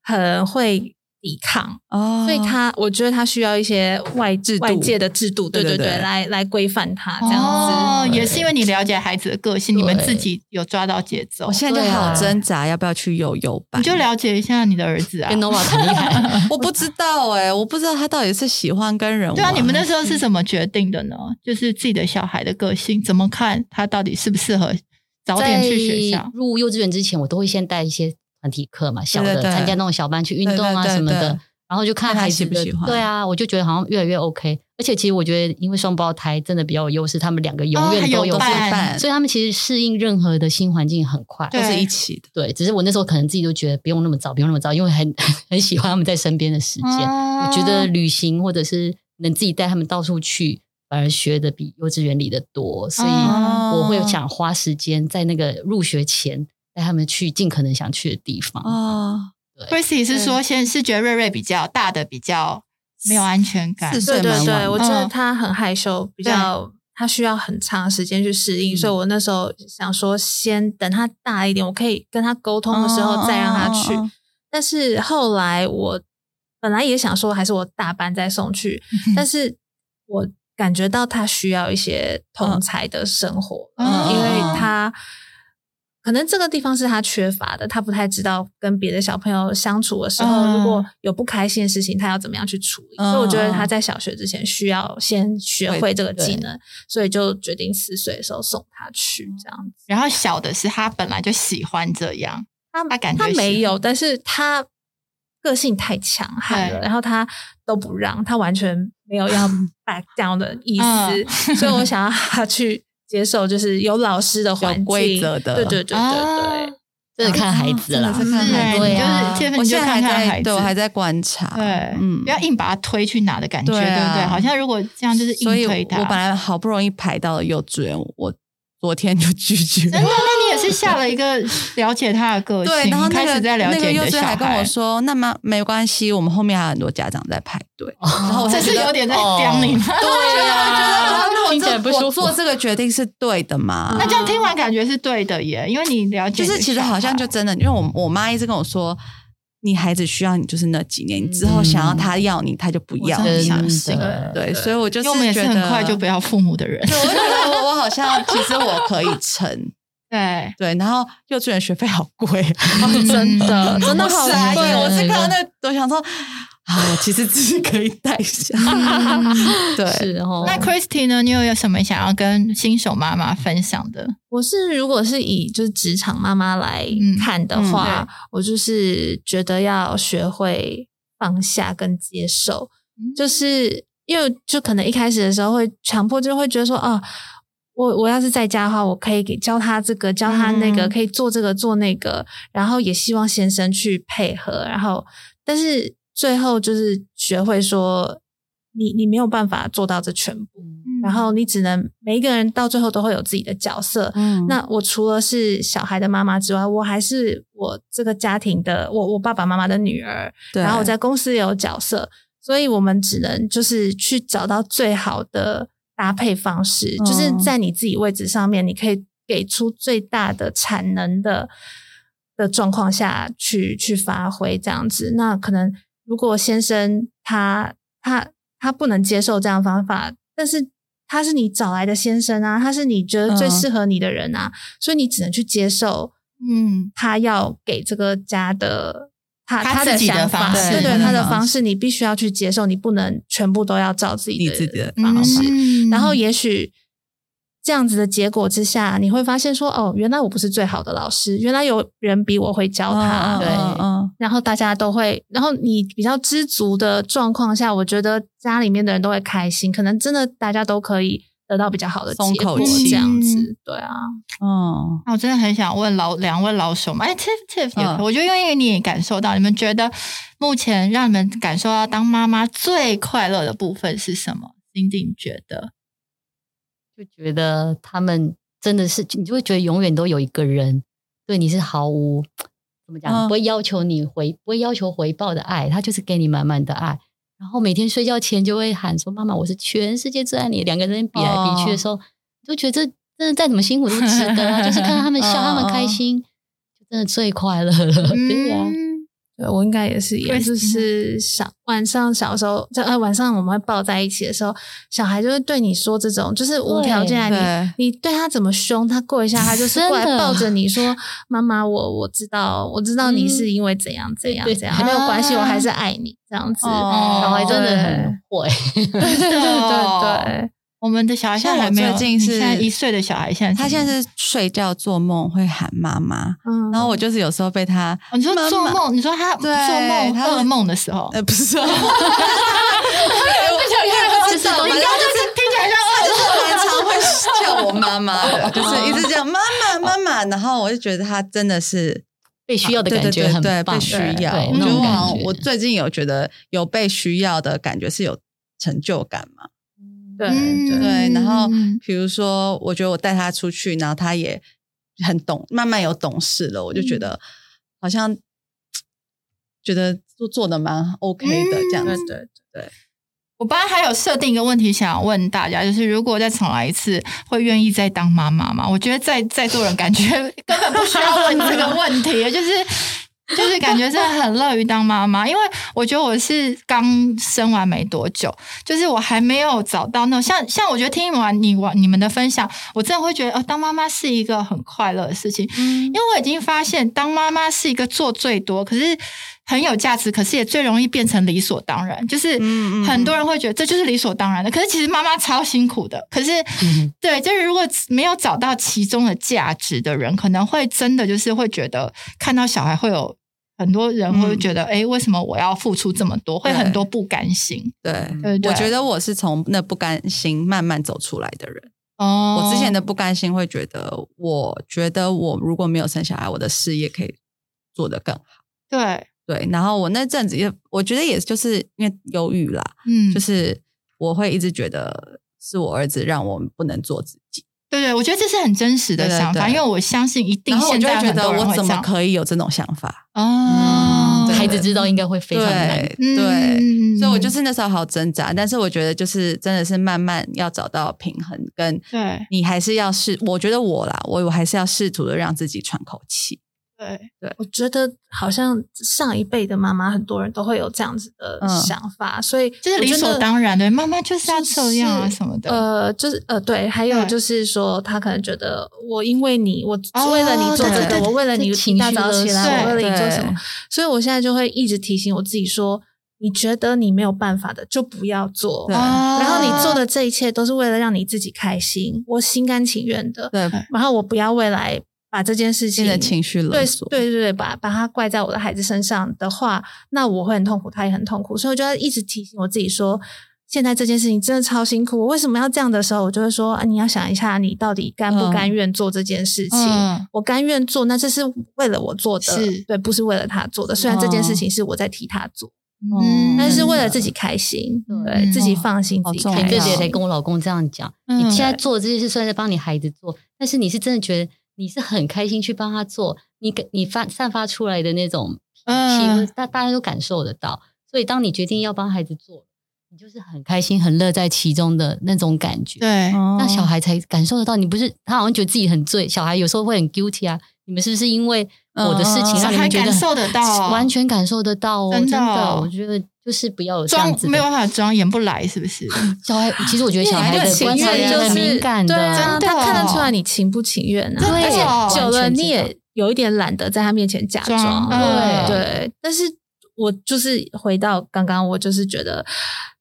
[SPEAKER 3] 很会抵抗，
[SPEAKER 2] 哦，
[SPEAKER 3] 所以他我觉得他需要一些外
[SPEAKER 2] 制度
[SPEAKER 3] 外界的制度，对
[SPEAKER 2] 对
[SPEAKER 3] 对
[SPEAKER 2] 对
[SPEAKER 3] 对，
[SPEAKER 2] 对
[SPEAKER 3] 来来规范他这样
[SPEAKER 1] 哦，
[SPEAKER 3] 子。
[SPEAKER 1] 也是因为你了解孩子的个性，你
[SPEAKER 4] 对
[SPEAKER 1] 们自己有抓到节奏
[SPEAKER 2] 我，现在就
[SPEAKER 4] 对啊
[SPEAKER 2] 好挣扎，要不要去幼幼班？
[SPEAKER 1] 你就了解一下你的儿子啊
[SPEAKER 4] 跟。Nova 同一台，
[SPEAKER 2] 我不知道哎、我不知道他到底是喜欢跟人玩。
[SPEAKER 1] 对啊，你们那时候是怎么决定的呢？就是自己的小孩的个性，怎么看他到底适不适合早点
[SPEAKER 4] 在
[SPEAKER 1] 去学校？
[SPEAKER 4] 入幼稚园之前，我都会先带一些团体课嘛，小
[SPEAKER 2] 对
[SPEAKER 4] 的
[SPEAKER 2] 对对
[SPEAKER 4] 参加那种小班去运动啊
[SPEAKER 2] 对对对
[SPEAKER 4] 什么
[SPEAKER 2] 对
[SPEAKER 4] 的，然后就看
[SPEAKER 2] 看他
[SPEAKER 4] 孩子
[SPEAKER 2] 喜不
[SPEAKER 4] 的
[SPEAKER 2] 喜欢
[SPEAKER 4] 对啊，我就觉得好像越来越 OK。而且其实我觉得，因为双胞胎真的比较有优势，他们两个永远都有
[SPEAKER 1] 哦还有
[SPEAKER 4] 伴，
[SPEAKER 1] 伴
[SPEAKER 2] 办，
[SPEAKER 4] 所以他们其实适应任何的新环境很快。
[SPEAKER 1] 对
[SPEAKER 2] 都是一起的。
[SPEAKER 4] 对，只是我那时候可能自己就觉得不用那么早，不用那么早，因为很 很喜欢他们在身边的时间。
[SPEAKER 1] 啊
[SPEAKER 4] 我觉得
[SPEAKER 2] 嗯
[SPEAKER 4] 旅行或者是能自己带他们到处去，反而学的比幼稚园里的多，所以
[SPEAKER 2] 嗯
[SPEAKER 1] 哦
[SPEAKER 4] 我会想花时间在那个入学前带他们去尽可能想去的地方。
[SPEAKER 2] 哦，
[SPEAKER 1] Chrissy 是说，先是觉得瑞瑞比较大的比较没有安全感
[SPEAKER 2] 四，岁
[SPEAKER 3] 对对
[SPEAKER 2] 蛮晚
[SPEAKER 3] 对，
[SPEAKER 2] 的
[SPEAKER 3] 我觉得
[SPEAKER 1] 嗯
[SPEAKER 3] 他很害羞，比较他需要很长时间去适应，
[SPEAKER 2] 嗯
[SPEAKER 3] 所以我那时候想说，先等他大一点，我可以跟他沟通的时候再让
[SPEAKER 1] 哦
[SPEAKER 3] 他去。
[SPEAKER 2] 嗯嗯嗯嗯
[SPEAKER 3] 但是后来我本来也想说，还是我大班再送 去，但是我感觉到他需要一些同才的生活，
[SPEAKER 1] 嗯
[SPEAKER 3] 因为他可能这个地方是他缺乏的，他不太知道跟别的小朋友相处的时候，
[SPEAKER 1] 嗯
[SPEAKER 3] 如果有不开心的事情，他要怎么样去处理。
[SPEAKER 2] 嗯
[SPEAKER 3] 所以我觉得他在小学之前需要先学会这个技能，所以就决定四岁的时候送他去这样子。
[SPEAKER 1] 然后小的是他本来就喜欢这样，
[SPEAKER 3] 他
[SPEAKER 1] 他感觉
[SPEAKER 3] 他
[SPEAKER 1] 是
[SPEAKER 3] 没有，但是他个性太强悍了，
[SPEAKER 1] 对
[SPEAKER 3] 然后他都不让，他完全没有要 back down 的意思，所以我想要他去接受，就是有老师的环境，
[SPEAKER 2] 有规则的
[SPEAKER 3] 对对对对对。
[SPEAKER 4] 真的看孩子啦，
[SPEAKER 2] 哦真的是看孩子嗯
[SPEAKER 1] 对
[SPEAKER 4] 对
[SPEAKER 1] 你就
[SPEAKER 4] 啊
[SPEAKER 1] 是这份
[SPEAKER 2] 我
[SPEAKER 1] 你
[SPEAKER 2] 现
[SPEAKER 1] 就
[SPEAKER 2] 在
[SPEAKER 1] 看
[SPEAKER 2] 还
[SPEAKER 1] 看孩
[SPEAKER 2] 在，
[SPEAKER 1] 子，
[SPEAKER 2] 对我还在观察。
[SPEAKER 1] 对，
[SPEAKER 2] 嗯
[SPEAKER 1] 不要硬把他推去哪的感觉，对
[SPEAKER 2] 对啊
[SPEAKER 1] 不对？好像如果这样就是
[SPEAKER 2] 所以
[SPEAKER 1] 硬
[SPEAKER 2] 我
[SPEAKER 1] 推他。
[SPEAKER 2] 我本来好不容易排到了幼稚园，我昨天就拒绝
[SPEAKER 1] 真的，那你也是下了一个了解他的个性，
[SPEAKER 2] 对，然后
[SPEAKER 1] 你
[SPEAKER 2] 那
[SPEAKER 1] 开
[SPEAKER 2] 个
[SPEAKER 1] 始在了
[SPEAKER 2] 那
[SPEAKER 1] 解
[SPEAKER 2] 个
[SPEAKER 1] 你
[SPEAKER 2] 幼
[SPEAKER 1] 的
[SPEAKER 2] 稚
[SPEAKER 1] 小
[SPEAKER 2] 园还
[SPEAKER 1] 孩
[SPEAKER 2] 跟我说，那么没关系，我们后面还有很多家长在排队。
[SPEAKER 4] 哦
[SPEAKER 2] 然后我才
[SPEAKER 1] 这是
[SPEAKER 2] 觉得
[SPEAKER 1] 有点在刁你吗？
[SPEAKER 2] 对啊，我觉得我
[SPEAKER 4] 听起来
[SPEAKER 2] 这
[SPEAKER 4] 不舒服
[SPEAKER 2] 我做这个决定是对的嘛？
[SPEAKER 1] 那这样听完感觉是对的耶，因为你了解
[SPEAKER 2] 就
[SPEAKER 1] 你的小孩，
[SPEAKER 2] 是其实好像就真的，因为我我妈一直跟我说，你孩子需要你就是那几年，你之后
[SPEAKER 4] 嗯
[SPEAKER 2] 想要他要你，他就不要
[SPEAKER 1] 我真的
[SPEAKER 2] 你。
[SPEAKER 1] 相
[SPEAKER 4] 啊真
[SPEAKER 1] 信
[SPEAKER 4] 的
[SPEAKER 2] 对，所以我就
[SPEAKER 1] 因为我们也是
[SPEAKER 2] 觉得
[SPEAKER 1] 很快就不要父母的人，
[SPEAKER 2] 对，我就觉得我我好像其实我可以撑。
[SPEAKER 1] 对，
[SPEAKER 2] 对，然后幼稚园学费好贵，啊
[SPEAKER 3] 哦真
[SPEAKER 1] 嗯
[SPEAKER 3] 的，真的
[SPEAKER 2] 我
[SPEAKER 3] 好啊
[SPEAKER 2] 傻
[SPEAKER 3] 贵
[SPEAKER 2] 眼
[SPEAKER 4] 哦
[SPEAKER 2] 我是看啊到那个我想说，啊，我其实只是可以带一下。 嗯对，
[SPEAKER 4] 是哦。
[SPEAKER 1] 那 Christy 呢？你有有什么想要跟新手妈妈分享的？
[SPEAKER 3] 我是如果是以就是职场妈妈来看的
[SPEAKER 1] 嗯
[SPEAKER 3] 话，
[SPEAKER 1] 嗯
[SPEAKER 3] 我就是觉得要学会放下跟接受，
[SPEAKER 1] 嗯
[SPEAKER 3] 就是因为就可能一开始的时候会强迫，就会觉得说啊。我我要是在家的话，我可以给教他这个，教他那个，
[SPEAKER 1] 嗯
[SPEAKER 3] 可以做这个做那个，然后也希望先生去配合，然后但
[SPEAKER 4] 嗯
[SPEAKER 3] 是最后就是学会说，你你没有办法做到这全部，
[SPEAKER 1] 嗯
[SPEAKER 3] 然后你只能每一个人到最后都会有自己的角色。
[SPEAKER 2] 嗯
[SPEAKER 3] 那我除了是小孩的妈妈之外，我还是我这个家庭的我我爸爸妈妈的女儿，
[SPEAKER 2] 对
[SPEAKER 3] 然后我在公司也有角色，所以我们只能就是去找到最好的搭配方式，
[SPEAKER 2] 嗯
[SPEAKER 3] 就是在你自己位置上面，你可以给出最大的产能的的状况下去去发挥这样子。那可能如果先生他他他不能接受这样的方法，但是。他是你找来的先生啊，他是你觉得最
[SPEAKER 2] 嗯
[SPEAKER 3] 适合你的人啊，所以你只能去接受
[SPEAKER 1] 嗯，
[SPEAKER 3] 他要给这个家的他
[SPEAKER 1] 他
[SPEAKER 3] 的
[SPEAKER 1] 自己的
[SPEAKER 3] 想法，
[SPEAKER 1] 方
[SPEAKER 2] 式
[SPEAKER 3] 对对，
[SPEAKER 2] 嗯
[SPEAKER 3] 他的方式你必须要去接受，你不能全部都要照自己
[SPEAKER 2] 你自己的
[SPEAKER 3] 方式。
[SPEAKER 1] 嗯
[SPEAKER 3] 然后也许这样子的结果之下，你会发现说，哦，原来我不是最好的老师，原来有人比我会教他，
[SPEAKER 2] 嗯
[SPEAKER 1] 哦
[SPEAKER 2] 嗯
[SPEAKER 4] 对
[SPEAKER 2] 嗯嗯
[SPEAKER 3] 然后大家都会，然后你比较知足的状况下，我觉得家里面的人都会开心，可能真的大家都可以得到比较好的
[SPEAKER 2] 松
[SPEAKER 3] 结
[SPEAKER 2] 口
[SPEAKER 3] 果
[SPEAKER 1] 气
[SPEAKER 3] 这样子
[SPEAKER 1] 嗯，
[SPEAKER 3] 对啊，
[SPEAKER 2] 嗯
[SPEAKER 1] 那我真的很想问老两位老手嘛，哎，Tiff Tiff，也可以、
[SPEAKER 2] 嗯
[SPEAKER 1] 我觉得因为你也感受到，你们觉得目前让你们感受到当妈妈最快乐的部分是什么？丁丁觉得，
[SPEAKER 4] 就觉得他们真的是，你就会觉得永远都有一个人对你是毫无怎么讲，
[SPEAKER 2] 嗯
[SPEAKER 4] 不会要求你回，不会要求回报的爱，他就是给你满满的爱。然后每天睡觉前就会喊说：“妈妈，我是全世界最爱你。”两个人比来比去的时
[SPEAKER 2] 哦
[SPEAKER 4] 候，你就觉得这真的再怎么辛苦都值得啊！就是看到他们笑，
[SPEAKER 2] 嗯
[SPEAKER 4] 他们开心，就真的最快乐了。 对啊呀、
[SPEAKER 1] 嗯
[SPEAKER 3] 对，我应该也是一样，
[SPEAKER 1] Christina
[SPEAKER 3] 就是小晚上小时候，在呃晚上我们会抱在一起的时候，小孩就会对你说这种，就是无条件
[SPEAKER 2] 对
[SPEAKER 3] 啊，你你对他怎么凶，他过一下他就是过
[SPEAKER 4] 真
[SPEAKER 3] 来
[SPEAKER 4] 的
[SPEAKER 3] 抱着你说：“妈妈，我我知道，我知道你是因为怎样怎样
[SPEAKER 4] 对对
[SPEAKER 3] 怎样，没有关系，
[SPEAKER 1] 啊
[SPEAKER 3] 我还是爱你。”这样子，
[SPEAKER 2] 哦
[SPEAKER 4] 小孩真的
[SPEAKER 3] 对
[SPEAKER 4] 很会，
[SPEAKER 3] 对 对对
[SPEAKER 1] 哦
[SPEAKER 3] 对对，
[SPEAKER 1] 我们的小孩现在还
[SPEAKER 2] 像我
[SPEAKER 1] 没有，
[SPEAKER 2] 最近
[SPEAKER 1] 你
[SPEAKER 2] 是
[SPEAKER 1] 现在一岁的小孩，现在
[SPEAKER 2] 他现
[SPEAKER 1] 在，
[SPEAKER 2] 在是睡觉做梦会喊妈妈，
[SPEAKER 3] 嗯，
[SPEAKER 2] 然后我就是有时候被他，
[SPEAKER 1] 哦你说
[SPEAKER 2] 妈
[SPEAKER 1] 做
[SPEAKER 2] 妈
[SPEAKER 1] 梦，你说他做
[SPEAKER 2] 对
[SPEAKER 1] 梦
[SPEAKER 2] 他
[SPEAKER 1] 噩梦的时候，
[SPEAKER 2] 呃，不是 做梦，我
[SPEAKER 4] 就是
[SPEAKER 2] 我
[SPEAKER 4] 我
[SPEAKER 2] 们
[SPEAKER 4] 们
[SPEAKER 2] 家就是
[SPEAKER 1] 听起来像噩
[SPEAKER 2] 就是蛮常会叫我妈妈的，就是一直叫妈妈妈妈，然后我就觉得她真的是
[SPEAKER 4] 被需要的感觉
[SPEAKER 2] 啊对对对
[SPEAKER 4] 很
[SPEAKER 2] 对
[SPEAKER 4] 棒，
[SPEAKER 2] 被需要。
[SPEAKER 4] 对
[SPEAKER 2] 我
[SPEAKER 4] 那
[SPEAKER 2] 觉得
[SPEAKER 4] 种
[SPEAKER 2] 我好
[SPEAKER 4] 感
[SPEAKER 2] 像
[SPEAKER 4] 觉，
[SPEAKER 2] 我最近有觉得有被需要的感觉是有成就感嘛？
[SPEAKER 3] 对
[SPEAKER 1] 嗯
[SPEAKER 3] 对
[SPEAKER 2] 对，然后
[SPEAKER 1] 嗯
[SPEAKER 2] 比如说，我觉得我带他出去，然后他也很懂，慢慢有懂事了，我就
[SPEAKER 4] 嗯
[SPEAKER 2] 觉得好像嘖觉得做做的蛮 OK 的
[SPEAKER 1] 嗯
[SPEAKER 2] 这样
[SPEAKER 3] 对
[SPEAKER 2] 子。
[SPEAKER 3] 对
[SPEAKER 1] 我刚刚还有设定一个问题想要问大家，就是如果再重来一次，会愿意再当妈妈吗？我觉得在在座人感觉 根本不需要问这个问题，就是就是感觉是很乐于当妈妈，因为我觉得我是刚生完没多久，就是我还没有找到那种像像我觉得听完你完你们的分享，我真的会觉得哦，当妈妈是一个很快乐的事情，
[SPEAKER 2] 嗯
[SPEAKER 1] 因为我已经发现，当妈妈是一个做最多，可是很有价值，可是也最容易变成理所当然。就
[SPEAKER 2] 嗯
[SPEAKER 1] 是
[SPEAKER 2] 嗯嗯
[SPEAKER 1] 很多人会觉得这就是理所当然的，可是其实妈妈超辛苦的。可是
[SPEAKER 4] 嗯
[SPEAKER 1] 对，就是如果没有找到其中的价值的人，可能会真的就是会觉得看到小孩会有很多人会
[SPEAKER 2] 嗯
[SPEAKER 1] 觉得，哎、为什么我要付出这么多？会
[SPEAKER 2] 对
[SPEAKER 1] 很多不甘心。
[SPEAKER 2] 对，
[SPEAKER 1] 对对，
[SPEAKER 2] 我觉得我是从那不甘心慢慢走出来的人。
[SPEAKER 1] 哦，
[SPEAKER 2] 我之前的不甘心会觉得，我觉得我如果没有生小孩，我的事业可以做得更好。
[SPEAKER 1] 对，
[SPEAKER 2] 对，然后我那阵子也，我觉得也就是因为忧郁啦，
[SPEAKER 1] 嗯，
[SPEAKER 2] 就
[SPEAKER 1] 就是
[SPEAKER 2] 是我会一直觉得是我儿子让我不能做自己，
[SPEAKER 1] 对对，我觉得这是很真实的
[SPEAKER 2] 对对
[SPEAKER 1] 想法，
[SPEAKER 2] 对
[SPEAKER 1] 因为我相信一定
[SPEAKER 2] 然后我
[SPEAKER 1] 现
[SPEAKER 2] 就
[SPEAKER 1] 在
[SPEAKER 2] 会觉
[SPEAKER 1] 很
[SPEAKER 2] 得
[SPEAKER 1] 多人
[SPEAKER 2] 我
[SPEAKER 1] 会
[SPEAKER 2] 怎
[SPEAKER 1] 这
[SPEAKER 2] 么
[SPEAKER 1] 样
[SPEAKER 2] 可以有这种想法？
[SPEAKER 1] 哦，
[SPEAKER 2] 对
[SPEAKER 4] 孩子知道应该会非
[SPEAKER 2] 对
[SPEAKER 4] 常难
[SPEAKER 2] 对，
[SPEAKER 1] 嗯
[SPEAKER 2] 所以我就是那时候好挣扎，但是我觉得就是真的是慢慢要找到平衡，跟
[SPEAKER 1] 对
[SPEAKER 2] 你还是要试，我觉得我啦，我我还是要试图的让自己喘口气。
[SPEAKER 1] 对，
[SPEAKER 3] 我觉得好像上一辈的妈妈，很多人都会有这样子的
[SPEAKER 2] 嗯
[SPEAKER 3] 想法，所以
[SPEAKER 1] 就是
[SPEAKER 3] 我
[SPEAKER 1] 理
[SPEAKER 3] 觉
[SPEAKER 1] 所
[SPEAKER 3] 得
[SPEAKER 1] 当然的，妈妈就是要这样啊
[SPEAKER 3] 就是
[SPEAKER 1] 什么的。
[SPEAKER 3] 呃，就是呃，对，还有
[SPEAKER 1] 对
[SPEAKER 3] 就是说，他可能觉得我因为你，我
[SPEAKER 1] 哦
[SPEAKER 3] 为了你做这
[SPEAKER 1] 对对
[SPEAKER 3] 个，
[SPEAKER 1] 对
[SPEAKER 3] 我为了你
[SPEAKER 4] 情
[SPEAKER 3] 一大
[SPEAKER 4] 绪
[SPEAKER 3] 早
[SPEAKER 4] 勒
[SPEAKER 3] 起
[SPEAKER 4] 索
[SPEAKER 3] 来，我为了你做
[SPEAKER 2] 对
[SPEAKER 3] 什么，所以我现在就会一直提醒我自己说，你觉得你没有办法的，就不要做。
[SPEAKER 2] 对
[SPEAKER 1] 啊
[SPEAKER 3] 然后你做的这一切都是为了让你自己开心，我心甘情愿的。
[SPEAKER 2] 对，
[SPEAKER 3] 然后我不要未来把这件事
[SPEAKER 2] 现
[SPEAKER 3] 情
[SPEAKER 2] 在情绪勒
[SPEAKER 3] 对
[SPEAKER 2] 索，
[SPEAKER 3] 对对对，把把它怪在我的孩子身上的话，那我会很痛苦，他也很痛苦，所以我就要一直提醒我自己说，现在这件事情真的超辛苦，我为什么要这样的时候，我就会说，啊、你要想一下，你到底甘不
[SPEAKER 2] 嗯
[SPEAKER 3] 甘愿做这件事情。
[SPEAKER 1] 嗯
[SPEAKER 3] 我甘愿做，那这是为了我做的
[SPEAKER 1] 是，
[SPEAKER 3] 对，不是为了他做的。虽然这件事情是我在替他做，
[SPEAKER 2] 嗯
[SPEAKER 3] 但是为了自己开心，
[SPEAKER 4] 嗯
[SPEAKER 3] 对自己放心，
[SPEAKER 2] 好
[SPEAKER 3] 自己
[SPEAKER 2] 重
[SPEAKER 3] 开
[SPEAKER 2] 要
[SPEAKER 4] 前阵
[SPEAKER 3] 心
[SPEAKER 4] 子也得跟我老公这样讲，你
[SPEAKER 1] 嗯
[SPEAKER 4] 现在做的这些事虽然在帮你孩子做，但是你是真的觉得你是很开心去帮他做，你给你发散发出来的那种气氛，
[SPEAKER 1] 嗯，
[SPEAKER 4] 大大家都感受得到。所以当你决定要帮孩子做，你就是很开心、很乐在其中的那种感觉。
[SPEAKER 1] 对，
[SPEAKER 4] 那
[SPEAKER 2] 那
[SPEAKER 4] 小孩才感受得到。你不是他好像觉得自己很醉，小孩有时候会很 guilty 啊。你们是不是因为我的事情
[SPEAKER 2] 嗯
[SPEAKER 4] 让你
[SPEAKER 1] 小孩
[SPEAKER 4] 们觉得
[SPEAKER 1] 感受得到
[SPEAKER 4] 完全感受得到哦？
[SPEAKER 1] 真的
[SPEAKER 4] 真
[SPEAKER 1] 哦
[SPEAKER 4] 我觉得就是不要有这样
[SPEAKER 1] 装
[SPEAKER 4] 子的
[SPEAKER 1] 没有办法装，演不来，是不是？
[SPEAKER 4] 小孩。其实我觉得小孩
[SPEAKER 1] 因为
[SPEAKER 4] 的
[SPEAKER 1] 情
[SPEAKER 4] 观察
[SPEAKER 1] 愿
[SPEAKER 4] 力
[SPEAKER 1] 就是
[SPEAKER 4] 很敏感
[SPEAKER 3] 对啊，
[SPEAKER 1] 真的
[SPEAKER 3] 他
[SPEAKER 1] 哦
[SPEAKER 3] 看得出来你情不情愿啊。
[SPEAKER 1] 真的
[SPEAKER 3] 而且
[SPEAKER 1] 哦
[SPEAKER 3] 久
[SPEAKER 4] 完
[SPEAKER 3] 了
[SPEAKER 4] 全知
[SPEAKER 3] 你
[SPEAKER 4] 道
[SPEAKER 3] 也有一点懒得在他面前假
[SPEAKER 1] 装
[SPEAKER 3] 装，
[SPEAKER 1] 嗯
[SPEAKER 3] 对对。但是我就是回到刚刚，我就是觉得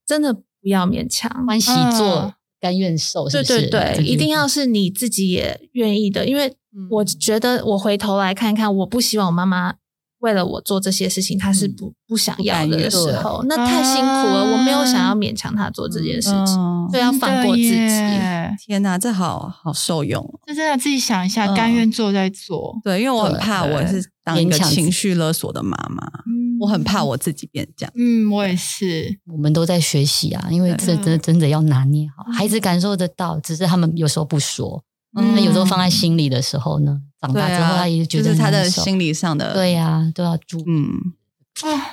[SPEAKER 3] 真的不要勉强，
[SPEAKER 4] 欢喜
[SPEAKER 1] 嗯
[SPEAKER 4] 做，甘愿受，是
[SPEAKER 3] 对
[SPEAKER 4] 不是
[SPEAKER 3] 对对，一定。要是你自己也愿意的，因为
[SPEAKER 4] 嗯
[SPEAKER 3] 我觉得我回头来看看，我不希望我妈妈为了我做这些事情，她是不、不想要
[SPEAKER 2] 不
[SPEAKER 3] 的
[SPEAKER 2] 敢
[SPEAKER 3] 时
[SPEAKER 4] 对
[SPEAKER 3] 候，那太辛苦了，
[SPEAKER 1] 啊
[SPEAKER 3] 我没有想要勉强她做这件事情，
[SPEAKER 2] 嗯
[SPEAKER 3] 所以要啊放过自己。
[SPEAKER 1] 真的耶
[SPEAKER 2] 天哪，这好好受用哦。
[SPEAKER 1] 就真的自己想一下，
[SPEAKER 2] 嗯
[SPEAKER 1] 甘愿做再做。
[SPEAKER 2] 对，因为我很
[SPEAKER 3] 对
[SPEAKER 2] 怕我
[SPEAKER 3] 对
[SPEAKER 2] 是当一个
[SPEAKER 4] 勉强自己
[SPEAKER 2] 情绪勒索的妈妈，
[SPEAKER 1] 嗯
[SPEAKER 2] 我很怕。我自己变这样。
[SPEAKER 1] 嗯，我也是。
[SPEAKER 4] 我们都在学习啊，因为这
[SPEAKER 1] 对
[SPEAKER 4] 真的真的要拿捏好，孩子感受得到，只是他们有时候不说，
[SPEAKER 1] 嗯
[SPEAKER 4] 那有时候放在心里的时候呢，长
[SPEAKER 2] 对
[SPEAKER 4] 大之后
[SPEAKER 2] 啊，
[SPEAKER 4] 他也觉
[SPEAKER 2] 就
[SPEAKER 4] 得
[SPEAKER 2] 是他的
[SPEAKER 4] 难受
[SPEAKER 2] 心理上的
[SPEAKER 4] 对呀，都要注意。
[SPEAKER 2] 嗯，
[SPEAKER 1] 啊，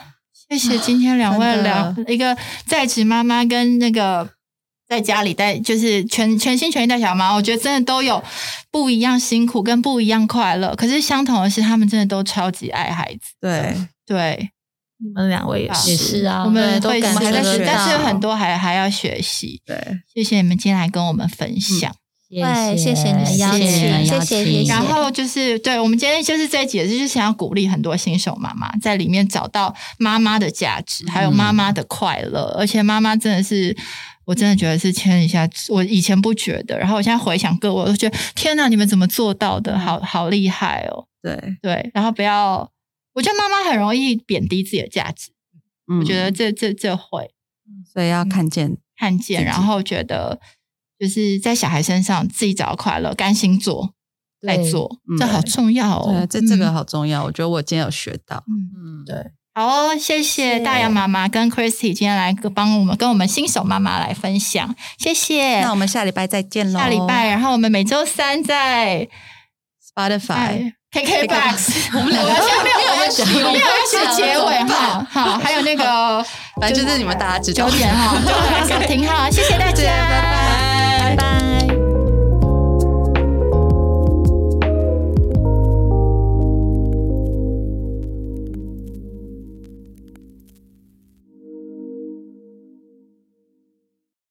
[SPEAKER 1] 谢谢今天两位
[SPEAKER 2] 真
[SPEAKER 1] 聊
[SPEAKER 2] 的
[SPEAKER 1] 一个在职妈妈跟那个在家里带，就是全全心全意带小妈，我觉得真的都有不一样辛苦跟不一样快乐。可是相同的是，他们真的都超级爱孩子。
[SPEAKER 2] 对，
[SPEAKER 1] 对，
[SPEAKER 3] 你们两位也
[SPEAKER 1] 好
[SPEAKER 3] 是，
[SPEAKER 4] 也是啊，
[SPEAKER 1] 我们
[SPEAKER 3] 都
[SPEAKER 1] 会
[SPEAKER 3] 感
[SPEAKER 1] 我们还在
[SPEAKER 2] 受得
[SPEAKER 1] 学，但是
[SPEAKER 2] 到
[SPEAKER 1] 有很多还还要学习。
[SPEAKER 2] 对，
[SPEAKER 1] 谢谢你们今天来跟我们分享。
[SPEAKER 4] 对，
[SPEAKER 5] 谢谢
[SPEAKER 4] 谢
[SPEAKER 5] 你的
[SPEAKER 1] 邀
[SPEAKER 4] 谢你的
[SPEAKER 5] 请
[SPEAKER 4] 邀
[SPEAKER 5] 谢谢
[SPEAKER 4] 请
[SPEAKER 5] 谢谢
[SPEAKER 1] 然后就是，对我们今天就是这一集，也是想要鼓励很多新手妈妈在里面找到妈妈的价值，还有妈妈的快乐。而且妈妈真的是，我真的觉得是牵一下，我以前不觉得，然后我现在回想各位，我都觉得天哪，你们怎么做到的？好好厉害哦！
[SPEAKER 2] 对，
[SPEAKER 1] 对，然后不要，我觉得妈妈很容易贬低自己的价值，
[SPEAKER 2] 嗯
[SPEAKER 1] 我觉得这这这会
[SPEAKER 2] 所以
[SPEAKER 4] 嗯
[SPEAKER 2] 要看见，
[SPEAKER 1] 看见，然后觉得就是在小孩身上自己找到快乐，甘心做。来
[SPEAKER 4] 对
[SPEAKER 1] 做，
[SPEAKER 2] 嗯
[SPEAKER 1] 这好重要哦
[SPEAKER 2] 对，！这这
[SPEAKER 1] 嗯
[SPEAKER 2] 个好重要，我觉得我今天有学到，
[SPEAKER 1] 嗯，
[SPEAKER 4] 嗯，
[SPEAKER 3] 对，
[SPEAKER 1] 好哦，谢谢大洋妈妈跟 Christy 今天来帮我们跟我们新手妈妈来分享，谢谢。
[SPEAKER 2] 那我们下礼拜再见喽，
[SPEAKER 1] 下礼拜，然后我们每周三在哎
[SPEAKER 2] Spotify，
[SPEAKER 1] KKBox，我们两个现在没有关系，没有关系的结尾 哈。好，还有那个
[SPEAKER 2] 反正就是你们大家知道
[SPEAKER 1] 九。点哈，就来收听哈，谢谢大家，
[SPEAKER 2] 谢谢拜拜